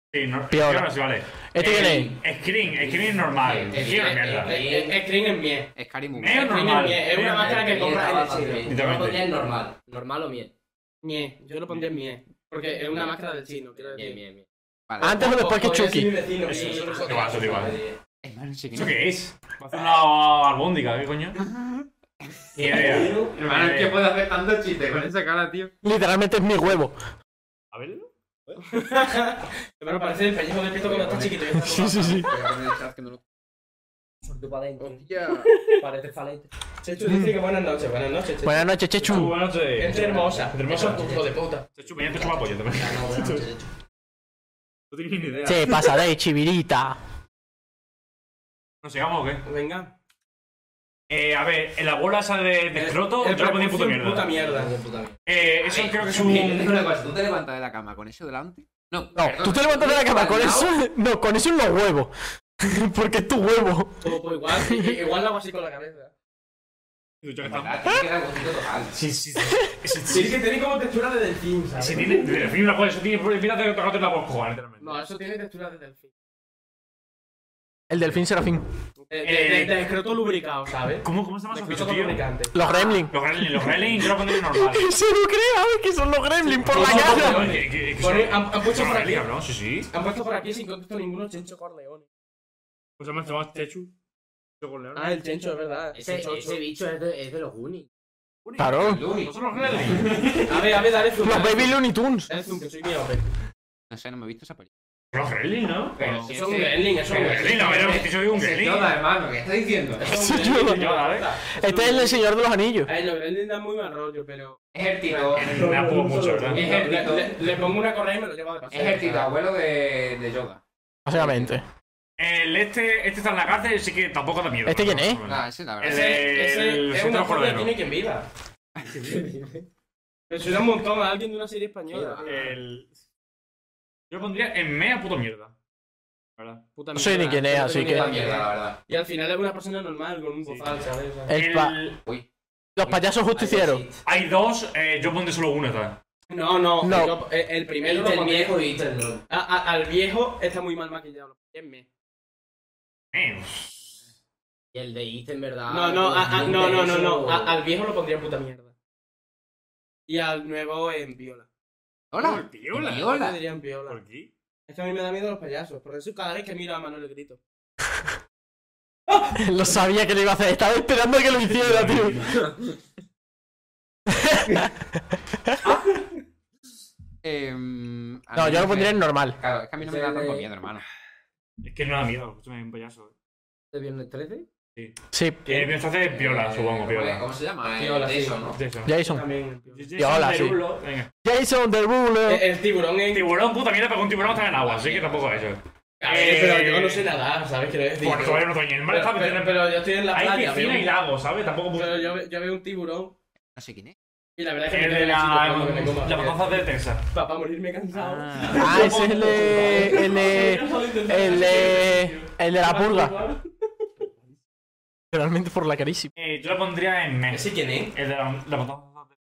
[SPEAKER 7] Sí, no,
[SPEAKER 3] Piola.
[SPEAKER 7] claro, sí, vale.
[SPEAKER 3] ¿Este quién
[SPEAKER 7] Screen, screen normal.
[SPEAKER 10] Eh,
[SPEAKER 7] Screen
[SPEAKER 10] eh,
[SPEAKER 7] mierda.
[SPEAKER 10] eh,
[SPEAKER 5] Eh, eh, Screen en mie.
[SPEAKER 10] Es Scary Movie.
[SPEAKER 7] Meo
[SPEAKER 5] Screen en
[SPEAKER 7] normal.
[SPEAKER 5] mie. Es una máscara que compras en el
[SPEAKER 4] Yo
[SPEAKER 5] chino.
[SPEAKER 7] eh.
[SPEAKER 4] lo pondría
[SPEAKER 7] Directamente.
[SPEAKER 4] en normal. Normal o mie.
[SPEAKER 5] Mie. Yo lo pondría en mie. Porque es una máscara del chino. quiero
[SPEAKER 4] Mie,
[SPEAKER 5] decir.
[SPEAKER 4] mie, mie.
[SPEAKER 3] es? Antes o después que
[SPEAKER 5] Podría ser mi
[SPEAKER 3] Chucky.
[SPEAKER 5] vecino,
[SPEAKER 7] Eso,
[SPEAKER 5] y-
[SPEAKER 7] eso, eso, igual, eso, igual.
[SPEAKER 10] Hermano, no sé quién
[SPEAKER 7] ¿Eso
[SPEAKER 10] es.
[SPEAKER 7] qué es? Va a hacer una albóndiga, ¿qué coño? Ni idea.
[SPEAKER 10] Hermano, es que puedo hacer tantos chistes con esa cara, tío.
[SPEAKER 3] Literalmente es mi huevo.
[SPEAKER 7] A verlo.
[SPEAKER 5] Pero parece el pellejo del pito cuando está chiquito. ya está
[SPEAKER 3] Sí, sí, sí.
[SPEAKER 10] Voy a poner el chat que no lo-
[SPEAKER 4] Tú para adentro. Parece falete.
[SPEAKER 5] Chechu dice que buenas noches, buenas noches, Chechu.
[SPEAKER 3] Mm. Buenas noches, Chechu.
[SPEAKER 7] Buenas noches.
[SPEAKER 5] Gente hermosa,
[SPEAKER 7] Gente hermosa.
[SPEAKER 5] hermosa un poco de puta.
[SPEAKER 7] Se chupa, ya te chupa pollo también.
[SPEAKER 4] No, buenas noches, de hecho.
[SPEAKER 7] No tienes ni idea.
[SPEAKER 3] Se pasa de chivirita.
[SPEAKER 7] ¿Nos llegamos o qué?
[SPEAKER 5] Venga.
[SPEAKER 7] Eh, a ver, en la bola esa de, de escroto, yo la ponía en puta mierda.
[SPEAKER 5] Puta mierda.
[SPEAKER 7] Eh, eso creo que es
[SPEAKER 10] Mira, yo te digo
[SPEAKER 7] un.
[SPEAKER 10] una cosa, ¿Tú te levantas de la cama con eso delante? No,
[SPEAKER 3] No, tú te levantas de la cama con eso. No, con eso en los huevos. Porque es tu huevo.
[SPEAKER 5] Todo por igual. Igual lo hago así con la cabeza.
[SPEAKER 7] Sí, sí, sí.
[SPEAKER 5] Sí, que tiene como textura de delfín, ¿sabes?
[SPEAKER 7] Si tiene. En fin, una cosa, eso tiene. Mira, te tocaste la voz, cojones, literalmente.
[SPEAKER 5] No, eso tiene textura de delfín.
[SPEAKER 3] El delfín serafín.
[SPEAKER 5] De, de- de-
[SPEAKER 7] Eh.
[SPEAKER 5] de escroto lubricado, ¿sabes?
[SPEAKER 7] ¿Cómo, ¿Cómo se
[SPEAKER 5] De
[SPEAKER 7] llama
[SPEAKER 5] escroto
[SPEAKER 7] eso,
[SPEAKER 5] con
[SPEAKER 7] tío?
[SPEAKER 5] lubricante.
[SPEAKER 3] Los gremlins.
[SPEAKER 7] Los gremlins, los gremlins, yo lo pondría normal.
[SPEAKER 3] Se lo crea, que son los gremlins por la
[SPEAKER 5] No, no,
[SPEAKER 3] calle.
[SPEAKER 5] no, no,
[SPEAKER 7] Que- que- que
[SPEAKER 5] Pone-
[SPEAKER 7] son-
[SPEAKER 5] han- han puesto
[SPEAKER 7] son
[SPEAKER 5] por aquí.
[SPEAKER 7] gremlins,
[SPEAKER 5] Pues
[SPEAKER 7] ¿no? Sí, sí.
[SPEAKER 5] Han puesto por aquí sin contexto ninguno Chencho Corleone.
[SPEAKER 7] Pues se llama Chechu.
[SPEAKER 5] Ah, el Chencho, es verdad.
[SPEAKER 15] Ese, ese bicho es de, es de los Goonies.
[SPEAKER 3] Claro.
[SPEAKER 7] No son los Gremlins.
[SPEAKER 5] A ver, a ver, dale zoom.
[SPEAKER 3] Los
[SPEAKER 5] dale
[SPEAKER 3] Baby
[SPEAKER 5] zoom.
[SPEAKER 3] Looney Tunes.
[SPEAKER 5] Dale zoom, que soy miedo, hombre.
[SPEAKER 1] No sé, no me he visto esa película.
[SPEAKER 7] Los Gremlins, ¿no?
[SPEAKER 10] Pero si
[SPEAKER 5] Eso es un gremlin, eso es un gremlin.
[SPEAKER 7] Gremlin, no, pero que soy un
[SPEAKER 10] Es el
[SPEAKER 7] gremlin.
[SPEAKER 10] Yoda, hermano, ¿qué estás diciendo?
[SPEAKER 3] Sí, yo- Este es el del Señor de los Anillos.
[SPEAKER 5] Ay, los gremlins dan muy mal rollo, pero...
[SPEAKER 10] Es el tito.
[SPEAKER 7] Me apudo mucho, ¿verdad?
[SPEAKER 10] Es
[SPEAKER 5] Le,
[SPEAKER 10] el tito.
[SPEAKER 5] le- le pongo una correa y me lo llevo de
[SPEAKER 10] Es el
[SPEAKER 5] paseo.
[SPEAKER 10] tito abuelo de, de Yoda.
[SPEAKER 3] Básicamente.
[SPEAKER 7] El este, este está en la cárcel, sí que tampoco da miedo.
[SPEAKER 3] ¿Este quién es?
[SPEAKER 1] Ah, ese la
[SPEAKER 7] El
[SPEAKER 1] verdad.
[SPEAKER 5] Ese-
[SPEAKER 7] de-
[SPEAKER 5] ese
[SPEAKER 7] el
[SPEAKER 5] es un
[SPEAKER 7] centro
[SPEAKER 5] actor que
[SPEAKER 7] cordero.
[SPEAKER 5] tiene quien viva. Me suena un montón a alguien de una serie española.
[SPEAKER 7] El... Yo lo pondría en mea puto mierda. ¿Verdad?
[SPEAKER 5] Puta
[SPEAKER 3] No sé ni
[SPEAKER 5] mierda.
[SPEAKER 3] quién es,
[SPEAKER 5] Puta
[SPEAKER 3] así que-
[SPEAKER 10] Una
[SPEAKER 5] mierda.
[SPEAKER 10] mierda, la verdad.
[SPEAKER 5] Y al final es una persona normal con un bozal, ¿sabes? O sea,
[SPEAKER 3] El pa-
[SPEAKER 7] El-
[SPEAKER 3] los payasos justicieros.
[SPEAKER 7] Hay dos, eh, yo pondré solo uno tal.
[SPEAKER 5] No, no,
[SPEAKER 3] No.
[SPEAKER 5] yo- el, eh, el primero
[SPEAKER 15] El
[SPEAKER 5] lo
[SPEAKER 15] del
[SPEAKER 5] pondría-
[SPEAKER 15] viejo y el del-
[SPEAKER 5] A- a- al viejo está muy mal maquillado. lo pondría en me.
[SPEAKER 7] Eh,
[SPEAKER 15] Y el de Ethan, ¿verdad?
[SPEAKER 7] Ah,
[SPEAKER 5] No,
[SPEAKER 16] pues,
[SPEAKER 5] no, a- a-
[SPEAKER 15] Con
[SPEAKER 5] no, no, no,
[SPEAKER 15] eso-
[SPEAKER 5] no. a- al viejo lo pondría en puta mierda. Y al nuevo en viola.
[SPEAKER 1] Hola.
[SPEAKER 7] Viola.
[SPEAKER 5] Yo
[SPEAKER 1] Hola.
[SPEAKER 5] te diría en viola.
[SPEAKER 7] ¿Por qué?
[SPEAKER 5] Es que a mí me da miedo los payasos. Por eso cada vez que miro a Manuel le grito.
[SPEAKER 3] Lo sabía que lo iba a hacer. Estaba esperando a que lo hiciera, tío.
[SPEAKER 1] Em, a
[SPEAKER 3] No,
[SPEAKER 1] mí
[SPEAKER 3] yo lo
[SPEAKER 1] me-
[SPEAKER 3] pondría en normal.
[SPEAKER 1] Claro, es que a mí no me da tanto miedo, hermano.
[SPEAKER 7] Es que no da miedo, escúchame, un payaso. eh.
[SPEAKER 15] ¿De viernes 13?
[SPEAKER 3] Sí,
[SPEAKER 7] Que me hace
[SPEAKER 5] Eh,
[SPEAKER 7] viola, supongo, viola.
[SPEAKER 10] ¿Cómo se llama?
[SPEAKER 5] Viola, sí.
[SPEAKER 10] de eso, ¿no?
[SPEAKER 7] Jason.
[SPEAKER 3] Jason.
[SPEAKER 5] También en viola.
[SPEAKER 3] Viola, sí.
[SPEAKER 7] Derulo, venga.
[SPEAKER 3] Jason the
[SPEAKER 5] El,
[SPEAKER 3] Ruler.
[SPEAKER 5] el tiburón en.
[SPEAKER 7] Tiburón, puta mierda, pero un tiburón está en el agua, así que tampoco es eso.
[SPEAKER 5] A ver, pero yo no sé nadar, ¿sabes? Quiero decir.
[SPEAKER 7] Eh. Porque todavía no estoy en el mar,
[SPEAKER 5] pero,
[SPEAKER 7] ¿sabes?
[SPEAKER 5] pero- pero yo estoy en la
[SPEAKER 7] Hay
[SPEAKER 5] playa.
[SPEAKER 7] piscina
[SPEAKER 5] veo-
[SPEAKER 7] y lago, ¿sabes? Tampoco...
[SPEAKER 5] Pero yo, ve- yo veo un tiburón.
[SPEAKER 1] No sé quién es.
[SPEAKER 5] Y la verdad es que me
[SPEAKER 7] El
[SPEAKER 5] quedo
[SPEAKER 7] de
[SPEAKER 5] en el sitio
[SPEAKER 7] la...
[SPEAKER 5] cuando me coma,
[SPEAKER 7] La
[SPEAKER 5] porque-
[SPEAKER 7] matanza de Texas.
[SPEAKER 5] Pa- Para morirme cansado.
[SPEAKER 3] Ah, ese es el de. El de. El de. El de la purga. Realmente por la carísima.
[SPEAKER 7] Eh, yo lo pondría en mes.
[SPEAKER 5] ¿Ese quién es?
[SPEAKER 7] El de la, la matanza de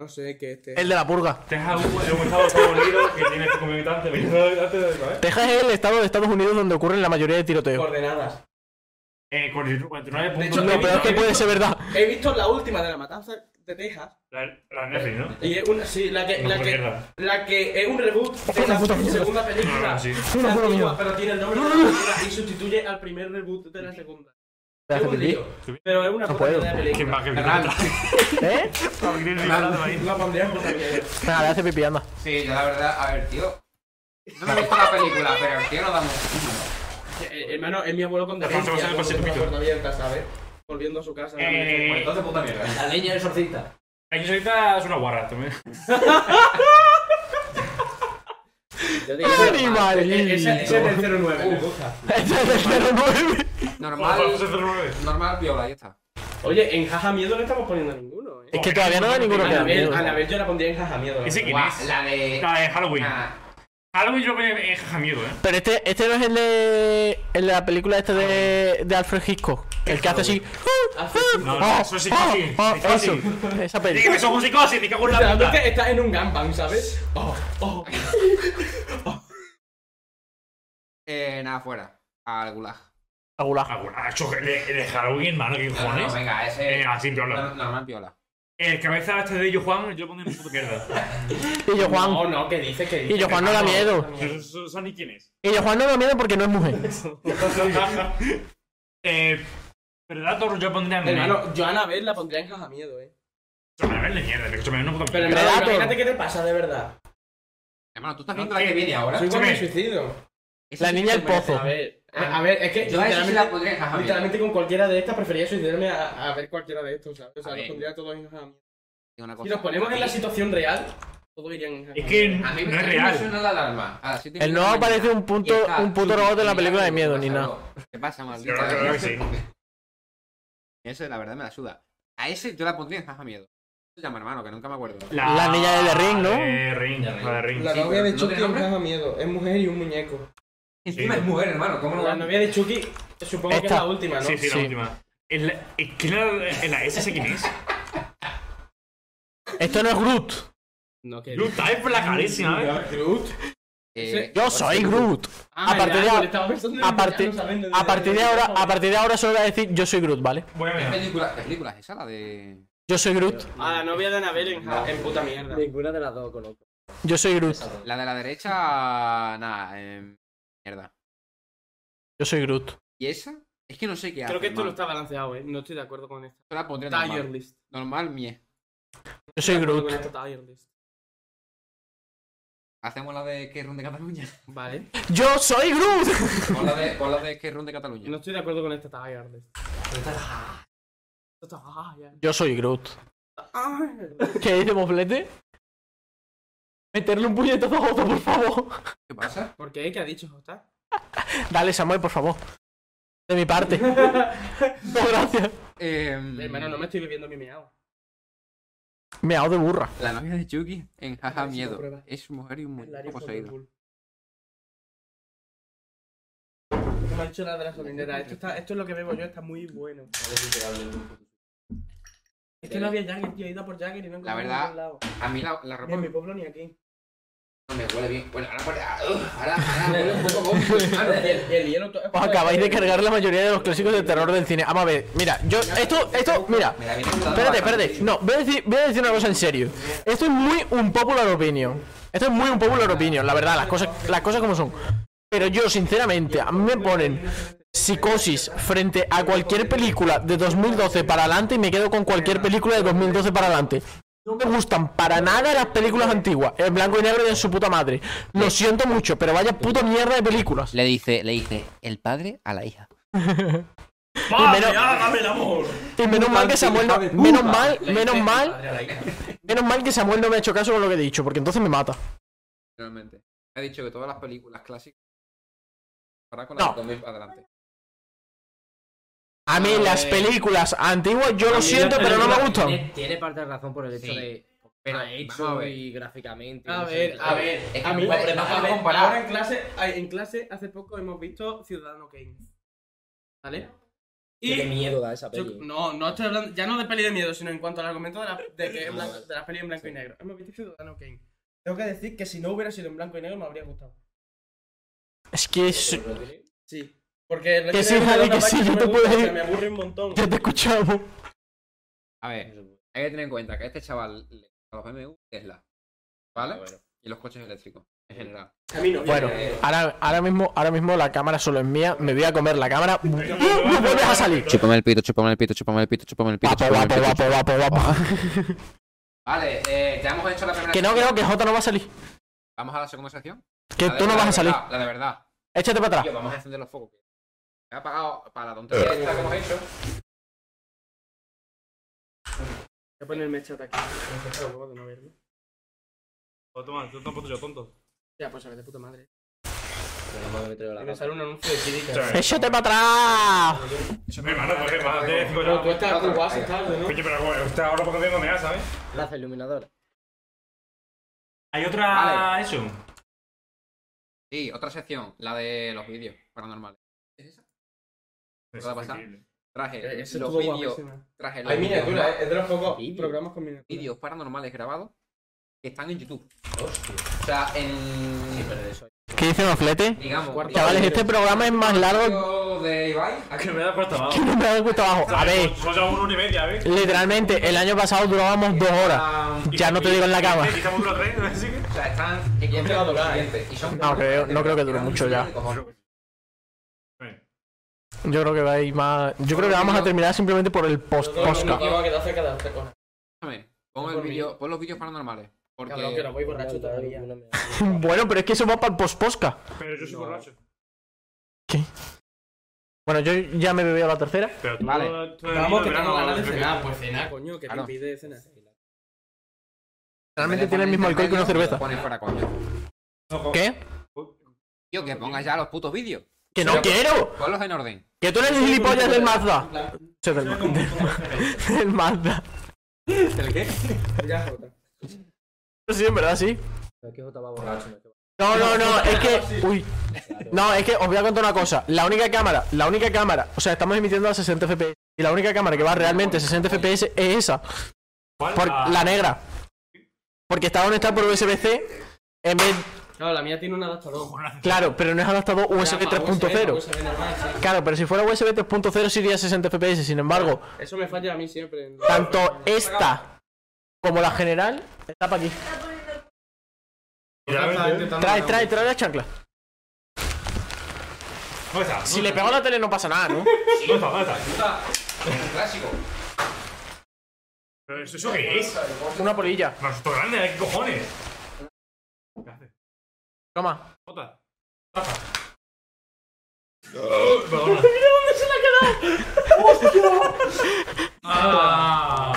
[SPEAKER 5] No sé qué es este.
[SPEAKER 3] El de la purga.
[SPEAKER 7] Texas, un un estado favorito que tiene como habitante.
[SPEAKER 3] Texas es el estado de Estados Unidos donde ocurren la mayoría de tiroteos.
[SPEAKER 5] Coordenadas.
[SPEAKER 7] Eh, 49
[SPEAKER 5] De hecho,
[SPEAKER 7] puntos.
[SPEAKER 3] No, pero es que puede ser verdad.
[SPEAKER 5] He visto la última de la matanza de Texas.
[SPEAKER 7] La, la Netflix, ¿no?
[SPEAKER 5] Y es una. Sí, la que.
[SPEAKER 7] No,
[SPEAKER 5] La
[SPEAKER 7] por
[SPEAKER 5] que,
[SPEAKER 7] mierda.
[SPEAKER 5] la que es un reboot de
[SPEAKER 3] Una
[SPEAKER 5] la
[SPEAKER 3] puta mierda.
[SPEAKER 5] segunda película.
[SPEAKER 7] Ah, sí.
[SPEAKER 5] Es
[SPEAKER 3] Una puta
[SPEAKER 5] antigua,
[SPEAKER 3] mierda.
[SPEAKER 5] pero tiene el nombre de la primera y sustituye al primer reboot de la segunda. Es un lío, pero es una
[SPEAKER 3] No
[SPEAKER 5] puta
[SPEAKER 3] puedo.
[SPEAKER 5] mierda de película. Pues
[SPEAKER 7] ¿Quién más que
[SPEAKER 3] ¿Eh?
[SPEAKER 5] La pondría en puta mierda.
[SPEAKER 3] Nada, hace pipi, anda.
[SPEAKER 10] Sí, yo la verdad, a ver, tío. No me he visto la película, pero el tío no da mucho.
[SPEAKER 5] Eh, hermano, es mi abuelo con
[SPEAKER 7] Alfonso,
[SPEAKER 5] demencia,
[SPEAKER 7] vas a ver
[SPEAKER 5] con
[SPEAKER 7] por
[SPEAKER 5] la
[SPEAKER 7] si
[SPEAKER 5] puerta abierta, ¿sabes? Volviendo a su casa.
[SPEAKER 7] Eh,
[SPEAKER 10] Entonces, puta mierda.
[SPEAKER 15] La leña de sorcita.
[SPEAKER 7] Aquí ahorita es una guarra también.
[SPEAKER 15] Yo diría-
[SPEAKER 3] ¡Animal!
[SPEAKER 5] Ese ese es el 09, me gusta.
[SPEAKER 3] Este es el 09.
[SPEAKER 7] Alfonso
[SPEAKER 1] Normal.
[SPEAKER 7] 09.
[SPEAKER 1] Normal viola, ya está.
[SPEAKER 5] Oye, en jaja miedo no estamos poniendo ninguno, eh.
[SPEAKER 3] Es que todavía no da ninguno que da
[SPEAKER 5] Anabel,
[SPEAKER 3] miedo.
[SPEAKER 5] Anabel yo la pondría en jaja miedo. la
[SPEAKER 7] ¿Ese
[SPEAKER 5] verdad.
[SPEAKER 7] quién
[SPEAKER 10] Guau,
[SPEAKER 7] es?
[SPEAKER 10] la de.
[SPEAKER 7] La de Halloween.
[SPEAKER 10] Ah,
[SPEAKER 7] Halloween yo creo que es jaja miedo, ¿eh?
[SPEAKER 3] Pero este, este no es el de, el de la película este de, de Alfred Hitchcock. El que hace así.
[SPEAKER 7] No,
[SPEAKER 3] ¡Ah!
[SPEAKER 7] no, eso es psicosis.
[SPEAKER 3] ¡Ah! ¡Ah!
[SPEAKER 7] psicosis.
[SPEAKER 3] Eso, esa
[SPEAKER 7] Dije que
[SPEAKER 3] peli.
[SPEAKER 7] eso es un psicosis, me cago en la puta.
[SPEAKER 5] Realmente estás en un gangbang, ¿sabes? Oh, oh.
[SPEAKER 1] Eh, nada, fuera. Al gulag.
[SPEAKER 3] Ah, gulag.
[SPEAKER 7] Ah, bueno, ha hecho el de el de Halloween, hermano, que
[SPEAKER 10] no, no,
[SPEAKER 7] cojones.
[SPEAKER 10] venga, ese.
[SPEAKER 7] Eh, así, pero habla.
[SPEAKER 10] no, no,
[SPEAKER 1] Normal viola.
[SPEAKER 7] El cabeza este de Yo Juan, yo lo pondría en puta mierda.
[SPEAKER 3] Y yo, Juan.
[SPEAKER 5] No, no, ¿qué dices? ¿Qué
[SPEAKER 3] Y
[SPEAKER 5] dices?
[SPEAKER 3] yo, Juan no da miedo.
[SPEAKER 7] Eso son ni quién es.
[SPEAKER 3] Y yo, Juan no da miedo porque no es mujer.
[SPEAKER 7] eh, Predator yo pondría en medio.
[SPEAKER 5] Hermano, yo a Anabel la pondría en jaja miedo, eh.
[SPEAKER 7] Predator de mierda, que eso me da una puta
[SPEAKER 5] Pero
[SPEAKER 7] mierda.
[SPEAKER 5] hermano,
[SPEAKER 3] Predator.
[SPEAKER 5] imagínate qué te pasa de verdad.
[SPEAKER 1] Hermano, tú estás viendo
[SPEAKER 10] La
[SPEAKER 1] la
[SPEAKER 5] eh,
[SPEAKER 10] que
[SPEAKER 1] que viene.
[SPEAKER 10] viene ahora.
[SPEAKER 5] Soy igual me
[SPEAKER 7] Escúchame.
[SPEAKER 5] suicido.
[SPEAKER 1] Esa
[SPEAKER 3] La
[SPEAKER 1] sí que
[SPEAKER 3] niña
[SPEAKER 1] se
[SPEAKER 3] del
[SPEAKER 1] merece.
[SPEAKER 3] pozo.
[SPEAKER 5] A ver, a a ver, es que
[SPEAKER 10] Yo a esa sí la
[SPEAKER 5] literalmente,
[SPEAKER 10] pondría en jaja mierda.
[SPEAKER 5] literalmente con cualquiera de estas preferiría suicidarme a, a ver cualquiera de estos, ¿sabes? O sea,
[SPEAKER 1] A
[SPEAKER 5] los
[SPEAKER 1] ver.
[SPEAKER 5] pondría todos en jaja miedo.
[SPEAKER 1] Digo una
[SPEAKER 5] Si
[SPEAKER 1] cosa.
[SPEAKER 5] nos ponemos en la situación real, todos irían en jaja
[SPEAKER 7] Es
[SPEAKER 5] miedo.
[SPEAKER 7] que
[SPEAKER 10] A mí,
[SPEAKER 7] no
[SPEAKER 10] a
[SPEAKER 7] es
[SPEAKER 10] mí me
[SPEAKER 7] real.
[SPEAKER 10] suena la alarma.
[SPEAKER 1] A las siete y
[SPEAKER 3] Él
[SPEAKER 1] media
[SPEAKER 3] no
[SPEAKER 1] de la mañana.
[SPEAKER 3] aparece un punto,
[SPEAKER 10] Y está,
[SPEAKER 3] un puto
[SPEAKER 10] tú,
[SPEAKER 3] robot de la
[SPEAKER 10] y
[SPEAKER 3] película de
[SPEAKER 10] algo,
[SPEAKER 3] miedo
[SPEAKER 10] pasa
[SPEAKER 3] ni nada.
[SPEAKER 10] algo.
[SPEAKER 1] ¿Qué pasa,
[SPEAKER 7] Yo creo que- creo que sí.
[SPEAKER 1] maldito? Ese, la verdad, me la suda. A ese yo la pondría en jaja miedo. ¿Cómo se llama, hermano? Que nunca me acuerdo.
[SPEAKER 3] La niña de The Ring, ¿no?
[SPEAKER 7] De Ring, la de Ring.
[SPEAKER 5] La
[SPEAKER 1] Sí,
[SPEAKER 5] novia
[SPEAKER 1] pero
[SPEAKER 5] de
[SPEAKER 1] ¿no tiene
[SPEAKER 5] Chucky en
[SPEAKER 1] nombre?
[SPEAKER 5] jaja miedo. Es mujer y un muñeco.
[SPEAKER 10] Encima
[SPEAKER 7] Sí.
[SPEAKER 10] es mujer, hermano. ¿Cómo no
[SPEAKER 5] La
[SPEAKER 10] va?
[SPEAKER 5] novia de Chucky, supongo que es
[SPEAKER 3] Esta.
[SPEAKER 5] la última, ¿no?
[SPEAKER 7] Sí, sí, la
[SPEAKER 3] Sí.
[SPEAKER 7] última. En la, es que la, en la S sé quién es.
[SPEAKER 3] Esto no es Groot.
[SPEAKER 5] No, que.
[SPEAKER 7] Yo estaba plagadísima, ¿eh?
[SPEAKER 5] Groot.
[SPEAKER 1] Eh,
[SPEAKER 3] Yo soy Groot.
[SPEAKER 5] Ah,
[SPEAKER 3] A partir de
[SPEAKER 5] el árbol,
[SPEAKER 3] ahora-
[SPEAKER 5] estaba pensando en
[SPEAKER 3] A
[SPEAKER 5] el
[SPEAKER 3] partir,
[SPEAKER 5] villano, ¿sabes?
[SPEAKER 3] a partir de ahora, a partir de ahora solo voy a decir yo soy Groot, ¿vale?
[SPEAKER 7] Voy a
[SPEAKER 1] ¿Qué
[SPEAKER 7] mirar.
[SPEAKER 1] película, qué película es esa? La de.
[SPEAKER 3] Yo soy Groot.
[SPEAKER 5] A Ah, la novia de Anabel en, ja- en puta mierda.
[SPEAKER 15] Ninguna de las dos conozco.
[SPEAKER 3] Yo soy Groot.
[SPEAKER 1] La de la derecha.
[SPEAKER 4] em,
[SPEAKER 1] Nada, eh, mierda.
[SPEAKER 3] Yo soy Groot.
[SPEAKER 1] ¿Y esa?
[SPEAKER 4] Es que no sé qué hace.
[SPEAKER 5] Creo que esto
[SPEAKER 4] hermano.
[SPEAKER 5] no está balanceado, eh. No estoy de acuerdo con esto.
[SPEAKER 4] Yo la pondré normal.
[SPEAKER 5] Tier list.
[SPEAKER 4] Normal, mie.
[SPEAKER 3] Yo soy
[SPEAKER 5] Creo que
[SPEAKER 3] Groot.
[SPEAKER 5] esto está tier list.
[SPEAKER 4] Hacemos la de Kerrun de Cataluña.
[SPEAKER 5] Vale.
[SPEAKER 3] ¡Yo soy Groot!
[SPEAKER 4] Pon la de, pon la de Kerrun de Cataluña.
[SPEAKER 5] No estoy de acuerdo con esta tier list. Esto está ah, tier list.
[SPEAKER 3] Yo soy Groot. ¿Qué dice Moflete? Meterle un puñetazo a Joto, por favor.
[SPEAKER 4] ¿Qué pasa?
[SPEAKER 5] ¿Por qué? ¿Qué ha dicho Jota?
[SPEAKER 3] Dale, Samuel, por favor. De mi parte. No, gracias.
[SPEAKER 4] Em,
[SPEAKER 5] Hermano, no me estoy bebiendo mi meado.
[SPEAKER 3] Meao de burra.
[SPEAKER 4] La novia de Chucky en Jaja
[SPEAKER 5] Clarísimo,
[SPEAKER 4] Miedo.
[SPEAKER 5] prueba.
[SPEAKER 4] Es mujer y un muñeco
[SPEAKER 5] Hilario
[SPEAKER 4] poseído.
[SPEAKER 5] Thunderbolt. No me ha hecho nada de la jardinera. Esto, está, esto es lo que veo yo, está muy bueno. Es que no había Jagger, tío. He ido a por Jagger y no he
[SPEAKER 4] La
[SPEAKER 5] encontrado
[SPEAKER 4] verdad,
[SPEAKER 5] en ningún lado.
[SPEAKER 4] A mí la, la
[SPEAKER 5] Ni
[SPEAKER 4] ropa
[SPEAKER 5] en mi pueblo ni aquí.
[SPEAKER 4] no me huele bien. Bueno, ahora, ahora, ahora, ahora huele un poco vómito. Ah, no.
[SPEAKER 17] Y el, y el hielo to-
[SPEAKER 3] Os acabáis de cargar la mayoría de los clásicos de terror del cine. Vamos a ver, mira, yo. Esto, esto, mira.
[SPEAKER 18] Me la viene gustando
[SPEAKER 3] Espérate,
[SPEAKER 18] bastante,
[SPEAKER 3] espérate.
[SPEAKER 18] tío.
[SPEAKER 3] No, voy a decir, voy a decir una cosa en serio. Esto es muy un popular opinion. Esto es muy un popular opinion, la verdad, las cosas, las cosas como son. Pero yo, sinceramente, a mí me ponen psicosis frente a cualquier película de 2012 para adelante y me quedo con cualquier película de 2012 para adelante. No me gustan para nada las películas antiguas. En blanco y negro y en su puta madre. Lo siento mucho, pero vaya puta mierda de películas.
[SPEAKER 19] Le dice, le dice, el padre a la hija.
[SPEAKER 3] Y menos-
[SPEAKER 17] hágame el amor!
[SPEAKER 3] Y menos mal que Samuel no. Menos mal, menos mal,
[SPEAKER 17] Madre a la hija.
[SPEAKER 3] menos mal que Samuel no me ha hecho caso con lo que he dicho, porque entonces me mata.
[SPEAKER 4] Realmente. Ha dicho que todas las películas clásicas. Ahora con
[SPEAKER 3] No.
[SPEAKER 4] las de 2000 adelante.
[SPEAKER 3] A mí las películas antiguas Ah, yo lo siento, pero no me gustan.
[SPEAKER 16] Tiene, tiene parte de razón por el hecho
[SPEAKER 19] Sí.
[SPEAKER 16] de. Pero
[SPEAKER 4] Ah, vamos a
[SPEAKER 16] hecho
[SPEAKER 4] ver.
[SPEAKER 16] y gráficamente. y
[SPEAKER 5] A
[SPEAKER 16] no sé
[SPEAKER 5] ver,
[SPEAKER 16] qué.
[SPEAKER 5] a ver.
[SPEAKER 19] Es que
[SPEAKER 5] A
[SPEAKER 19] no
[SPEAKER 5] mí,
[SPEAKER 19] puede-
[SPEAKER 5] a
[SPEAKER 19] no puede
[SPEAKER 5] ver,
[SPEAKER 19] comparar.
[SPEAKER 5] ahora en clase, en clase hace poco hemos visto Ciudadano Kane. ¿Vale?
[SPEAKER 16] Qué
[SPEAKER 5] Y
[SPEAKER 16] miedo da esa
[SPEAKER 5] Yo-
[SPEAKER 16] peli.
[SPEAKER 5] no, no estoy hablando, ya no de peli de miedo, sino en cuanto al argumento de, la, de, que en blanco- de las pelis en blanco y negro. Hemos visto Ciudadano Kane. Tengo que decir que si no hubiera sido en blanco y negro me habría gustado.
[SPEAKER 3] Es que es-
[SPEAKER 5] Sí. Porque el
[SPEAKER 3] Que sí,
[SPEAKER 5] Resident Evil
[SPEAKER 3] Javi, que
[SPEAKER 5] Dawn
[SPEAKER 3] sí,
[SPEAKER 5] Dark
[SPEAKER 3] yo
[SPEAKER 5] no
[SPEAKER 3] te
[SPEAKER 5] me
[SPEAKER 3] puedo
[SPEAKER 5] gusta, o sea,
[SPEAKER 3] ir.
[SPEAKER 5] Me aburre un montón.
[SPEAKER 3] ya te escuchamos.
[SPEAKER 4] A ver, hay que tener en cuenta que a este chaval le a los BMW Tesla. ¿Vale? Y los coches eléctricos, en general.
[SPEAKER 5] A mí no.
[SPEAKER 3] Bueno, ahora, ahora mismo, ahora mismo la cámara solo es mía, me voy a comer la cámara. ¡No vuelves a salir!
[SPEAKER 19] Chúpame el pito, chúpame el pito, chúpame el pito, chúpame el pito.
[SPEAKER 3] Guapo,
[SPEAKER 19] chúpame el
[SPEAKER 3] guapo,
[SPEAKER 19] pito.
[SPEAKER 3] guapo, guapo, guapo.
[SPEAKER 4] Vale, eh, ya hemos hecho la primera
[SPEAKER 3] Que no, que
[SPEAKER 4] sección.
[SPEAKER 3] no, que Jota no va a salir.
[SPEAKER 4] Vamos a la segunda sección.
[SPEAKER 3] Que
[SPEAKER 4] La de-
[SPEAKER 3] tú no
[SPEAKER 4] la
[SPEAKER 3] vas
[SPEAKER 4] de
[SPEAKER 3] a salir.
[SPEAKER 4] verdad, La de verdad.
[SPEAKER 3] Échate para
[SPEAKER 4] Tío,
[SPEAKER 3] atrás.
[SPEAKER 4] vamos a encender los focos. Me ha apagado para la tontería esta que hemos hecho.
[SPEAKER 5] Voy a ponerme chat aquí. Me cuesta huevo de no verlo.
[SPEAKER 7] O toma, tú tampoco yo, tonto.
[SPEAKER 5] Ya, pues a ver, de puta madre.
[SPEAKER 16] Pero no me meto yo la
[SPEAKER 5] Y me
[SPEAKER 16] pata.
[SPEAKER 5] sale un anuncio de Kid Icarus.
[SPEAKER 3] ¡Échate para
[SPEAKER 5] Ah.
[SPEAKER 3] atrás!
[SPEAKER 7] Mi hermano, pues es más de
[SPEAKER 5] Pero tú
[SPEAKER 7] Oye,
[SPEAKER 5] estás tú vas tarde, ¿no?
[SPEAKER 7] pero bueno, usted ahora porque vengo me da, ¿sabes?
[SPEAKER 16] Laza iluminadora.
[SPEAKER 7] Hay otra
[SPEAKER 4] Vale.
[SPEAKER 7] eso.
[SPEAKER 4] Sí, otra sección, la de los vídeos paranormales. ¿Es esa?
[SPEAKER 7] Es
[SPEAKER 4] va a pasar?
[SPEAKER 7] increíble.
[SPEAKER 4] Traje
[SPEAKER 5] Eh, Eso
[SPEAKER 4] los
[SPEAKER 5] estuvo
[SPEAKER 4] vídeos.
[SPEAKER 5] guapísima.
[SPEAKER 4] Traje los
[SPEAKER 5] Hay
[SPEAKER 4] vídeos
[SPEAKER 5] miniatura,
[SPEAKER 4] más-
[SPEAKER 5] eh, es de los pocos
[SPEAKER 16] Vídeo.
[SPEAKER 5] programas con miniatura.
[SPEAKER 4] vídeos paranormales grabados que están en YouTube. O sea, en.
[SPEAKER 3] ¿Qué dice Moflete?
[SPEAKER 4] Digamos.
[SPEAKER 5] Cuarto.
[SPEAKER 3] Chavales, este programa es más largo
[SPEAKER 4] vídeo de Ibai.
[SPEAKER 7] Es que me da cuesta abajo.
[SPEAKER 3] que no me da gusto abajo. A ver,
[SPEAKER 7] Son ya uno y media, ¿ves?
[SPEAKER 3] literalmente, el año pasado durábamos dos horas.
[SPEAKER 4] Ah,
[SPEAKER 3] Ya no te digo en la cama.
[SPEAKER 7] Y estamos los tres, así que.
[SPEAKER 4] O sea, están.
[SPEAKER 17] te va a durar, eh?
[SPEAKER 4] Y son
[SPEAKER 3] No creo, no creo que dure mucho ya. Yo creo que va a ir más. Yo creo que vamos a terminar simplemente por el post
[SPEAKER 17] No,
[SPEAKER 3] posca.
[SPEAKER 17] no, no, que te hace cada cosa.
[SPEAKER 4] Escúchame, Pon, el
[SPEAKER 5] Por mí.
[SPEAKER 4] vídeo, pon los vídeos paranormales. Porque.
[SPEAKER 5] Cabrón, que no pues. voy borracho todavía.
[SPEAKER 3] Bueno, pero es que eso va para el post posca.
[SPEAKER 7] Pero yo soy borracho.
[SPEAKER 3] Bueno, yo ya me he bebido la tercera.
[SPEAKER 7] Pero tú.
[SPEAKER 4] Vale.
[SPEAKER 7] tú en
[SPEAKER 5] Vamos,
[SPEAKER 7] el
[SPEAKER 5] que tengo
[SPEAKER 7] verano,
[SPEAKER 5] ganas de
[SPEAKER 7] creo que-
[SPEAKER 5] cenar. Pues cena, coño, que te
[SPEAKER 4] Claro.
[SPEAKER 5] impide cenar.
[SPEAKER 3] Realmente tiene el mismo alcohol que una cerveza.
[SPEAKER 4] Pones para coño.
[SPEAKER 3] ¿Qué?
[SPEAKER 4] Tío, que pongas ya los putos vídeos.
[SPEAKER 3] ¡Que no quiero!
[SPEAKER 4] Ponlos en orden.
[SPEAKER 3] ¡Que tú eres el gilipollas del Mazda! Soy del Mazda. Del Mazda.
[SPEAKER 5] ¿Este
[SPEAKER 4] ¿El qué?
[SPEAKER 5] Ya, Jota.
[SPEAKER 3] Sí, en verdad, sí.
[SPEAKER 16] Pero es que Jota va borracho. no es que va-
[SPEAKER 3] No, no, no, es que. Uy. No, es que os voy a contar una cosa. La única cámara, la única cámara. O sea, estamos emitiendo a 60 FPS. Y la única cámara que va realmente a 60 FPS es esa.
[SPEAKER 7] ¿Cuál?
[SPEAKER 3] por-
[SPEAKER 7] Ah,
[SPEAKER 3] la negra. Porque está conectada por USB-C. En vez.
[SPEAKER 5] Claro, la mía tiene un adaptador.
[SPEAKER 3] Claro, pero no es adaptado USB
[SPEAKER 5] Llama, USB,
[SPEAKER 3] 3.0.
[SPEAKER 5] USB normal, sí.
[SPEAKER 3] Claro, pero si fuera USB 3.0 sería 60 FPS. Sin embargo,
[SPEAKER 5] Eso me falla a mí siempre. en-
[SPEAKER 3] tanto esta como la general está para aquí.
[SPEAKER 5] Jota está
[SPEAKER 7] literalmente.
[SPEAKER 5] ¿eh? intentando
[SPEAKER 3] Trae,
[SPEAKER 5] ganar
[SPEAKER 3] trae,
[SPEAKER 5] mucho.
[SPEAKER 3] trae la chancla.
[SPEAKER 7] ¿Dónde está?
[SPEAKER 3] Si Pues le pego a la tele no pasa nada, ¿no?
[SPEAKER 7] ¿Dónde está? ¿Dónde está?
[SPEAKER 10] Clásico.
[SPEAKER 7] ¿Pero eso, eso qué es?
[SPEAKER 3] Una polilla.
[SPEAKER 7] Me asustó grande, ¿eh? ¿qué cojones? ¿Qué hace?
[SPEAKER 3] Toma.
[SPEAKER 7] Jota. Rafa. Perdona. Ah.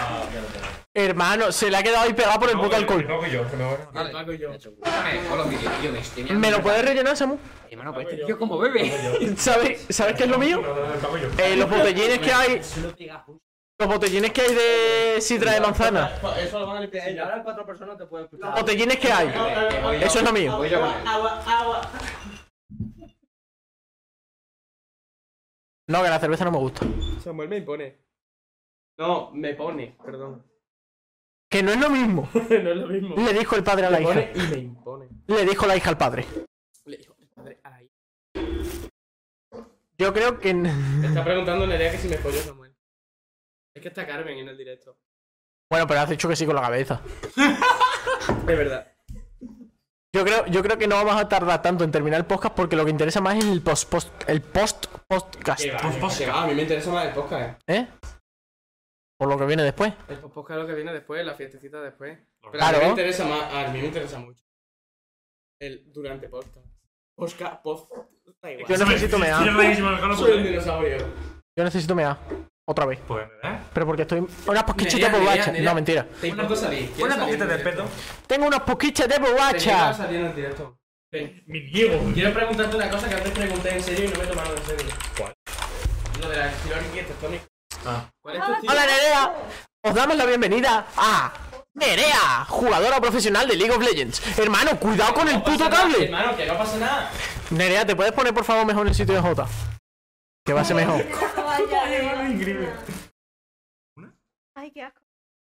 [SPEAKER 3] Hermano, se le ha quedado ahí pegado por el puto alcohol.
[SPEAKER 7] No, eh, que yo, que no.
[SPEAKER 5] El Paco y yo.
[SPEAKER 10] Escúchame, con los videojuegos de
[SPEAKER 7] eh,
[SPEAKER 10] este, mira,
[SPEAKER 3] ¿Me lo puedes rellenar, Samu?
[SPEAKER 10] Hermano, pues este tío como bebe.
[SPEAKER 3] ¿Sabes, ¿Sabes qué es lo mío? Eh, los botellines que hay. Los botellines que hay de sidra de manzana.
[SPEAKER 11] Eso lo van a limpiar
[SPEAKER 15] Si
[SPEAKER 11] ellos.
[SPEAKER 15] ahora cuatro personas te pueden
[SPEAKER 3] Los
[SPEAKER 15] escuchar.
[SPEAKER 3] botellines que hay. Eso es lo mío.
[SPEAKER 10] Voy yo con él.
[SPEAKER 11] Agua, agua.
[SPEAKER 3] No, que la cerveza no me gusta.
[SPEAKER 5] Samuel me impone. No, me pone, perdón.
[SPEAKER 3] Que no es lo mismo.
[SPEAKER 5] no es lo mismo.
[SPEAKER 3] Le dijo el padre a la
[SPEAKER 5] Me
[SPEAKER 3] hija.
[SPEAKER 5] pone y me impone.
[SPEAKER 3] Le dijo la hija al padre.
[SPEAKER 5] Le dijo, madre, a la hija.
[SPEAKER 3] Yo creo que. n-
[SPEAKER 5] Me está preguntando Nerea que si me pollo Samuel. Es que está Carmen en el directo.
[SPEAKER 3] Bueno, pero has dicho que sí con la cabeza.
[SPEAKER 5] De verdad.
[SPEAKER 3] Yo creo, yo creo que no vamos a tardar tanto en terminar el podcast porque lo que interesa más es el post post el post podcast,
[SPEAKER 5] Que va,
[SPEAKER 7] eh.
[SPEAKER 3] pues,
[SPEAKER 5] que va, a mí me interesa más el podcast, eh.
[SPEAKER 3] ¿eh? Por lo que viene después.
[SPEAKER 5] El podcast es lo que viene después, la fiestecita después. Pero a
[SPEAKER 3] Claro.
[SPEAKER 5] mí me interesa más, a mí me interesa mucho. El durante podcast. Podcast, post. Da igual.
[SPEAKER 3] Yo necesito mear.
[SPEAKER 7] Yo rarísimo, me conozco,
[SPEAKER 5] soy un
[SPEAKER 7] ¿eh?
[SPEAKER 5] dinosaurio.
[SPEAKER 3] Yo necesito mear otra vez,
[SPEAKER 7] Pues, ¿eh?
[SPEAKER 3] pero porque estoy unas poquichas
[SPEAKER 5] Nerea,
[SPEAKER 3] de
[SPEAKER 5] Nerea,
[SPEAKER 3] borracha.
[SPEAKER 5] Nerea.
[SPEAKER 3] No, mentira.
[SPEAKER 5] Te importa salir. ¿Quieres
[SPEAKER 7] Una
[SPEAKER 5] salir
[SPEAKER 7] poquita
[SPEAKER 5] en
[SPEAKER 7] de
[SPEAKER 5] el directo?
[SPEAKER 7] respeto.
[SPEAKER 3] Tengo unas poquichas de
[SPEAKER 5] Te niego a
[SPEAKER 3] borracha.
[SPEAKER 5] salir en el directo. Ven.
[SPEAKER 7] Me niego.
[SPEAKER 5] Quiero preguntarte una cosa que antes pregunté en serio y no me he tomado en serio.
[SPEAKER 7] ¿Cuál?
[SPEAKER 5] Lo de la acción arquitectónica.
[SPEAKER 7] Ah.
[SPEAKER 5] ¿Cuál es tu estilo?
[SPEAKER 3] Hola Nerea, os damos la bienvenida a Nerea, jugadora profesional de League of Legends. Hermano, cuidado con el
[SPEAKER 5] No pasa
[SPEAKER 3] puto
[SPEAKER 5] nada,
[SPEAKER 3] cable.
[SPEAKER 5] Hermano, que no pasa nada.
[SPEAKER 3] Nerea, ¿te puedes poner por favor mejor en el sitio de Jota? Que va a ser mejor.
[SPEAKER 7] increíble.
[SPEAKER 20] Ay, qué asco.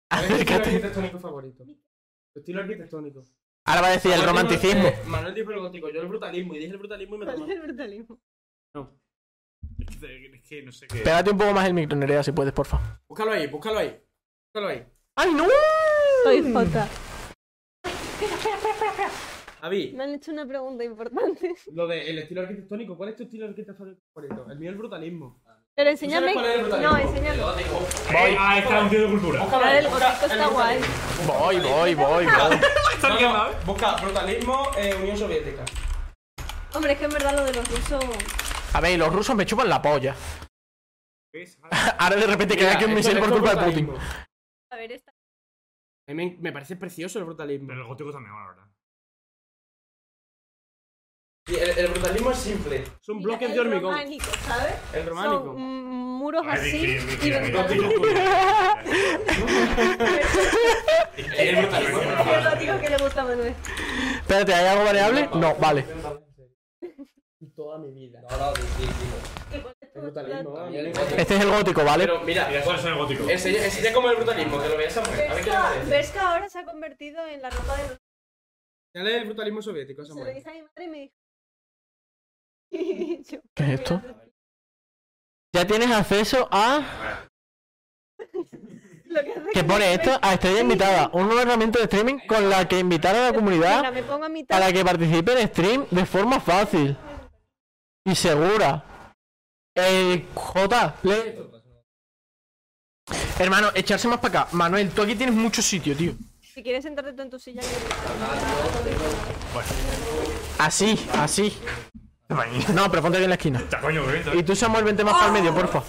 [SPEAKER 5] ¿Cuál es tu estilo
[SPEAKER 3] Acércate.
[SPEAKER 5] arquitectónico favorito? Tu estilo arquitectónico.
[SPEAKER 3] Ahora va a decir el
[SPEAKER 5] Manuel dijo-
[SPEAKER 3] romanticismo.
[SPEAKER 5] eh, Manuel dijo el gótico, yo el brutalismo, y dije el brutalismo y me tomó.
[SPEAKER 20] ¿Cuál es el brutalismo?
[SPEAKER 7] Es que no sé qué.
[SPEAKER 3] Pégate un poco más el micro, Nerea, si puedes, porfa.
[SPEAKER 5] Búscalo ahí, búscalo ahí. Búscalo ahí.
[SPEAKER 3] ¡Ay, no!
[SPEAKER 20] Soy Jota.
[SPEAKER 5] Avi,
[SPEAKER 20] Me han hecho una pregunta importante.
[SPEAKER 5] lo del estilo arquitectónico, ¿cuál es tu estilo arquitectónico favorito? El mío es el brutalismo.
[SPEAKER 20] Pero
[SPEAKER 5] ¿Tú sabes
[SPEAKER 20] enséñame.
[SPEAKER 5] cuál es el brutalismo?
[SPEAKER 20] No, enséñame.
[SPEAKER 7] Eh, Ah, está un tío de cultura.
[SPEAKER 5] Búscalo
[SPEAKER 20] Ahora
[SPEAKER 5] ahí.
[SPEAKER 20] el gótico está guay.
[SPEAKER 3] Voy, voy, voy, voy.
[SPEAKER 5] No, no, busca brutalismo eh, Unión Soviética.
[SPEAKER 20] Hombre, es que en verdad lo de los rusos.
[SPEAKER 3] A ver, los rusos me chupan la polla.
[SPEAKER 7] ¿Qué es?
[SPEAKER 3] Ahora de repente que
[SPEAKER 5] Mira,
[SPEAKER 3] aquí un
[SPEAKER 5] Ah, esto-
[SPEAKER 3] misil por
[SPEAKER 5] esto es
[SPEAKER 3] culpa de
[SPEAKER 5] brutalismo.
[SPEAKER 3] Putin.
[SPEAKER 20] A ver, esta.
[SPEAKER 5] A mí me, me parece precioso el brutalismo.
[SPEAKER 7] Pero el gótico también, la verdad.
[SPEAKER 5] Y el, el brutalismo es simple. Son bloques
[SPEAKER 20] el
[SPEAKER 5] de hormigón.
[SPEAKER 20] románico, ¿sabes?
[SPEAKER 5] El románico.
[SPEAKER 20] Son mm, muros
[SPEAKER 7] Ay,
[SPEAKER 20] así
[SPEAKER 7] increíble,
[SPEAKER 20] y
[SPEAKER 7] increíble.
[SPEAKER 20] ventanas.
[SPEAKER 5] El brutalismo.
[SPEAKER 20] El gótico que le gusta a Manuel.
[SPEAKER 3] Espérate, ¿hay algo variable? No, vale.
[SPEAKER 5] Toda mi vida.
[SPEAKER 20] El brutalismo.
[SPEAKER 3] Este es el gótico, ¿vale?
[SPEAKER 5] Pero mira,
[SPEAKER 7] Mira, eso es el gótico.
[SPEAKER 5] enseña, enseña cómo es el brutalismo, que lo veas a Samuel. A ver qué le parece.
[SPEAKER 20] Berska ahora se ha convertido en la ropa de los.
[SPEAKER 5] Enseñale el brutalismo soviético,
[SPEAKER 20] Se lo
[SPEAKER 5] Samuel.
[SPEAKER 20] dice a mi madre y me dijo. Y yo,
[SPEAKER 3] ¿Qué es esto?
[SPEAKER 20] mira,
[SPEAKER 3] Ya tienes acceso a...
[SPEAKER 20] Lo que hace
[SPEAKER 3] ¿Qué
[SPEAKER 20] que
[SPEAKER 3] pone
[SPEAKER 20] me-
[SPEAKER 3] esto? A estrella invitada. Un nuevo herramienta de streaming con la que invitar a la
[SPEAKER 20] Mira,
[SPEAKER 3] comunidad
[SPEAKER 20] me pongo a mitad.
[SPEAKER 3] para que participe en stream de forma fácil y segura. El J, lee. Hermano, echarse más para acá. Manuel, tú aquí tienes mucho sitio, tío.
[SPEAKER 20] Si quieres sentarte tú en tu silla,
[SPEAKER 3] Así, así. No, pero ponte aquí en la esquina.
[SPEAKER 7] Está coño, qué bien.
[SPEAKER 3] Y tú, Samuel, vente más para el medio, porfa.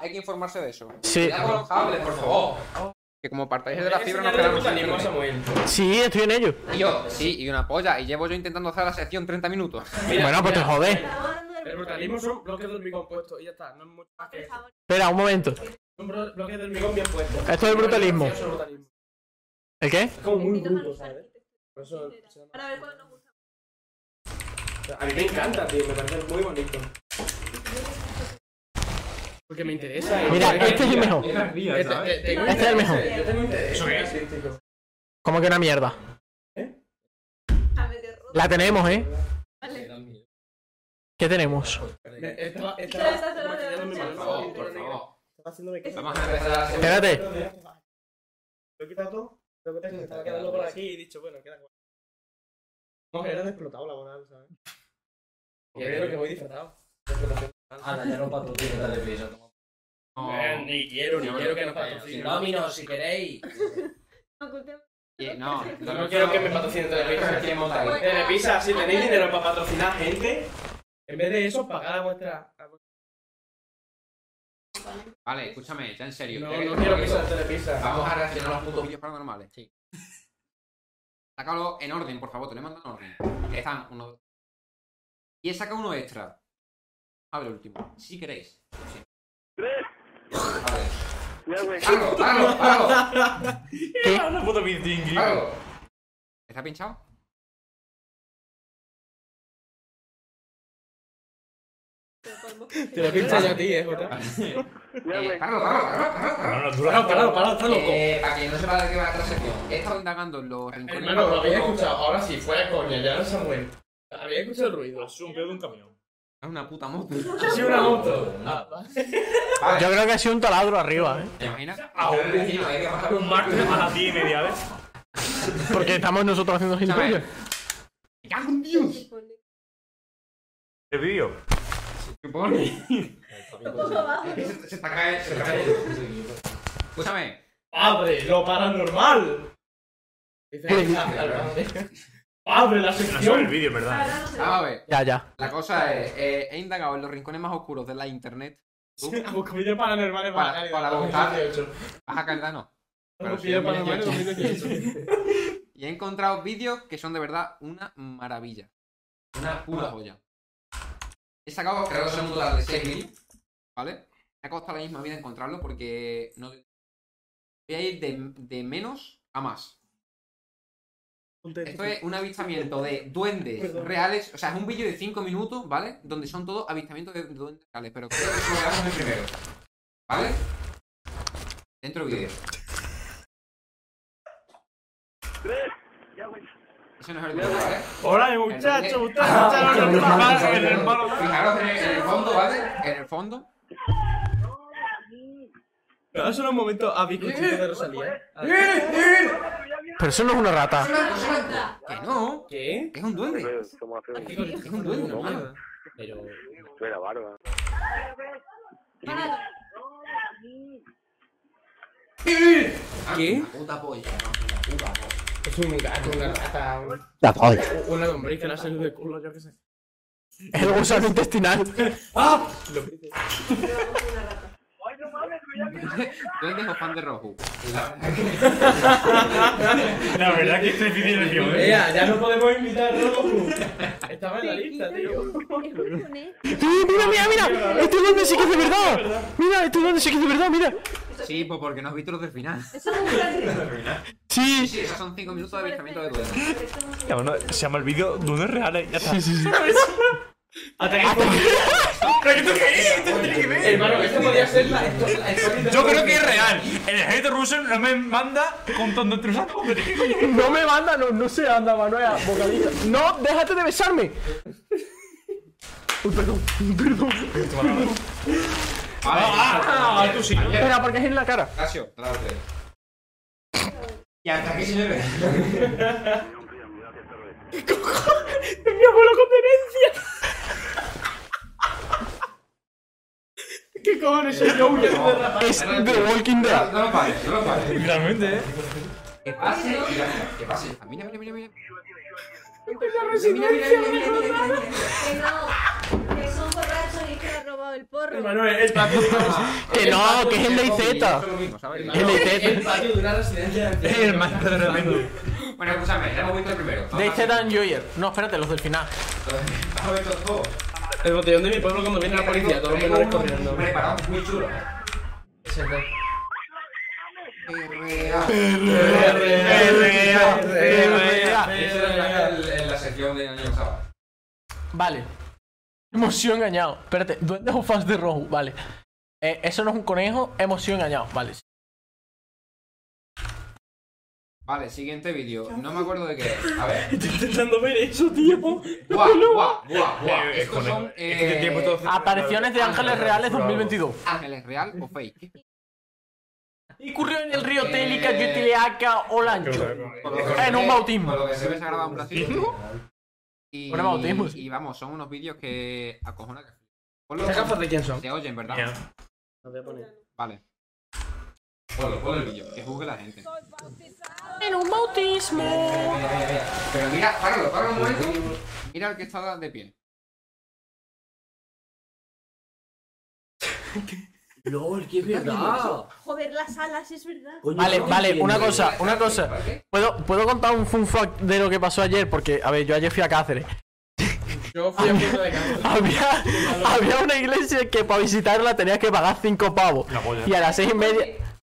[SPEAKER 10] Hay que informarse de eso.
[SPEAKER 3] Sí,
[SPEAKER 10] Cuidado con los cables, por favor. Que como partáis de la fibra nos
[SPEAKER 5] Enseñale el
[SPEAKER 10] quedamos sin
[SPEAKER 5] brutalismo a
[SPEAKER 10] internet.
[SPEAKER 5] Samuel.
[SPEAKER 3] sí, estoy en ello.
[SPEAKER 10] Y yo, sí, y una polla. Y llevo yo intentando hacer la sección 30 minutos.
[SPEAKER 3] Bueno, pues te jodés.
[SPEAKER 5] El brutalismo son bloques de hormigón puestos y ya está. No es mucho más que eso.
[SPEAKER 3] Espera, un momento.
[SPEAKER 5] Son bro- bloques de hormigón bien puestos.
[SPEAKER 3] Esto es el brutalismo.
[SPEAKER 5] Eso es el brutalismo.
[SPEAKER 3] ¿El qué?
[SPEAKER 5] Es como muy bruto, ¿sabes? Por eso se llama-
[SPEAKER 20] Para ver cuál nos gusta.
[SPEAKER 5] A mí me encanta, tío. Me parece muy bonito. Porque me interesa. eh.
[SPEAKER 3] Mira, este es el mejor.
[SPEAKER 7] Es la ría,
[SPEAKER 5] Este-
[SPEAKER 7] ¿sabes?
[SPEAKER 5] te- tengo
[SPEAKER 3] Este es el
[SPEAKER 5] interés,
[SPEAKER 3] mejor.
[SPEAKER 5] eh. Yo tengo interés.
[SPEAKER 7] ¿Eso qué es?
[SPEAKER 5] artístico.
[SPEAKER 3] Como que una mierda.
[SPEAKER 20] A ver, de ropa.
[SPEAKER 3] La tenemos, ¿eh?
[SPEAKER 20] Vale.
[SPEAKER 3] ¿Qué tenemos?
[SPEAKER 5] Me- Estaba
[SPEAKER 20] Pero esta
[SPEAKER 5] estaba
[SPEAKER 20] se la
[SPEAKER 5] maquillando
[SPEAKER 20] debo
[SPEAKER 5] mi
[SPEAKER 20] echar.
[SPEAKER 5] mano.
[SPEAKER 10] Por favor, por favor.
[SPEAKER 5] Estaba haciéndome que-
[SPEAKER 10] Vamos a empezar a hacer...
[SPEAKER 3] Espérate.
[SPEAKER 5] Lo he quitado todo, lo que Mm, estaba quedando por aquí y he dicho, bueno, queda guay. No, era explotado la moral, ¿sabes? Yo creo que voy disfrazado.
[SPEAKER 16] Ana, ya no patrocina dale prisa. toma.
[SPEAKER 5] Eh, ni quiero, ni
[SPEAKER 16] Ya,
[SPEAKER 5] quiero
[SPEAKER 16] bueno,
[SPEAKER 5] que nos
[SPEAKER 16] pero
[SPEAKER 5] patrocinen.
[SPEAKER 16] Si no, a mí no, si queréis.
[SPEAKER 5] No, no quiero que me patrocinen Telepisa. Telepisa, Eh, si tenéis dinero para patrocinar gente, en vez de eso, pagad a vuestra. a vuestra-
[SPEAKER 4] Vale, escúchame, ya en serio.
[SPEAKER 5] No,
[SPEAKER 4] Ya que-
[SPEAKER 5] no quiero pisar Telepisa.
[SPEAKER 4] Vamos a reaccionar a los putos vídeos paranormales. Sí. Sácalo en orden, por favor, te lo he mandado en orden. Que están uno. Y he sacado uno extra. Abre el último, si queréis. ¡Páralo, páralo, páralo!
[SPEAKER 7] ¿Qué? Una puta meeting,
[SPEAKER 4] Páralo. ¿Está pinchado?
[SPEAKER 21] Te lo pincha yo a ti, eh, Jota.
[SPEAKER 4] Eh, páralo, páralo, páralo, páralo,
[SPEAKER 7] páralo.
[SPEAKER 21] Parado, parado, parado, está loco.
[SPEAKER 4] Eh, para que no sepa de qué va la sección. He estado indagando en los rincones.
[SPEAKER 5] Hermano, lo habéis escuchado. Ahora sí, fuera coña, ya no Samuel. Habéis escuchado el ruido.
[SPEAKER 7] Es un pedo de un camión.
[SPEAKER 4] Es una puta moto.
[SPEAKER 5] Ha sido una moto.
[SPEAKER 3] Yo creo que ha sido un taladro arriba, ¿eh?
[SPEAKER 4] ¿Te imaginas?
[SPEAKER 7] Un martes a las 10 y media, ¿ves?
[SPEAKER 3] Porque estamos nosotros haciendo gilipollas.
[SPEAKER 4] ¡Me cago en Dios!
[SPEAKER 7] El vídeo.
[SPEAKER 4] ¿Qué pone? se, se está cayendo, se está cayendo. Escúchame.
[SPEAKER 5] ¡Abre lo paranormal! ¡Abre la sección!
[SPEAKER 7] el vídeo, ¿verdad?
[SPEAKER 4] Vamos a ver.
[SPEAKER 3] Ya, ya.
[SPEAKER 4] La cosa es, eh, he indagado en los rincones más oscuros de la internet. Tú,
[SPEAKER 5] Busco vídeos paranormales
[SPEAKER 4] para, para buscar. Vas a Cardano. Pero sí,
[SPEAKER 5] Vídeos paranormales 2018.
[SPEAKER 4] y he encontrado vídeos que son de verdad una maravilla. Una pura joya. He sacado, creo que son un total de 6.000. ¿Vale? Me ha costado la misma vida encontrarlo porque no. Voy a ir de, de menos a más. Esto es un avistamiento de duendes
[SPEAKER 21] Perdón.
[SPEAKER 4] reales. O sea, es un vídeo de 5 minutos, ¿vale? Donde son todos avistamientos de duendes reales. Pero creo que eso lo veamos en el primero. ¿Vale? Dentro vídeo. Ese no es el vídeo, ¿vale? ¿eh?
[SPEAKER 7] Hola,
[SPEAKER 4] muchacho,
[SPEAKER 7] muchachos.
[SPEAKER 4] ustedes
[SPEAKER 7] echaron el hermano. El
[SPEAKER 4] Fijaros en el, en el fondo, ¿vale? En el fondo.
[SPEAKER 21] Pero eso era un momento a bizcochito de Rosalía.
[SPEAKER 3] Pero eso no es una rata.
[SPEAKER 4] Que no,
[SPEAKER 21] ¿Qué?
[SPEAKER 4] que es un duende. Es un duende, hermano.
[SPEAKER 16] Pero.
[SPEAKER 22] Espera, barba.
[SPEAKER 21] ¿Qué?
[SPEAKER 4] Puta polla.
[SPEAKER 21] Es un gato, una rata. un-
[SPEAKER 3] La polla.
[SPEAKER 21] u- Una lombriz que le ha salido de culo, yo qué sé.
[SPEAKER 3] Es el gusano intestinal.
[SPEAKER 21] ¡Ah!
[SPEAKER 4] Duendes o fan de rojo.
[SPEAKER 7] La verdad que este vídeo es mío, ¿eh?
[SPEAKER 21] Vea, ya no podemos invitar a Roku. Estaba en la lista, tío.
[SPEAKER 3] ¡Eh, mira, mira, mira! ¡Este duende sí que es de verdad! ¡Mira, este duende sí que es de verdad, mira!
[SPEAKER 4] Sí, pues porque no has visto los del final.
[SPEAKER 3] Sí.
[SPEAKER 4] Sí, esos son 5 minutos de avistamiento de duendes.
[SPEAKER 7] Ya, bueno, se llama el vídeo Dunes Reales. ¿eh? Ya está.
[SPEAKER 5] Hermano, esto podría ser la. esto- la historia de-
[SPEAKER 7] Yo creo que es real. El hate ruso no me manda contando entre
[SPEAKER 3] No me manda, no, no se anda, Manuela, bocadillo. ¡No, déjate de besarme! Uy, perdón, perdón. perdón.
[SPEAKER 7] Ah, tú sí.
[SPEAKER 3] Espera, porque es en la cara.
[SPEAKER 4] Casio, tráete. Y hasta aquí, señores.
[SPEAKER 21] ¡Mi abuelo con demencia! ¿Qué cojones soy yo huyendo de rata?
[SPEAKER 3] Es The Walking Dead.
[SPEAKER 4] No lo pares, no lo pares.
[SPEAKER 7] Realmente, ¿eh?
[SPEAKER 4] Que pase, mira, que pase. Ah, Mira, mira, mira, mira.
[SPEAKER 21] ¡La residencia de Jota!
[SPEAKER 20] Que no, que son borrachos y que han robado el porro.
[SPEAKER 21] Hermano, el patio de una-
[SPEAKER 3] Que no, que es el de
[SPEAKER 4] Eso
[SPEAKER 3] IZ.
[SPEAKER 4] es lo mismo, ¿sabes?
[SPEAKER 3] El
[SPEAKER 5] El
[SPEAKER 3] de IZ.
[SPEAKER 5] patio de una residencia de
[SPEAKER 7] Es el más de repente.
[SPEAKER 4] Bueno, escúchame, ya hemos visto el primero.
[SPEAKER 3] De IZ and Joyer. No, espérate, los del final.
[SPEAKER 4] Vamos a ver los dos.
[SPEAKER 21] El botellón de mi pueblo cuando viene la policía, todos los
[SPEAKER 4] Tengo
[SPEAKER 21] menores
[SPEAKER 4] uno
[SPEAKER 21] corriendo.
[SPEAKER 4] Preparado, muy chulo. en la sección de año pasado.
[SPEAKER 3] Vale. Hemos sido engañados. Espérate, duendes o fans de rojo. Vale. Eh, eso no es un conejo, hemos sido engañados. Vale.
[SPEAKER 4] Vale, siguiente vídeo. No me acuerdo de qué. es. A ver.
[SPEAKER 21] Estoy intentando ver eso, tío.
[SPEAKER 4] Guau, guau, guau, guau.
[SPEAKER 7] Eh,
[SPEAKER 4] Estos son
[SPEAKER 7] conejo. Es que tiempo
[SPEAKER 4] eh,
[SPEAKER 7] todo-
[SPEAKER 3] Apariciones de ángeles reales 2022.
[SPEAKER 4] ángeles real o fake.
[SPEAKER 7] Eh,
[SPEAKER 3] Y ocurrió en el río Télica, Yutileaca o Lancho.
[SPEAKER 4] Por lo que
[SPEAKER 3] En
[SPEAKER 4] se
[SPEAKER 3] un
[SPEAKER 4] ve-
[SPEAKER 3] bautismo.
[SPEAKER 4] Por lo que se ve se ha grabado en Brasil.
[SPEAKER 1] Y,
[SPEAKER 3] Ponemos autismo,
[SPEAKER 1] y vamos, son unos vídeos que acojona que Ponlo-
[SPEAKER 5] ¿Esas gafas de quién son?
[SPEAKER 1] Se oyen, ¿verdad?
[SPEAKER 5] Las voy a poner.
[SPEAKER 1] Vale. Ponlo, ponlo el vídeo, que juzgue la gente.
[SPEAKER 3] En un bautismo.
[SPEAKER 1] Pero mira, páralo, páralo un momento. Mira el que está de pie.
[SPEAKER 23] LOL, que es verdad.
[SPEAKER 20] Joder, las alas, es verdad.
[SPEAKER 3] Vale, vale, una cosa, una cosa. ¿Puedo, ¿Puedo contar un fun fact de lo que pasó ayer? Porque, a ver, yo ayer fui a Cáceres.
[SPEAKER 5] Yo fui a punto de cáncer.
[SPEAKER 3] Había, había una iglesia que para visitarla tenías que pagar 5 pavos.
[SPEAKER 5] polla.
[SPEAKER 3] Y a las 6 y media.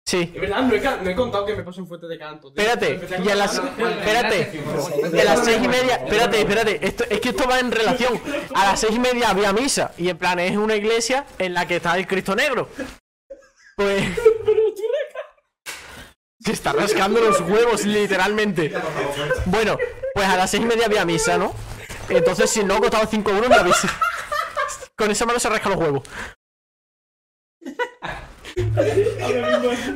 [SPEAKER 3] Sí.
[SPEAKER 5] Es verdad, no he, ca- no he contado que me pasó un fuerte de canto. tío.
[SPEAKER 3] Espérate,
[SPEAKER 5] Empecé a
[SPEAKER 3] y a
[SPEAKER 5] contar
[SPEAKER 3] las.
[SPEAKER 5] la- la-
[SPEAKER 3] Espérate, y a las seis y media. Espérate, espérate. Esto, es que esto va en relación. A las seis y media había misa. Y en plan, es una iglesia en la que está el Cristo Negro. Pues. Se está rascando los huevos, literalmente. Bueno, pues a las seis y media había misa, ¿no? Entonces, si no costaba 5 euros, me avisa. Con esa mano se rasca los huevos.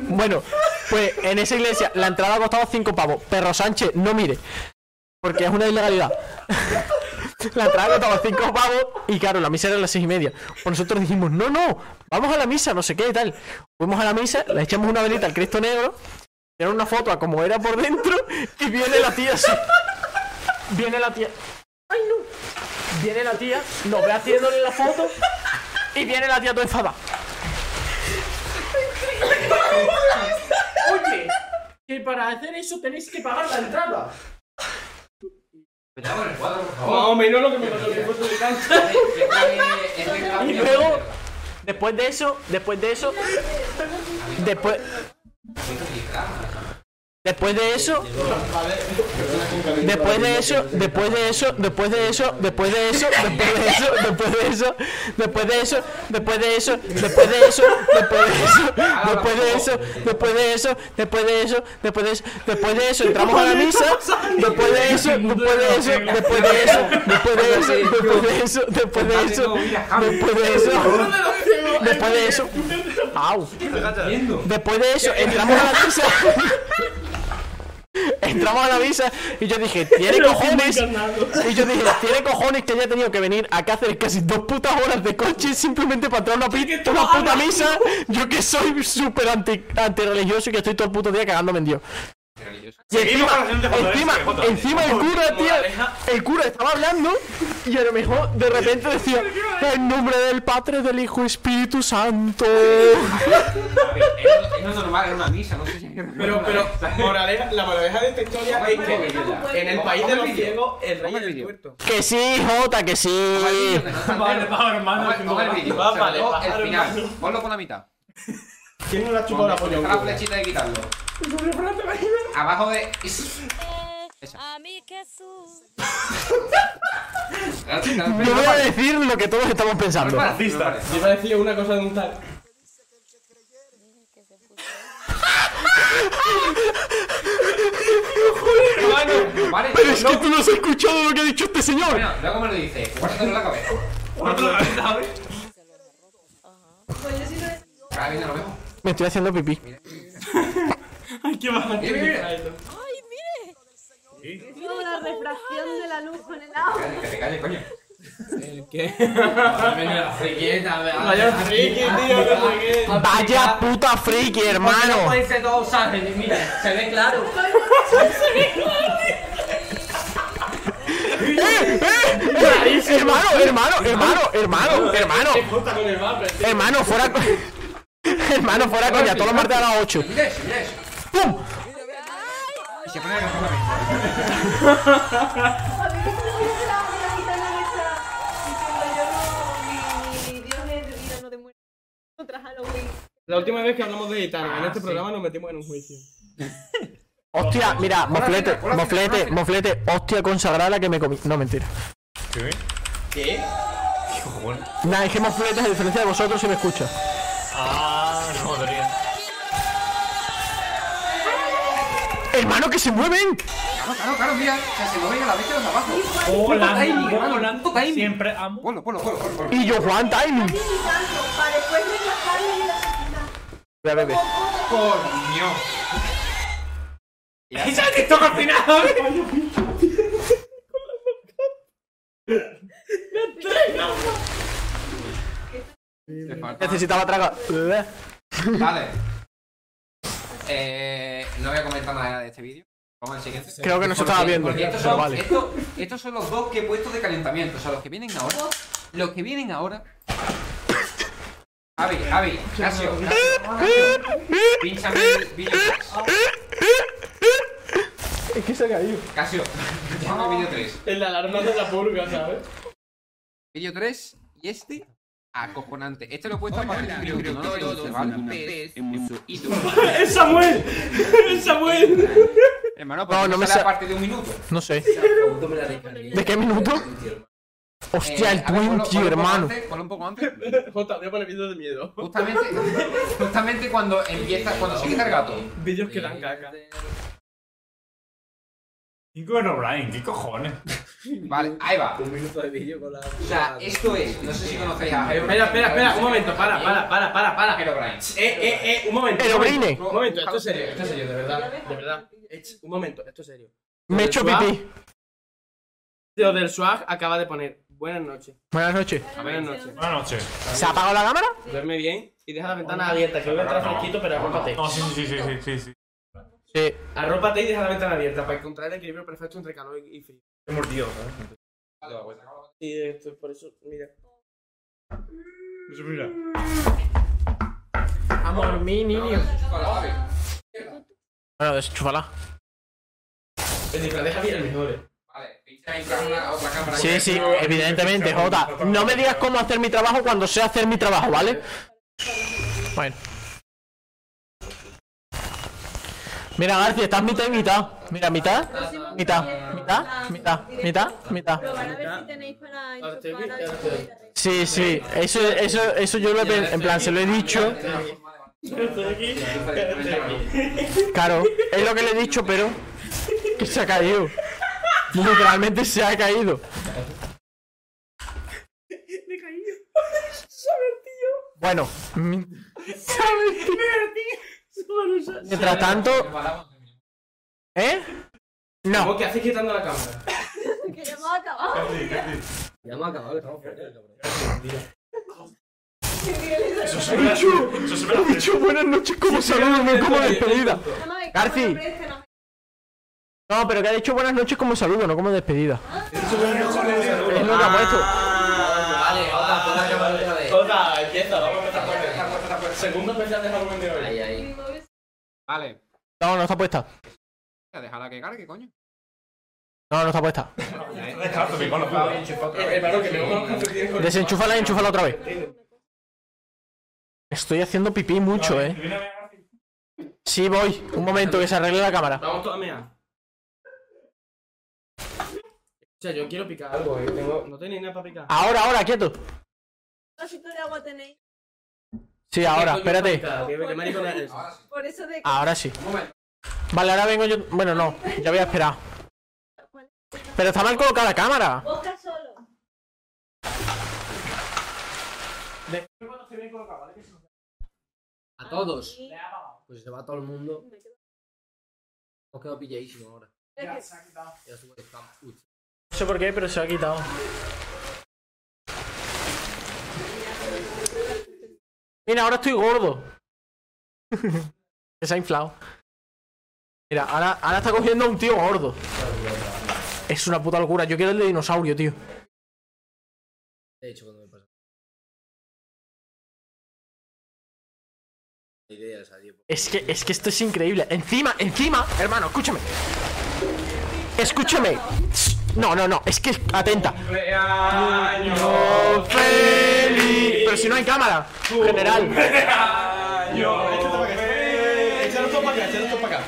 [SPEAKER 3] Bueno, pues en esa iglesia la entrada costaba 5 pavos. Perro Sánchez, no mire. Porque es una ilegalidad. La entrada costaba 5 pavos y claro, la misa era a las 6 y media. Pues nosotros dijimos, no, no, vamos a la misa, no sé qué y tal. Fuimos a la misa, le echamos una velita al Cristo Negro, era una foto a como era por dentro y viene la tía así. Viene la tía. ¡Ay, no! Viene la tía, nos ve haciéndole la foto y viene la tía toda enfadada.
[SPEAKER 5] Oye, que para hacer eso tenéis que pagar la entrada.
[SPEAKER 4] Cuidado con el cuadro, por favor.
[SPEAKER 5] Más o menos lo que me pasó en el fuerte de cáncer.
[SPEAKER 3] Y luego, después de eso, después de eso, después. Después de eso, después de eso, después de eso, después de eso, después de eso, después de eso, después de eso, después de eso, después de eso, después de eso, después de eso, después de eso, después de eso, después de eso, después de eso, después de eso, entramos a la misa, después de eso, después de eso, después de eso, después de eso, después de eso, después de eso, después de eso, después de eso, au, después de eso, entramos a la misa. Entramos a la misa y yo dije, tiene
[SPEAKER 5] Lo
[SPEAKER 3] cojones.
[SPEAKER 5] tengo encarnado.
[SPEAKER 3] Y yo dije, tiene cojones que haya tenido que venir a Cáceres casi dos putas horas de coche simplemente para entrar a una, pi- una puta misa. Yo que soy súper anti, antirreligioso y que estoy todo el puto día cagándome en Dios. Y
[SPEAKER 7] Seguimos
[SPEAKER 3] encima,
[SPEAKER 7] con la gente foto de
[SPEAKER 3] encima,
[SPEAKER 7] este, Jota.
[SPEAKER 3] encima el cura,
[SPEAKER 7] Moraleja.
[SPEAKER 3] tío, el cura estaba hablando y a lo mejor de repente decía, en nombre del Padre, del Hijo, y Espíritu Santo.
[SPEAKER 1] Es no normal, es una misa, no sé si
[SPEAKER 5] Pero, pero, moraleja, la moraleja de esta historia es que en el país de los ciegos, el rey es el tuerto.
[SPEAKER 3] Que sí, Jota, que sí.
[SPEAKER 5] Vale, va, hermano.
[SPEAKER 1] Coge el vídeo,
[SPEAKER 5] Va,
[SPEAKER 1] se
[SPEAKER 5] vale,
[SPEAKER 1] lo-
[SPEAKER 5] va,
[SPEAKER 1] el
[SPEAKER 5] hermano.
[SPEAKER 1] final. Ponlo con la mitad.
[SPEAKER 5] ¿Quién no la ha chupado la polla?
[SPEAKER 1] Deja la flechita de quitarlo. Abajo de. Esa.
[SPEAKER 3] No voy a decir lo que todos estamos pensando.
[SPEAKER 5] Yo iba a decir una cosa de un tal.
[SPEAKER 3] Pero es que tú no has escuchado lo que ha dicho este señor.
[SPEAKER 1] Bueno, luego me lo dice. Guárdatelo en la cabeza.
[SPEAKER 20] Pues
[SPEAKER 1] Ahora mismo lo vemos.
[SPEAKER 3] Me estoy haciendo pipí.
[SPEAKER 5] Ay, qué baja.
[SPEAKER 1] Mira, mira, mira.
[SPEAKER 20] Como la refracción de la luz con el agua.
[SPEAKER 1] Que te calles, coño.
[SPEAKER 5] ¿Qué?
[SPEAKER 4] Vaya
[SPEAKER 1] eh,
[SPEAKER 5] Vaya friki, tío, no sé qué.
[SPEAKER 3] Vaya puta friki, hermano.
[SPEAKER 15] ser todos ángeles, mira, se ve claro.
[SPEAKER 3] ¡Eh! ¡Eh! ¡Eh! Hermano, hermano, hermano, hermano, hermano. Hermano, fuera. co- Hermano, fuera coña, todos los martes a las 8.
[SPEAKER 1] Mira eso, mira eso.
[SPEAKER 3] ¡Pum!
[SPEAKER 1] Y se pone la cabeza.
[SPEAKER 5] La última vez que hablamos de gitana en este programa nos metimos en un juicio.
[SPEAKER 3] Hostia, mira, moflete, moflete, moflete, hostia consagrada que me comí. No, mentira.
[SPEAKER 7] ¿Qué?
[SPEAKER 5] ¿Qué?
[SPEAKER 3] Nah, es que moflete, a diferencia de vosotros, se me escucha.
[SPEAKER 7] Ah, no, podría.
[SPEAKER 3] ¡Hermano, que se mueven!
[SPEAKER 1] Claro, claro, claro, mira. O sea, se mueven a la vez que los de abajo. Puto timing, hermano, puto timing.
[SPEAKER 7] Siempre amo.
[SPEAKER 1] Ponlo, ponlo, ponlo, ponlo.
[SPEAKER 3] Y yo, Juan Time.
[SPEAKER 20] Para después relajarme y la
[SPEAKER 3] Voy a beber.
[SPEAKER 1] Por Dios.
[SPEAKER 7] ¡Esa que toca al final!
[SPEAKER 3] Necesitaba tragar.
[SPEAKER 4] Vale. Eh, no voy a comentar nada de este vídeo. Vamos al siguiente.
[SPEAKER 3] Creo que no se estaba
[SPEAKER 4] Porque-
[SPEAKER 3] viendo,
[SPEAKER 4] porque Estos
[SPEAKER 3] pero
[SPEAKER 4] son,
[SPEAKER 3] vale.
[SPEAKER 4] esto- estos son los dos que he puesto de calentamiento. O sea, los que vienen ahora. Los que vienen ahora. Javi, Javi, Casio, Pinchame
[SPEAKER 3] Es que se ha caído.
[SPEAKER 4] Casio, pinchame vídeo 3.
[SPEAKER 5] El de alarma de la purga, ¿sabes?
[SPEAKER 4] Vídeo 3 y este. Acojonante. Este lo he puesto para el vídeo que no lo he ¿vale?
[SPEAKER 5] ¡Es ¡Eh, Samuel! ¡Es Samuel!
[SPEAKER 4] Hermano,
[SPEAKER 3] No,
[SPEAKER 4] pero
[SPEAKER 3] no
[SPEAKER 4] no
[SPEAKER 3] me
[SPEAKER 4] me sale
[SPEAKER 3] sa-
[SPEAKER 4] aparte de un minuto.
[SPEAKER 3] No sé. ¿De qué minuto? Hostia, el
[SPEAKER 4] a ver, ponlo- ponlo un
[SPEAKER 3] 20,
[SPEAKER 4] poco
[SPEAKER 3] hermano.
[SPEAKER 4] antes, Ponlo un poco antes.
[SPEAKER 5] Jota, voy a poner vídeos de miedo.
[SPEAKER 4] Justamente, justamente cuando empieza, cuando se quita el gato.
[SPEAKER 5] Vídeos que dan caca.
[SPEAKER 7] Nico en O'Brien, ¿qué cojones?
[SPEAKER 4] Vale, ahí va.
[SPEAKER 5] Un minuto de vídeo con la.
[SPEAKER 4] O sea, esto es, no sé si conocéis a
[SPEAKER 5] Espera, espera, espera, un momento, para, para, para, para, para.
[SPEAKER 4] Herobrine.
[SPEAKER 5] Eh, eh, eh, un momento.
[SPEAKER 3] Pero
[SPEAKER 5] un momento,
[SPEAKER 3] Brine.
[SPEAKER 5] Un momento, esto es serio, esto es serio, de verdad, de verdad. Ech, Un momento, esto es serio.
[SPEAKER 3] Me he hecho
[SPEAKER 5] Swag.
[SPEAKER 3] pipí.
[SPEAKER 5] Tío del Swag acaba de poner buenas noches.
[SPEAKER 3] Buenas noches.
[SPEAKER 5] Buenas noches.
[SPEAKER 7] Buenas noches.
[SPEAKER 3] ¿Se ha apagado la cámara?
[SPEAKER 5] Duerme bien y deja la ventana abierta, que hoy va a entrar fresquito, pero arrópate.
[SPEAKER 7] No, sí, sí, sí, sí, sí, sí.
[SPEAKER 3] Sí.
[SPEAKER 5] Arrópate y deja la ventana abierta para encontrar el equilibrio perfecto entre calor y y frío.
[SPEAKER 7] He mordido, ¿sabes?
[SPEAKER 4] pues
[SPEAKER 5] Y esto, por eso, mira.
[SPEAKER 7] Eso, mira.
[SPEAKER 3] Amor, mi niño. Bueno, deschúfala.
[SPEAKER 5] Es decir, pero deja bien el mejor, eh.
[SPEAKER 3] Sí, sí, evidentemente, Jota. No me digas cómo hacer mi trabajo cuando sé hacer mi trabajo, ¿vale? Bueno. Mira, García, estás mitad y mitad. Mira, mitad, mitad, mitad, mitad, mitad, mitad.
[SPEAKER 20] Probar a ver si tenéis para enchufar al-
[SPEAKER 3] Sí, sí, eso, eso, eso yo lo he pen- en plan, se lo he dicho.
[SPEAKER 5] Estoy aquí.
[SPEAKER 3] Claro, es lo que le he dicho, pero que se ha caído. Literalmente se ha caído.
[SPEAKER 5] Me he caído. Saber, tío.
[SPEAKER 3] Bueno, mm,
[SPEAKER 5] Saber, tío.
[SPEAKER 3] mientras tanto, ¿eh? No.
[SPEAKER 5] ¿Cómo que haces quitando la cámara?
[SPEAKER 20] Que ya hemos acabado.
[SPEAKER 23] Ya hemos acabado,
[SPEAKER 7] Eso se me Eso se me hace.
[SPEAKER 3] Dicho buenas noches como saludo, no como despedida. Garci. No, pero que ha dicho buenas noches como saludo, no como despedida. Es lo que ha puesto.
[SPEAKER 5] Vale, Jota, puta cámara otra vez. Jota, empieza, vamos a empezar por el. Segundo especial de Halloween de hoy.
[SPEAKER 4] Vale,
[SPEAKER 3] No, no está puesta.
[SPEAKER 4] déjala que cargue, coño.
[SPEAKER 3] No, no está puesta.
[SPEAKER 7] Dejaste, me con
[SPEAKER 5] Eh, Hermano, que me conozco hace tiempo.
[SPEAKER 3] Desenchúfala y enchúfala otra vez. Estoy haciendo pipí mucho, eh. Sí, voy. Un momento, que se arregle la cámara.
[SPEAKER 5] Vamos toda mea. O sea, yo quiero picar algo, eh. Tengo... No tenéis nada para picar.
[SPEAKER 3] Ahora, ahora, quieto.
[SPEAKER 20] vasito de agua tenéis.
[SPEAKER 3] Sí, ahora,
[SPEAKER 5] ¿Qué coño para
[SPEAKER 3] espérate.
[SPEAKER 5] picar? ¿Qué, qué maricón eres?
[SPEAKER 20] Por eso de
[SPEAKER 3] Ahora sí. Vale, ahora vengo yo. Bueno, no, ya voy a esperar. Pero está mal colocada la cámara.
[SPEAKER 20] boca solo.
[SPEAKER 23] A todos. Pues se va todo el mundo. Os quedo pilladísimo ahora. Ya sube el campo. Uy,
[SPEAKER 3] No sé por qué, pero se ha quitado. Mira, ahora estoy gordo. que se ha inflado. Mira, ahora, ahora está cogiendo a un tío gordo. Es una puta locura. Yo quiero el de dinosaurio, tío.
[SPEAKER 23] Te he dicho cuando me pasa. La idea es adiós.
[SPEAKER 3] Es que, es que esto es increíble. Encima, encima, hermano, escúchame. Escúchame. No, no, no, es que atenta.
[SPEAKER 5] ¡Cumpleaños
[SPEAKER 3] feliz. Pero si no hay cámara, general.
[SPEAKER 5] Echalo todo para acá, echalo todo para acá.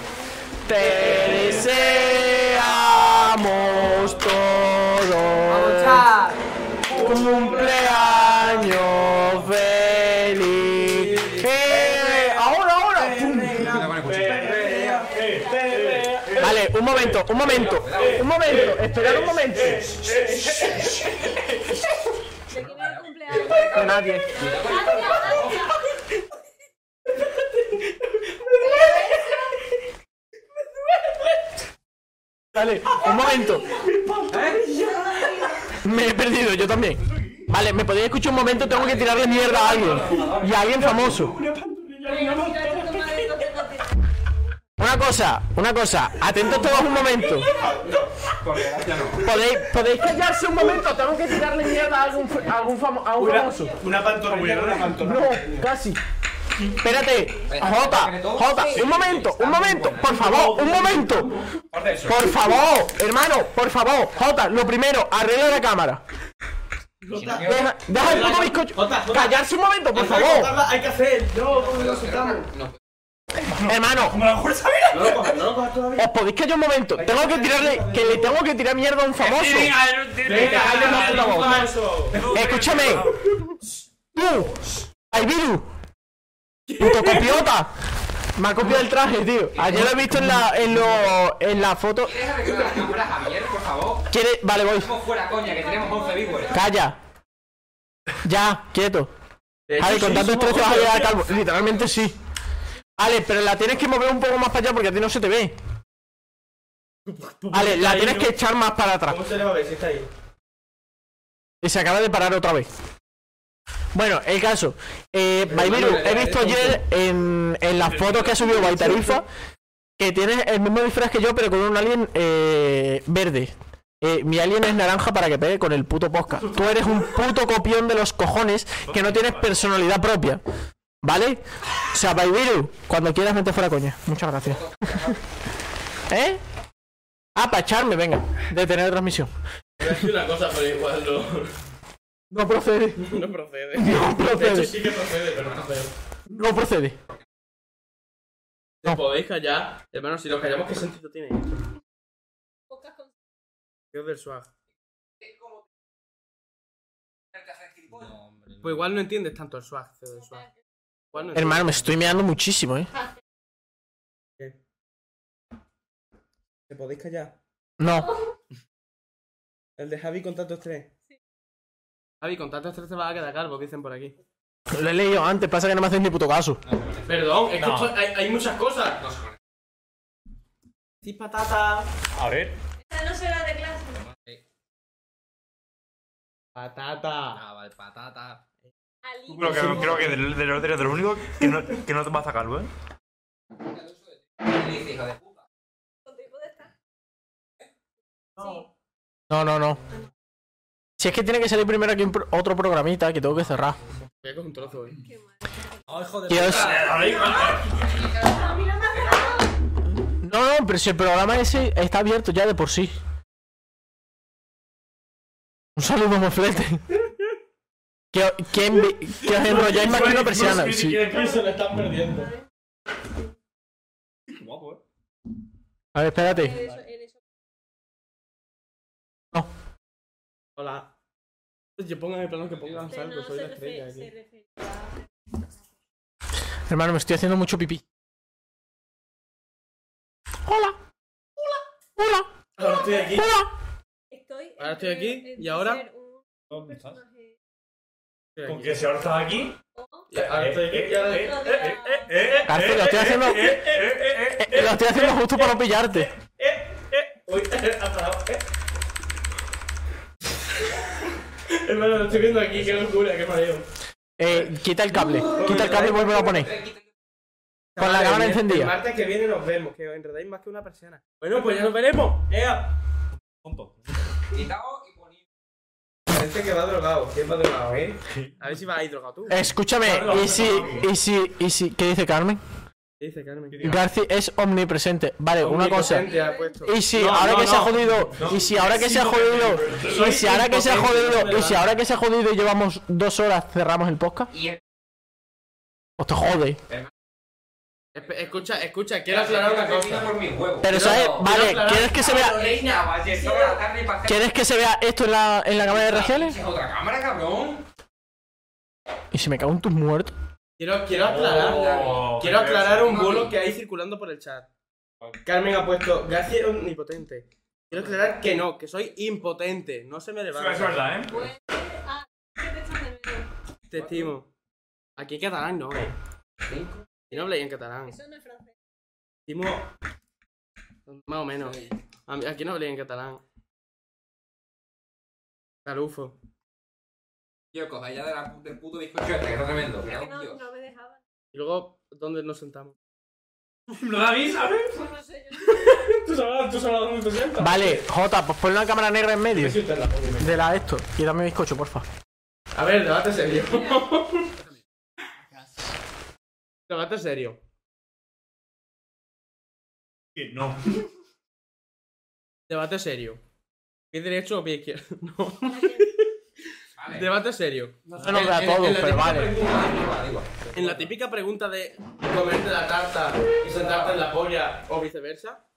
[SPEAKER 3] Te deseamos todos un cumpleaños feliz. ¡Eh! Ahora, ahora. ¡Pum!
[SPEAKER 4] eh,
[SPEAKER 7] Eh,
[SPEAKER 3] Vale, un momento, un momento, un momento, esperad un momento.
[SPEAKER 20] ¿De quién era el cumpleaños?
[SPEAKER 3] De nadie.
[SPEAKER 20] Gracias,
[SPEAKER 3] Vale, un momento.
[SPEAKER 20] gracias.
[SPEAKER 3] Me he perdido, yo también. Vale, ¿me podéis escuchar un momento? Tengo que tirarle mierda a alguien. Y a alguien famoso. Una cosa, una cosa. Atentos todos un momento. ¿Podéis, podéis callarse un momento? Tengo que tirarle mierda a algún, a algún famo- a un
[SPEAKER 5] Una,
[SPEAKER 3] famoso.
[SPEAKER 5] una pantorrilla, una pantorrilla.
[SPEAKER 3] No, casi. Espérate, Jota, Jota, un momento, un momento, por favor, un momento. Por favor, hermano, por favor, Jota, lo primero, arregla la cámara. Deja, deja el puto bizcocho. Callarse un momento, por favor.
[SPEAKER 5] Hay que hacer, yo, ¿cómo nos sentamos?
[SPEAKER 3] Hermano, os podéis callar un momento. Tengo que tirarle, que le tengo que tirar mierda a un famoso.
[SPEAKER 5] Venga,
[SPEAKER 3] cállate,
[SPEAKER 5] hay
[SPEAKER 3] puta
[SPEAKER 5] un
[SPEAKER 3] voz.
[SPEAKER 5] falso.
[SPEAKER 3] Escúchame. Tú, Albiru. Puto copiota. Me ha copiado el traje, tío. Ayer lo he visto en la, en lo, en la foto.
[SPEAKER 10] ¿Quieres arreglar la cámara, Javier, por favor?
[SPEAKER 3] ¿Quiere? Vale, voy.
[SPEAKER 10] Estamos fuera, coña, que tenemos 11 viewers.
[SPEAKER 3] Calla. Ya, quieto. Ale, con tanto estrés te vas a llegar a calvo. Literalmente sí. Ale, pero la tienes que mover un poco más para allá porque a ti no se te ve. Ale, la tienes que echar más para atrás.
[SPEAKER 5] ¿Cómo se le va a ver si está ahí?
[SPEAKER 3] Y se acaba de parar otra vez. Bueno, el caso. Eh, eh, Baibiru, he visto ayer en, en las fotos que ha subido Baitarifa que tienes el mismo disfraz que yo, pero con un alien eh, verde. Eh, mi alien es naranja para que pegue con el puto posca. Tú eres un puto copión de los cojones que no tienes personalidad propia. ¿Vale? O sea, Baibiru, cuando quieras, vente fuera, coña. Muchas gracias. ¿Eh? Ah, para echarme, venga. Detener la transmisión.
[SPEAKER 11] Voy a decir una cosa, pero igual no.
[SPEAKER 3] No procede.
[SPEAKER 11] No procede.
[SPEAKER 3] No
[SPEAKER 11] De hecho,
[SPEAKER 3] procede.
[SPEAKER 11] sí que procede, pero no procede.
[SPEAKER 3] No procede.
[SPEAKER 11] ¿Te podéis callar? Hermano, si nos callamos, ¿qué sentido tiene esto?
[SPEAKER 5] ¿Qué es del swag? Pues igual no entiendes tanto el swag, tío, del swag. Igual no entiendes.
[SPEAKER 3] Hermano, me estoy meando muchísimo, eh.
[SPEAKER 5] ¿Te podéis callar?
[SPEAKER 3] No.
[SPEAKER 5] El de Javi con tantos tres. Javi, con tantos tres te vas a quedar calvo, dicen por aquí.
[SPEAKER 3] Lo he leído antes, pasa que no me haces ni puto caso.
[SPEAKER 5] Perdón, es que
[SPEAKER 3] No.
[SPEAKER 5] esto- hay, hay muchas cosas. Sí, patata.
[SPEAKER 7] A ver.
[SPEAKER 20] Esta no será de clase.
[SPEAKER 5] Patata.
[SPEAKER 10] Ah, vale, patata.
[SPEAKER 7] Creo que, creo que del, del orden es de lo único que no, que no te vas a calvo, ¿eh?
[SPEAKER 10] Hijo de puta.
[SPEAKER 3] No, no, no. Si es que tiene que salir primero aquí un pro- otro programita que tengo que cerrar.
[SPEAKER 5] Voy a coger un trozo, eh.
[SPEAKER 3] Dios. No, no, pero si el programa ese está abierto ya de por sí. Un saludo, moflete. Que, que, envi- que os enrolláis más que una persiana.
[SPEAKER 11] Bruce
[SPEAKER 3] Sí.
[SPEAKER 11] Willis y el Chris se lo están perdiendo.
[SPEAKER 7] Guapo, ¿eh?
[SPEAKER 3] A ver, espérate.
[SPEAKER 5] Hola. Yo pongan el plano que pongan, ¿sabes? Pues soy la estrella aquí.
[SPEAKER 3] Hermano, me estoy haciendo mucho pipí.
[SPEAKER 5] Ahora Ah, estoy aquí.
[SPEAKER 20] Estoy.
[SPEAKER 5] Ahora estoy aquí. ¿Y ahora?
[SPEAKER 7] ¿Dónde
[SPEAKER 5] ¿Ah?
[SPEAKER 7] estás? Con que si ahora estás aquí. eh,
[SPEAKER 5] Ahora Ah, estoy aquí. y ahora- eh,
[SPEAKER 3] Cárcel, lo estoy haciendo. Eh, Lo estoy haciendo justo para no pillarte.
[SPEAKER 5] eh.
[SPEAKER 11] Uy, atrapado. Hermano, lo estoy viendo aquí, qué locura, qué mareo.
[SPEAKER 3] Eh, quita el cable. Quita el cable y vuelve a poner. Con la
[SPEAKER 5] Vale,
[SPEAKER 3] cámara
[SPEAKER 5] el- El
[SPEAKER 3] encendida.
[SPEAKER 5] martes que viene nos vemos, que os enredáis más que una persiana. Bueno, pues ya nos veremos. ¡Ea!
[SPEAKER 7] Punto.
[SPEAKER 5] Parece que va drogado. ¿Quién va drogado, eh? A ver si vas a ir drogado
[SPEAKER 3] Eh,
[SPEAKER 5] tú.
[SPEAKER 3] Escúchame, y si, y si, y si, ¿qué dice Carmen?
[SPEAKER 5] ¿Qué dice Carmen?
[SPEAKER 3] Garci es omnipresente. Vale, una cosa. Y si ahora que se ha jodido, y si ahora que se ha jodido, y si ahora que se ha jodido, y si ahora que se ha jodido y llevamos dos horas cerramos el podcast, pues te jode.
[SPEAKER 5] Espe- Escucha, escucha, quiero aclarar una cosa.
[SPEAKER 3] Pero sabes, vale, ¿quieres que se vea, quieres que se vea esto en la, en la cámara de Raciales?
[SPEAKER 10] ¿Otra cámara, cabrón?
[SPEAKER 3] Y si me cago en tus muertos.
[SPEAKER 5] Quiero, quiero aclarar,
[SPEAKER 7] Oh,
[SPEAKER 5] quiero
[SPEAKER 7] qué
[SPEAKER 5] aclarar un
[SPEAKER 7] vergüenza.
[SPEAKER 5] bulo que hay circulando por el chat. Carmen ha puesto, García era omnipotente. Quiero aclarar que no, que soy impotente. No se me levanta.
[SPEAKER 7] es verdad, ¿eh?
[SPEAKER 5] Te estimo. Aquí en catalán no, eh. Y no habléis en catalán.
[SPEAKER 20] Eso no es francés.
[SPEAKER 5] Estimo. Más o menos. A mí- Aquí no habléis en catalán. Al UFO.
[SPEAKER 4] Yo cojo allá de la- del puto bizcocho este, que está tremendo.
[SPEAKER 20] Es que
[SPEAKER 4] Mira,
[SPEAKER 20] no,
[SPEAKER 4] Dios.
[SPEAKER 20] no me dejaban.
[SPEAKER 5] Y luego, ¿dónde nos sentamos?
[SPEAKER 7] ¿No da bien, sabes?
[SPEAKER 20] Yo no sé, yo
[SPEAKER 5] Tú sabrás, tú sabrás dónde te sientas.
[SPEAKER 3] Vale, Jota, pues ponle una cámara negra en medio.
[SPEAKER 5] Sí, usted la pone.
[SPEAKER 3] De la de esto. Y dame bizcocho, porfa.
[SPEAKER 5] A ver, debate serio. debate serio.
[SPEAKER 7] Sí, No.
[SPEAKER 5] Debate serio. ¿Pie derecho o pie izquierdo? No.
[SPEAKER 4] Vale.
[SPEAKER 5] Debate serio.
[SPEAKER 3] No se nos ve a todos,
[SPEAKER 5] la
[SPEAKER 3] pero
[SPEAKER 5] típica
[SPEAKER 3] vale.
[SPEAKER 5] pregunta- En la típica pregunta de comerte la tarta y sentarte en la polla o viceversa.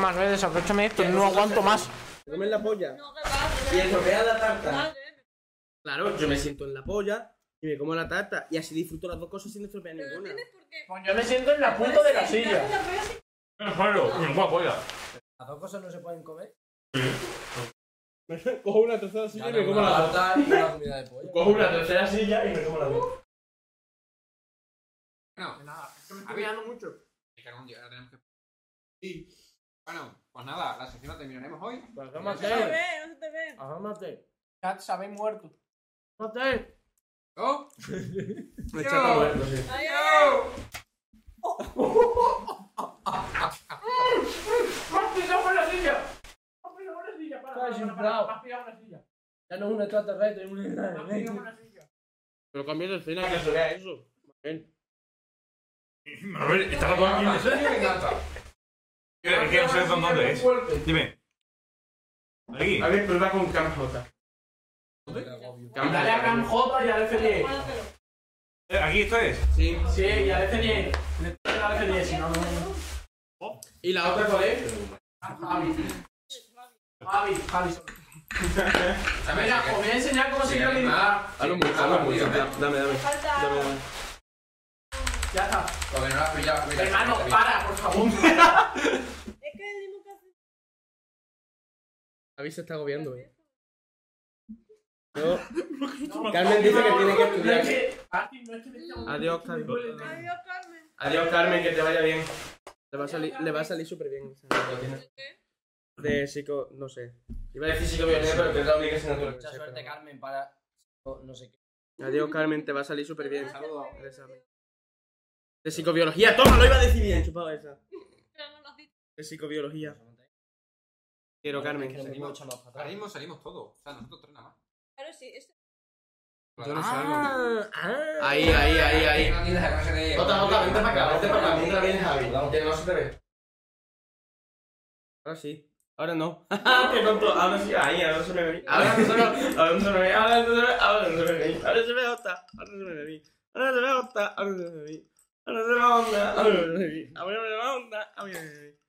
[SPEAKER 3] Manuel, desaprovechame esto, no aguanto más.
[SPEAKER 5] ¿Te comes la polla?
[SPEAKER 11] Y estropeas la tarta.
[SPEAKER 5] Claro, yo me siento en la polla y me como la tarta y así disfruto las dos cosas sin estropear ninguna.
[SPEAKER 3] Yo me siento en la punta de la silla.
[SPEAKER 7] Pero claro, me guapo ya.
[SPEAKER 23] Las dos cosas no se pueden comer.
[SPEAKER 5] Cojo una tercera silla y me como la tarta.
[SPEAKER 23] y una comida de pollo.
[SPEAKER 5] Cojo una tercera silla y me como la tarta.
[SPEAKER 4] Bueno,
[SPEAKER 23] Nada, es que me
[SPEAKER 4] estoy
[SPEAKER 23] peleando mucho.
[SPEAKER 4] me cago en Dios, ahora tenemos que- Sí. Bueno, pues nada, la sesión la terminaremos hoy.
[SPEAKER 5] Pues
[SPEAKER 20] te veo, no te veo.
[SPEAKER 23] Agámate.
[SPEAKER 3] Ya se habéis muerto.
[SPEAKER 23] Agámate.
[SPEAKER 4] ¿No?
[SPEAKER 5] Me echaron a muerto, sí.
[SPEAKER 20] Ay, ay, ay.
[SPEAKER 23] Estás inflado. Ya no es un extraterrestre, es un...
[SPEAKER 5] Pero cambié de escena que se vea eso. Ven.
[SPEAKER 7] Manuel, está todo aquí.
[SPEAKER 4] Eso sí me encanta.
[SPEAKER 7] Es que no sé dónde es. Dime. Aquí.
[SPEAKER 5] A ver, pero va con Cam J. Cam
[SPEAKER 11] Dale a
[SPEAKER 5] J.
[SPEAKER 11] Cam J y al F10.
[SPEAKER 7] Eh, Aquí esto es.
[SPEAKER 5] Sí.
[SPEAKER 11] Sí, y al F10. Le toca al F10, si no, no.
[SPEAKER 5] ¿Y la otra cuál es?
[SPEAKER 11] Javi. Javi, Javi.
[SPEAKER 4] Dame,
[SPEAKER 11] Mira, os voy a enseñar cómo se
[SPEAKER 4] Sí,
[SPEAKER 11] quiere
[SPEAKER 4] animal.
[SPEAKER 11] militar.
[SPEAKER 5] Hazlo mucho, hazlo mucho.
[SPEAKER 4] ¿eh?
[SPEAKER 5] Dame, dame. Dame, dame.
[SPEAKER 11] Ya está.
[SPEAKER 4] Porque no lo has pillado. mira,
[SPEAKER 11] Hermano,
[SPEAKER 4] está bien.
[SPEAKER 11] para, por favor.
[SPEAKER 20] Es que el mismo café.
[SPEAKER 5] David se está agobiando, eh. Yo- Carmen dice que tiene
[SPEAKER 11] No
[SPEAKER 5] que
[SPEAKER 11] es
[SPEAKER 5] estudiar.
[SPEAKER 11] que- Martín, no es que le estamos-
[SPEAKER 5] Adiós, Carmen.
[SPEAKER 20] Adiós, Carmen.
[SPEAKER 5] Adiós, Carmen, que te vaya bien. Le va a salir, le va a salir súper bien. De psico, no sé. Iba a decir psicobiología, pero que es la única asignatura que
[SPEAKER 23] Mucha
[SPEAKER 5] sé,
[SPEAKER 23] suerte,
[SPEAKER 5] pero-
[SPEAKER 23] Carmen, para... o No sé qué.
[SPEAKER 5] Adiós, Carmen, te va a salir súper bien.
[SPEAKER 20] Saludos.
[SPEAKER 5] De psicobiología, toma, lo iba a decir bien, chupado esa.
[SPEAKER 20] Pero no lo has dicho.
[SPEAKER 5] De psicobiología. Quiero,
[SPEAKER 23] Es que
[SPEAKER 5] Carmen.
[SPEAKER 23] no me
[SPEAKER 5] Ah,
[SPEAKER 23] puedo
[SPEAKER 4] Salimos,
[SPEAKER 23] echar más para atrás.
[SPEAKER 4] ahora mismo salimos todos. O sea, nosotros tres nada más.
[SPEAKER 20] Claro, sí. es-
[SPEAKER 1] Yo no
[SPEAKER 23] Ah.
[SPEAKER 1] salgo.
[SPEAKER 5] Ahí, ahí, ahí, ahí.
[SPEAKER 4] No tienes la clase de-
[SPEAKER 5] Otra, otra, vente para acá, vente para acá, mientras viene Javi, que no se te ve. Ahora sí, ahora no.
[SPEAKER 11] Qué tonto. Ahora sí, ahí, ahora se me ve.
[SPEAKER 5] Ahora
[SPEAKER 11] no se me- ahora no se me ve. Ahora no se me ve. Ahora no se me ve.
[SPEAKER 5] Ahora se ve otra, ahora se me ve ahora se ve otra, ahora se me ve ahora se ve otra, ahora se me ve ahora se ve otra, ahora se me ve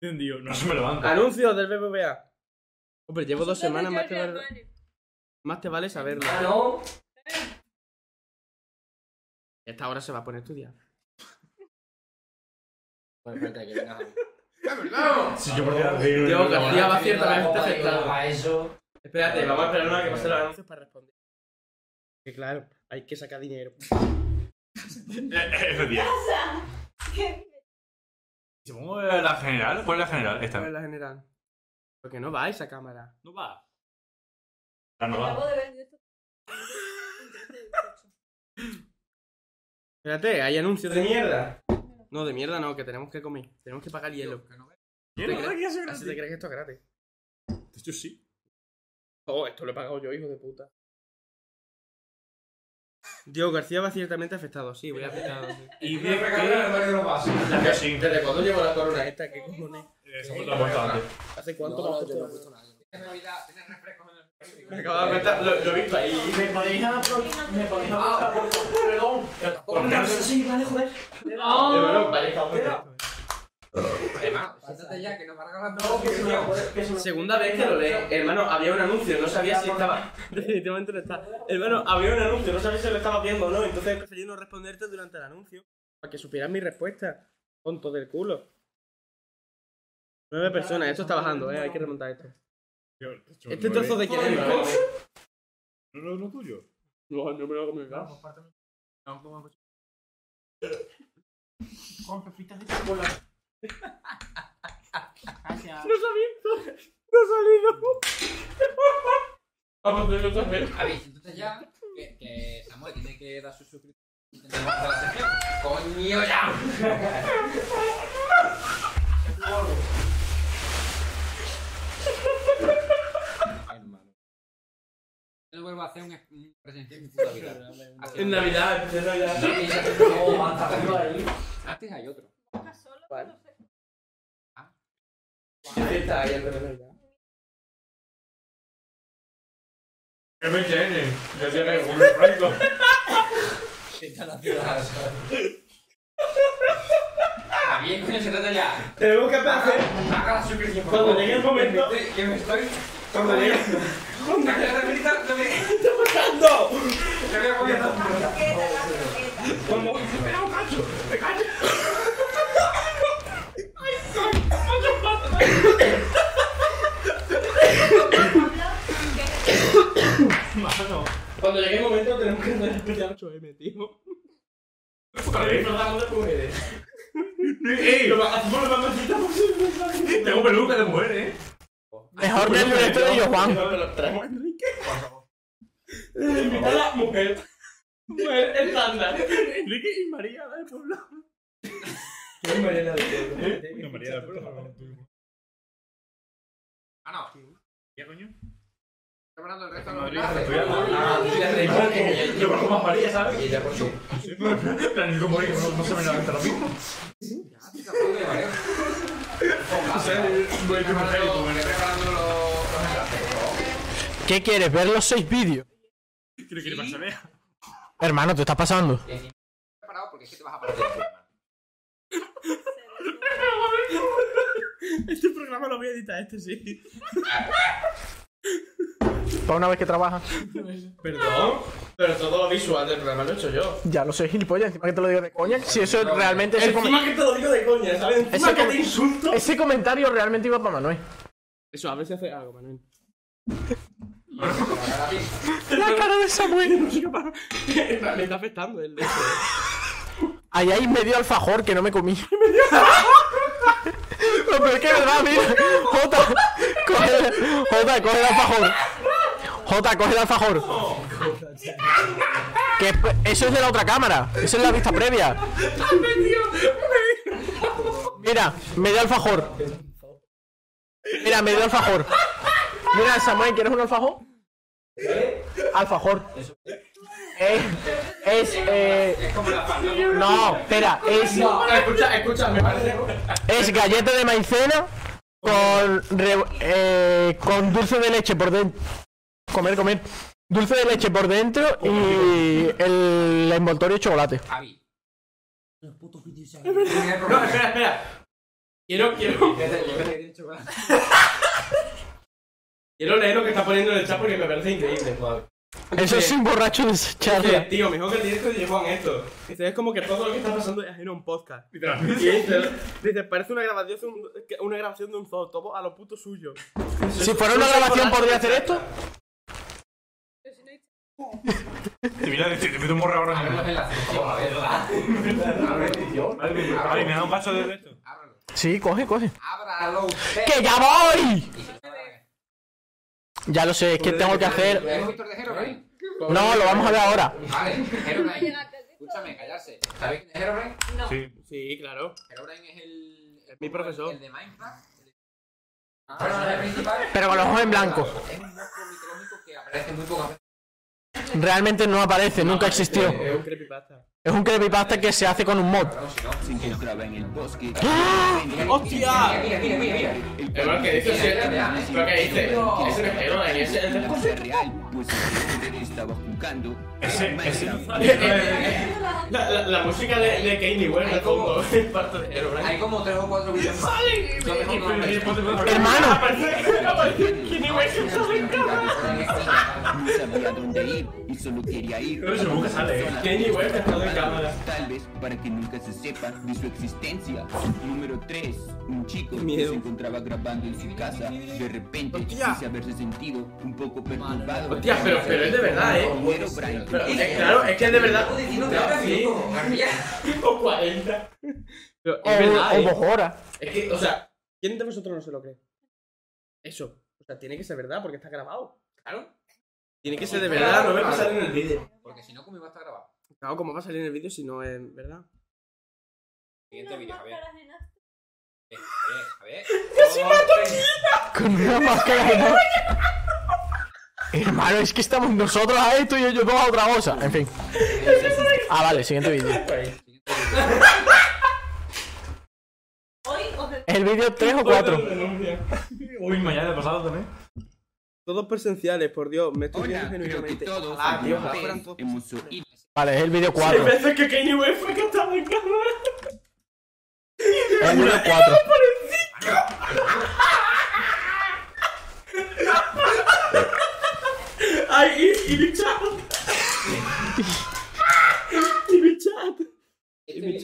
[SPEAKER 7] Entendido, no se me levanta.
[SPEAKER 5] Anuncios del BBVA. Hombre, llevo dos semanas más te
[SPEAKER 20] Entonces,
[SPEAKER 5] vale,
[SPEAKER 20] Giorgio
[SPEAKER 5] más te vale saberlo.
[SPEAKER 11] Ah, no.
[SPEAKER 5] Esta hora se va a poner a estudiar.
[SPEAKER 23] Bueno, espérate, que venga Javi.
[SPEAKER 7] Si yo por ti la digo,
[SPEAKER 5] Diego
[SPEAKER 7] no,
[SPEAKER 5] García va ciertamente
[SPEAKER 23] Copa de
[SPEAKER 5] afectado.
[SPEAKER 23] Europa, eso.
[SPEAKER 5] Espérate, vamos a esperar una que pase los anuncios para responder. Que claro, hay que sacar dinero.
[SPEAKER 7] Eh, F10.
[SPEAKER 20] Armani.
[SPEAKER 7] Si pongo la general, ¿cuál es la general?
[SPEAKER 5] A
[SPEAKER 7] Esta.
[SPEAKER 5] ver la general. Porque no va esa cámara.
[SPEAKER 7] No va. La no
[SPEAKER 20] Acabo
[SPEAKER 7] va.
[SPEAKER 20] de ver esto.
[SPEAKER 5] Espérate, hay anuncios
[SPEAKER 11] De mierda.
[SPEAKER 5] No, de mierda no, que tenemos que comer. Tenemos que pagar hielo.
[SPEAKER 7] Yo no
[SPEAKER 5] ¿Te crees?
[SPEAKER 7] creo que
[SPEAKER 5] Así
[SPEAKER 7] sea gratis.
[SPEAKER 5] te crees que esto es gratis.
[SPEAKER 7] Yo sí.
[SPEAKER 5] Oh, esto lo he pagado yo, hijo de puta. Diego García va ciertamente afectado, sí, voy afectado. Sí.
[SPEAKER 7] Y
[SPEAKER 4] Me
[SPEAKER 7] diez
[SPEAKER 4] recargué el armario de los vasos.
[SPEAKER 7] Yo sí.
[SPEAKER 5] ¿Desde cuándo llevo la corona esta? ¿Qué cojones?
[SPEAKER 7] Eh, Se ha puesto la puerta antes.
[SPEAKER 5] ¿Hace
[SPEAKER 23] No,
[SPEAKER 5] cuánto me ha
[SPEAKER 23] no, yo no
[SPEAKER 5] puesto
[SPEAKER 23] he
[SPEAKER 5] la-
[SPEAKER 23] puesto nada.
[SPEAKER 4] Tienes Navidad, tienes refrescos en el frigorífico.
[SPEAKER 5] Me acabo de meter, lo, lo he visto ahí.
[SPEAKER 11] Me podéis apro- me podéis aprovechar por- Perdón.
[SPEAKER 7] Por
[SPEAKER 11] No,
[SPEAKER 7] nada.
[SPEAKER 11] sí, vale, joder.
[SPEAKER 5] De
[SPEAKER 11] No.
[SPEAKER 5] verdad, vaya cabrón.
[SPEAKER 4] Hermano, siéntate ya, que nos van a acabar
[SPEAKER 11] No, que se me acuerda- que se me-
[SPEAKER 5] Segunda vez que lo leo. Hermano, había un anuncio, no sabía si estaba. Definitivamente no está. Hermano, había un anuncio, no sabía si lo estaba viendo o no. Entonces he preferido no responderte durante el anuncio. Para que supieras mi respuesta. Tonto del culo. Nueve personas, esto está bajando, eh. Hay que remontar esto. Este trozo de quién es,
[SPEAKER 7] No, no, no tuyo.
[SPEAKER 5] No, no me lo he comunicado.
[SPEAKER 11] Con pepitas de chocolate. Gracias.
[SPEAKER 5] No ha salido. No ha salido. Vamos, nosotros también.
[SPEAKER 4] Javi, entonces ya, que, que Samuel tiene que dar su suscripción. y tenemos que hacer la sección. ¡Coño ya! Yo no vuelvo a hacer un un presencial en mi puta vida. Así
[SPEAKER 5] En
[SPEAKER 4] no.
[SPEAKER 5] Navidad, empecé en Navidad.
[SPEAKER 4] Sí, sí, sí.
[SPEAKER 5] No, hasta arriba ahí.
[SPEAKER 4] Antes hay otro.
[SPEAKER 11] ¿Cuál? ¿Qué fiesta hay alrededor ya?
[SPEAKER 7] MTN, yo tiene un franco.
[SPEAKER 4] Javier, coño, se trata ya.
[SPEAKER 11] Tenemos que hacer.
[SPEAKER 4] Haga la suscripción. por
[SPEAKER 11] Cuando
[SPEAKER 4] favor.
[SPEAKER 11] llegue el momento-
[SPEAKER 4] Que me estoy- Que me estoy.
[SPEAKER 11] Cuando llegue-
[SPEAKER 4] Una que la repita, no me.
[SPEAKER 11] ¡Está pasando!
[SPEAKER 4] Te voy a comer tanto.
[SPEAKER 11] Cuando. ¡Espera un cacho! ¡Me cacho!
[SPEAKER 5] Mano. Cuando llegue el momento tenemos que hacer especial 8M, tío. Porque disfrutamos de mujeres.
[SPEAKER 7] Pues ¿eh? ¡Ey!
[SPEAKER 5] Lo más- hacemos lo más necesitamos.
[SPEAKER 7] Tengo peluca de mujer, eh.
[SPEAKER 3] Mejor que el nuestro y yo, Juan.
[SPEAKER 5] Pero lo traemos a Enrique. Invita a la mujer. Mujer estándar. Enrique y María del pueblo. ¿Qué es María del pueblo?
[SPEAKER 7] Una María del Pueblo.
[SPEAKER 4] Ah, no.
[SPEAKER 7] ¿Qué coño?
[SPEAKER 4] Preparando el resto de los
[SPEAKER 7] Madrid,
[SPEAKER 4] planes.
[SPEAKER 7] estoy Ah, sí, Yo conozco más María, ¿sabes?
[SPEAKER 4] Y ya por su.
[SPEAKER 7] En plan, Nico Morín, no no se me la venta lo mismo. No sé, voy a ir con mi Facebook,
[SPEAKER 4] Estoy
[SPEAKER 7] ¿vale?
[SPEAKER 4] preparando los los enlaces.
[SPEAKER 3] ¿Qué quieres? ¿Ver los seis vídeos?
[SPEAKER 7] Quiero que le pase a Lea.
[SPEAKER 3] Hermano, te estás pasando.
[SPEAKER 4] Preparado porque es que te vas a partir.
[SPEAKER 5] Este programa lo voy a editar, este sí.
[SPEAKER 3] Para una vez que trabajas.
[SPEAKER 5] Perdón, pero todo lo visual del programa lo he hecho yo.
[SPEAKER 3] Ya lo sé, gilipollas. Encima que te lo digo de coña. Si eso realmente. Ese,
[SPEAKER 5] Encima que te lo digo de coña, ¿sabes? Encima
[SPEAKER 3] Ese
[SPEAKER 5] que
[SPEAKER 3] com-
[SPEAKER 5] te insulto.
[SPEAKER 3] ese comentario realmente iba para Manuel.
[SPEAKER 5] Eso, a ver si hace algo, Manuel.
[SPEAKER 3] La cara de Samuel.
[SPEAKER 5] No soy capaz. Me está afectando el
[SPEAKER 3] Ahí hay medio alfajor que no me comí. No, pero es que es verdad, mira. Jota, coge, Jota, coge el alfajor. Jota, coge el alfajor. Que es- eso es de la otra cámara. Eso es la vista previa. Mira, medio alfajor. Mira, medio alfajor. Mira, Samuel, ¿quieres un alfajor? Alfajor. Es, es, eh, no, espera, es,
[SPEAKER 5] No, escucha, escucha, me parece.
[SPEAKER 3] es galleta de maicena con, re- eh, con dulce de leche por dentro. Comer, comer. Dulce de leche por dentro y el envoltorio de chocolate.
[SPEAKER 4] Javi.
[SPEAKER 5] No, espera, espera. Quiero, quiero. Quiero leer lo que está poniendo en el chat porque me parece increíble.
[SPEAKER 3] Eso es un borracho de
[SPEAKER 5] Dice,
[SPEAKER 3] charla.
[SPEAKER 5] tío, mejor que el directo de Juan esto. Dice, es como que todo lo que está pasando es ajeno a un podcast.
[SPEAKER 7] Literalmente.
[SPEAKER 5] Y dice, dice, parece una grabación, que- una grabación de un zoo, todo a lo puto suyo.
[SPEAKER 3] Si fuera una grabación, ¿podría hacer esto?
[SPEAKER 7] Te mira, te, te meto un morro ahora. mismo. Madre mía, Ay, me da un vaso de esto.
[SPEAKER 3] Sí, coge, coge.
[SPEAKER 4] Ábralo usted.
[SPEAKER 3] ¡Que ya voy! Ya lo sé, es que tengo que hacer.
[SPEAKER 4] ¿Hemos visto el de Herobrine?
[SPEAKER 3] No, lo vamos a ver ahora.
[SPEAKER 4] Vale, Herobrine. Escúchame, callarse. ¿Sabéis quién es Herobrine?
[SPEAKER 7] Sí.
[SPEAKER 5] Sí, claro.
[SPEAKER 4] Herobrine es el. el-
[SPEAKER 5] Mi profesor.
[SPEAKER 4] El de Minecraft. el de- El personaje principal.
[SPEAKER 3] Pero con los ojos en blanco.
[SPEAKER 4] Es un monstruo mitológico que aparece muy pocas veces.
[SPEAKER 3] Realmente no aparece, nunca existió.
[SPEAKER 5] Es un creepypasta.
[SPEAKER 3] Es un creepypasta que se hace con un mod.
[SPEAKER 4] Sin que graba en el bosque.
[SPEAKER 5] ¡Hostia!
[SPEAKER 4] Mira, mira, mira, mira.
[SPEAKER 11] Igual que dice, sí, es lo que dice. Es el Herobrine, es el de
[SPEAKER 24] real, pues estaba jugando.
[SPEAKER 7] Ese, ese.
[SPEAKER 5] La, la, la música de, de Kanye West de fondo es parte de Herobrine.
[SPEAKER 4] Hay como tres o cuatro videos. más.
[SPEAKER 5] ¡Sale!
[SPEAKER 4] Yo tengo uno de estos.
[SPEAKER 3] Hermano.
[SPEAKER 5] Aparece, aparece Kanye West en su
[SPEAKER 24] No sabía dónde ir y solo quería ir.
[SPEAKER 7] Pero eso
[SPEAKER 24] a
[SPEAKER 7] nunca
[SPEAKER 24] una
[SPEAKER 7] sale, ¿eh?
[SPEAKER 24] zona
[SPEAKER 5] Kenny West está de
[SPEAKER 24] para-
[SPEAKER 5] cámara.
[SPEAKER 24] Tal vez para que nunca se sepa de su existencia. Número 3. Un chico que
[SPEAKER 5] Miedo.
[SPEAKER 24] se encontraba grabando en su casa. De repente, dice haberse sentido un poco perturbado.
[SPEAKER 5] Hostia, pero- pero es de verdad, ¿eh?
[SPEAKER 24] Homero Bryant.
[SPEAKER 5] Pero, eh, claro, es que es de verdad. Claro, sí. O 40. Pero
[SPEAKER 3] O,
[SPEAKER 5] es verdad,
[SPEAKER 3] o
[SPEAKER 5] ¿eh?
[SPEAKER 3] dos horas.
[SPEAKER 5] Es que, o sea, ¿quién de vosotros no se lo cree? Eso. O sea, tiene que ser verdad porque está grabado. Claro. Tiene que ser de verdad, no me va a salir en el vídeo.
[SPEAKER 10] Porque si no, ¿cómo iba a estar grabado?
[SPEAKER 5] Claro, ¿cómo va a salir en el vídeo si no es verdad?
[SPEAKER 10] Siguiente vídeo, Javier. Eh, Javier,
[SPEAKER 5] ¡Casi mato a China!
[SPEAKER 3] Con una máscara de mo- Hermano, es que estamos nosotros a esto y ellos dos a otra cosa. En fin. Ah, vale, siguiente vídeo. ¿El vídeo 3 o 4?
[SPEAKER 7] Uy, mañana pasado también.
[SPEAKER 5] Todos presenciales, por Dios, me estoy viendo genuinamente. Ojalá, tío, ojalá fueran todos.
[SPEAKER 3] Vale, es el vídeo 4.
[SPEAKER 5] Hay veces que Kanye West fue que estaba en cámara.
[SPEAKER 3] Es el vídeo 4.
[SPEAKER 5] Ay, y, y mi chat. y mi chat.
[SPEAKER 4] Este
[SPEAKER 5] Y mi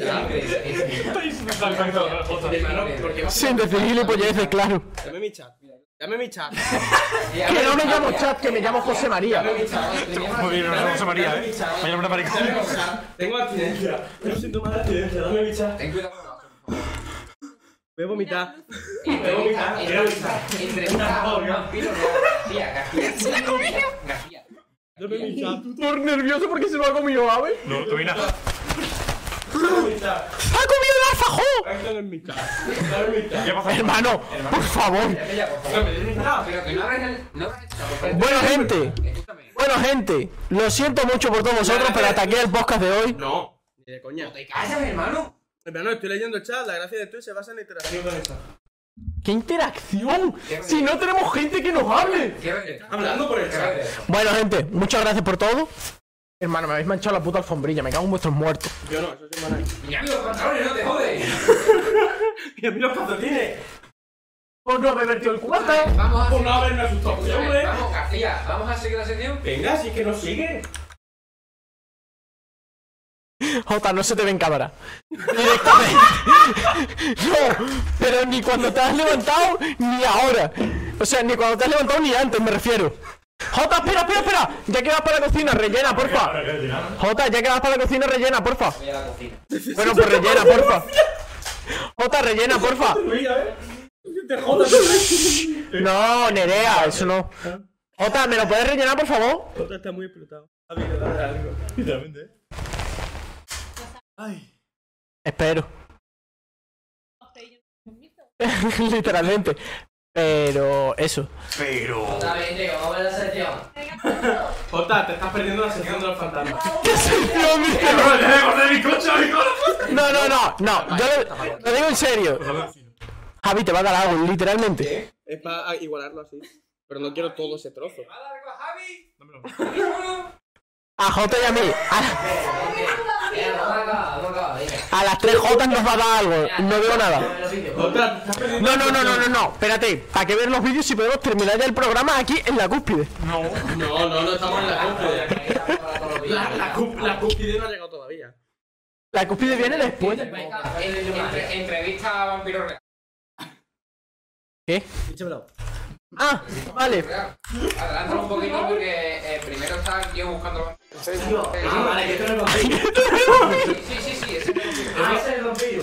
[SPEAKER 5] chat.
[SPEAKER 3] Sin decir gilipolleces, claro.
[SPEAKER 5] Dame mi chat. Dame mi chat.
[SPEAKER 3] Que no me
[SPEAKER 4] Este
[SPEAKER 3] llamo chat, que me llamo José María.
[SPEAKER 7] José María, eh. Me llamo María.
[SPEAKER 5] Tengo abstinencia. Tengo síntomas de abstinencia. Dame mi chat.
[SPEAKER 10] Ten cuidado con la
[SPEAKER 5] Voy a vomitar.
[SPEAKER 10] Voy a vomitar. Quiero avisar. Entrevista a un vampiro real. Tía, García. García.
[SPEAKER 5] Dame mi chat.
[SPEAKER 3] Por nervioso porque se lo ha comido, ¿sabes?
[SPEAKER 7] No, tú mira.
[SPEAKER 3] ¡Ha comido el alfajor!
[SPEAKER 5] Dame mi chat. Dame mi chat.
[SPEAKER 7] ¿Qué pasa?
[SPEAKER 3] Hermano, por favor.
[SPEAKER 10] Ella, por favor. Pero que no abres el. No abres el chat, por favor.
[SPEAKER 3] Bueno, gente. Bueno, gente. Lo siento mucho por todos vosotros, pero hasta aquí el podcast de hoy.
[SPEAKER 5] No. Ni de coña.
[SPEAKER 10] ¡Te callas, hermano!
[SPEAKER 5] Pero no, estoy leyendo el chat. La gracia de Twitch se basa en la interacción con eso.
[SPEAKER 3] ¡Qué interacción! Si no tenemos gente que nos hable.
[SPEAKER 10] ¿Qué ves?
[SPEAKER 5] Hablando por el
[SPEAKER 10] ¿Qué
[SPEAKER 5] chat.
[SPEAKER 10] ves?
[SPEAKER 3] Bueno, gente, muchas gracias por todo. Hermano, me habéis manchado la puta alfombrilla, me cago en vuestros muertos.
[SPEAKER 5] Yo no, eso es maná.
[SPEAKER 10] Mira, amigos, pantalones, no te jodes.
[SPEAKER 5] Y a mí los pantalones.
[SPEAKER 3] Por no haber vertido el cuarto.
[SPEAKER 10] Vamos a
[SPEAKER 5] Por
[SPEAKER 10] seguir.
[SPEAKER 5] no haberme asustado, hombre.
[SPEAKER 10] Vamos, García, vamos a seguir la sección.
[SPEAKER 5] Venga, si es que nos sigue.
[SPEAKER 3] Jota, no se te ve en cámara. Directamente. No, pero ni cuando te has levantado, ni ahora. O sea, ni cuando te has levantado, ni antes, me refiero. Jota, espera, espera, espera. Ya que vas para la cocina, rellena, porfa. Jota, ya que vas para la cocina, rellena, porfa.
[SPEAKER 10] Voy a la cocina.
[SPEAKER 3] Bueno, pues rellena, porfa. Jota, rellena, porfa.
[SPEAKER 5] Mira, eh. Te jodas, te
[SPEAKER 3] No, Nerea, eso no. Jota, ¿me lo puedes rellenar, por favor?
[SPEAKER 5] Otra está muy explotado. Ha habido dale algo.
[SPEAKER 7] Literalmente.
[SPEAKER 3] Espero. Literalmente. Pero eso.
[SPEAKER 7] Pero.
[SPEAKER 15] Está bien, tío, vamos a ver la sección.
[SPEAKER 5] Jota, te estás perdiendo la sección de los fantasmas.
[SPEAKER 3] ¿Qué sentido, mi
[SPEAKER 7] ¡Cabrón, te debo de mi coche, amigo!
[SPEAKER 3] No, no, no, no. Yo lo, lo digo en serio. Javi, te va a dar algo, literalmente.
[SPEAKER 5] Es para igualarlo así. Pero no quiero todo ese trozo.
[SPEAKER 10] ¡Va a dar algo a Javi!
[SPEAKER 3] A Jota y a mí. A,
[SPEAKER 15] Venga, vamos a acabar, vamos a acabar, venga.
[SPEAKER 3] a las tres Jotas nos va a dar algo. No digo nada.
[SPEAKER 15] Los vídeos.
[SPEAKER 5] Jota, te estás perdiendo.
[SPEAKER 3] No, no, no, no, no, no. Espérate. ¿Para qué ver los vídeos si podemos terminar ya el programa aquí en la cúspide?
[SPEAKER 7] No.
[SPEAKER 5] No, no, no estamos en la cúspide. La, la,
[SPEAKER 15] Venga,
[SPEAKER 5] cúp- la cúspide no ha llegado todavía.
[SPEAKER 3] La cúspide viene después.
[SPEAKER 10] En- entre- Entrevista a vampiro real.
[SPEAKER 3] ¿Qué?
[SPEAKER 5] Échamelo.
[SPEAKER 3] Ah, vale.
[SPEAKER 10] Adelántalo un poquito porque eh, primero está yo buscando vampiros.
[SPEAKER 15] Ah, vale, que esto no es vampiro.
[SPEAKER 10] Sí, sí, sí, ese es el
[SPEAKER 15] Ah, ese es el vampiro.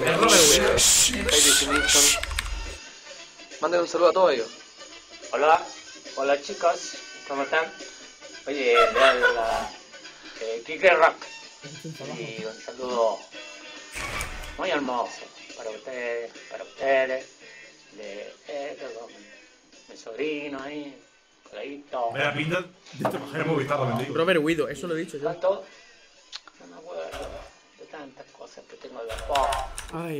[SPEAKER 23] Manden un saludo a todos ellos.
[SPEAKER 16] Hola, hola chicos, ¿cómo están? Oye, la, la, eh, Kike Rock y un saludo muy hermoso para ustedes, para ustedes, de Edo, con mi sobrino ahí, coleguito,
[SPEAKER 7] Me da pinta de trabajar en Movistar, lo bendigo.
[SPEAKER 5] Robert Guido, eso lo he dicho yo.
[SPEAKER 16] ¿cuánto? No me acuerdo de tantas cosas que tengo en la boca.
[SPEAKER 5] Ay,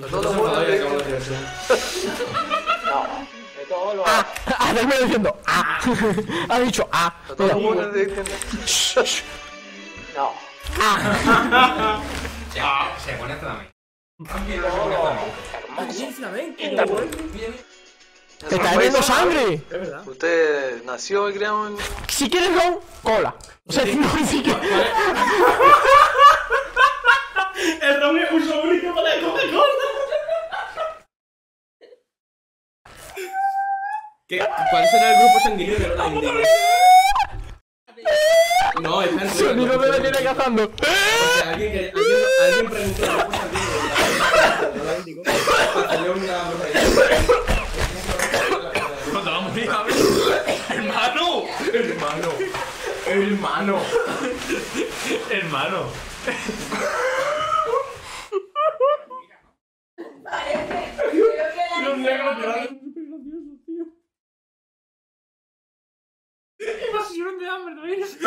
[SPEAKER 16] No, de todo lo...
[SPEAKER 3] Ah, ah, termino diciendo. Ah. Ha dicho ah. Mira.
[SPEAKER 16] No,
[SPEAKER 10] Se pone hasta la mano.
[SPEAKER 16] hermoso.
[SPEAKER 3] ¡Te está bebiendo sangre!
[SPEAKER 5] Pues, es verdad.
[SPEAKER 23] Usted nació y creado en.
[SPEAKER 3] Si quieres ron, cola. O sea, no, si quieres.
[SPEAKER 5] El Robert es un sobrino para la Coca-Cola. ¿Qué? ¿Cuál será el grupo sanguíneo de la Indigo? No, está en
[SPEAKER 3] Sonido de la tiene cazando.
[SPEAKER 5] Alguien, que- alguien, alguien preguntó el grupo sanguíneo de la Indigo. Para hacerle una
[SPEAKER 7] Cuando vamos a ir a ver. ¡Hermano! ¡Hermano!
[SPEAKER 6] Hermano.
[SPEAKER 7] Hermano.
[SPEAKER 15] Los negros
[SPEAKER 5] Y más si de hambre, ¿no ves?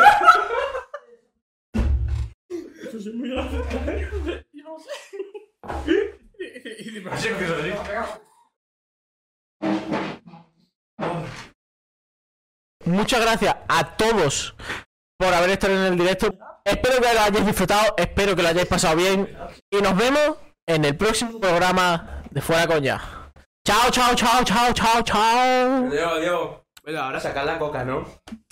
[SPEAKER 5] Eso es muy ¿eh? grave. Y no sé.
[SPEAKER 7] Y dime, así que se le
[SPEAKER 3] Muchas gracias a todos por haber estado en el directo. Espero que lo hayáis disfrutado, espero que lo hayáis pasado bien. Y nos vemos en el próximo programa de Fuera Coña. Chao, chao, chao, chao, chao, chao.
[SPEAKER 11] Adiós, adiós. Bueno, ahora sacar la coca, ¿no?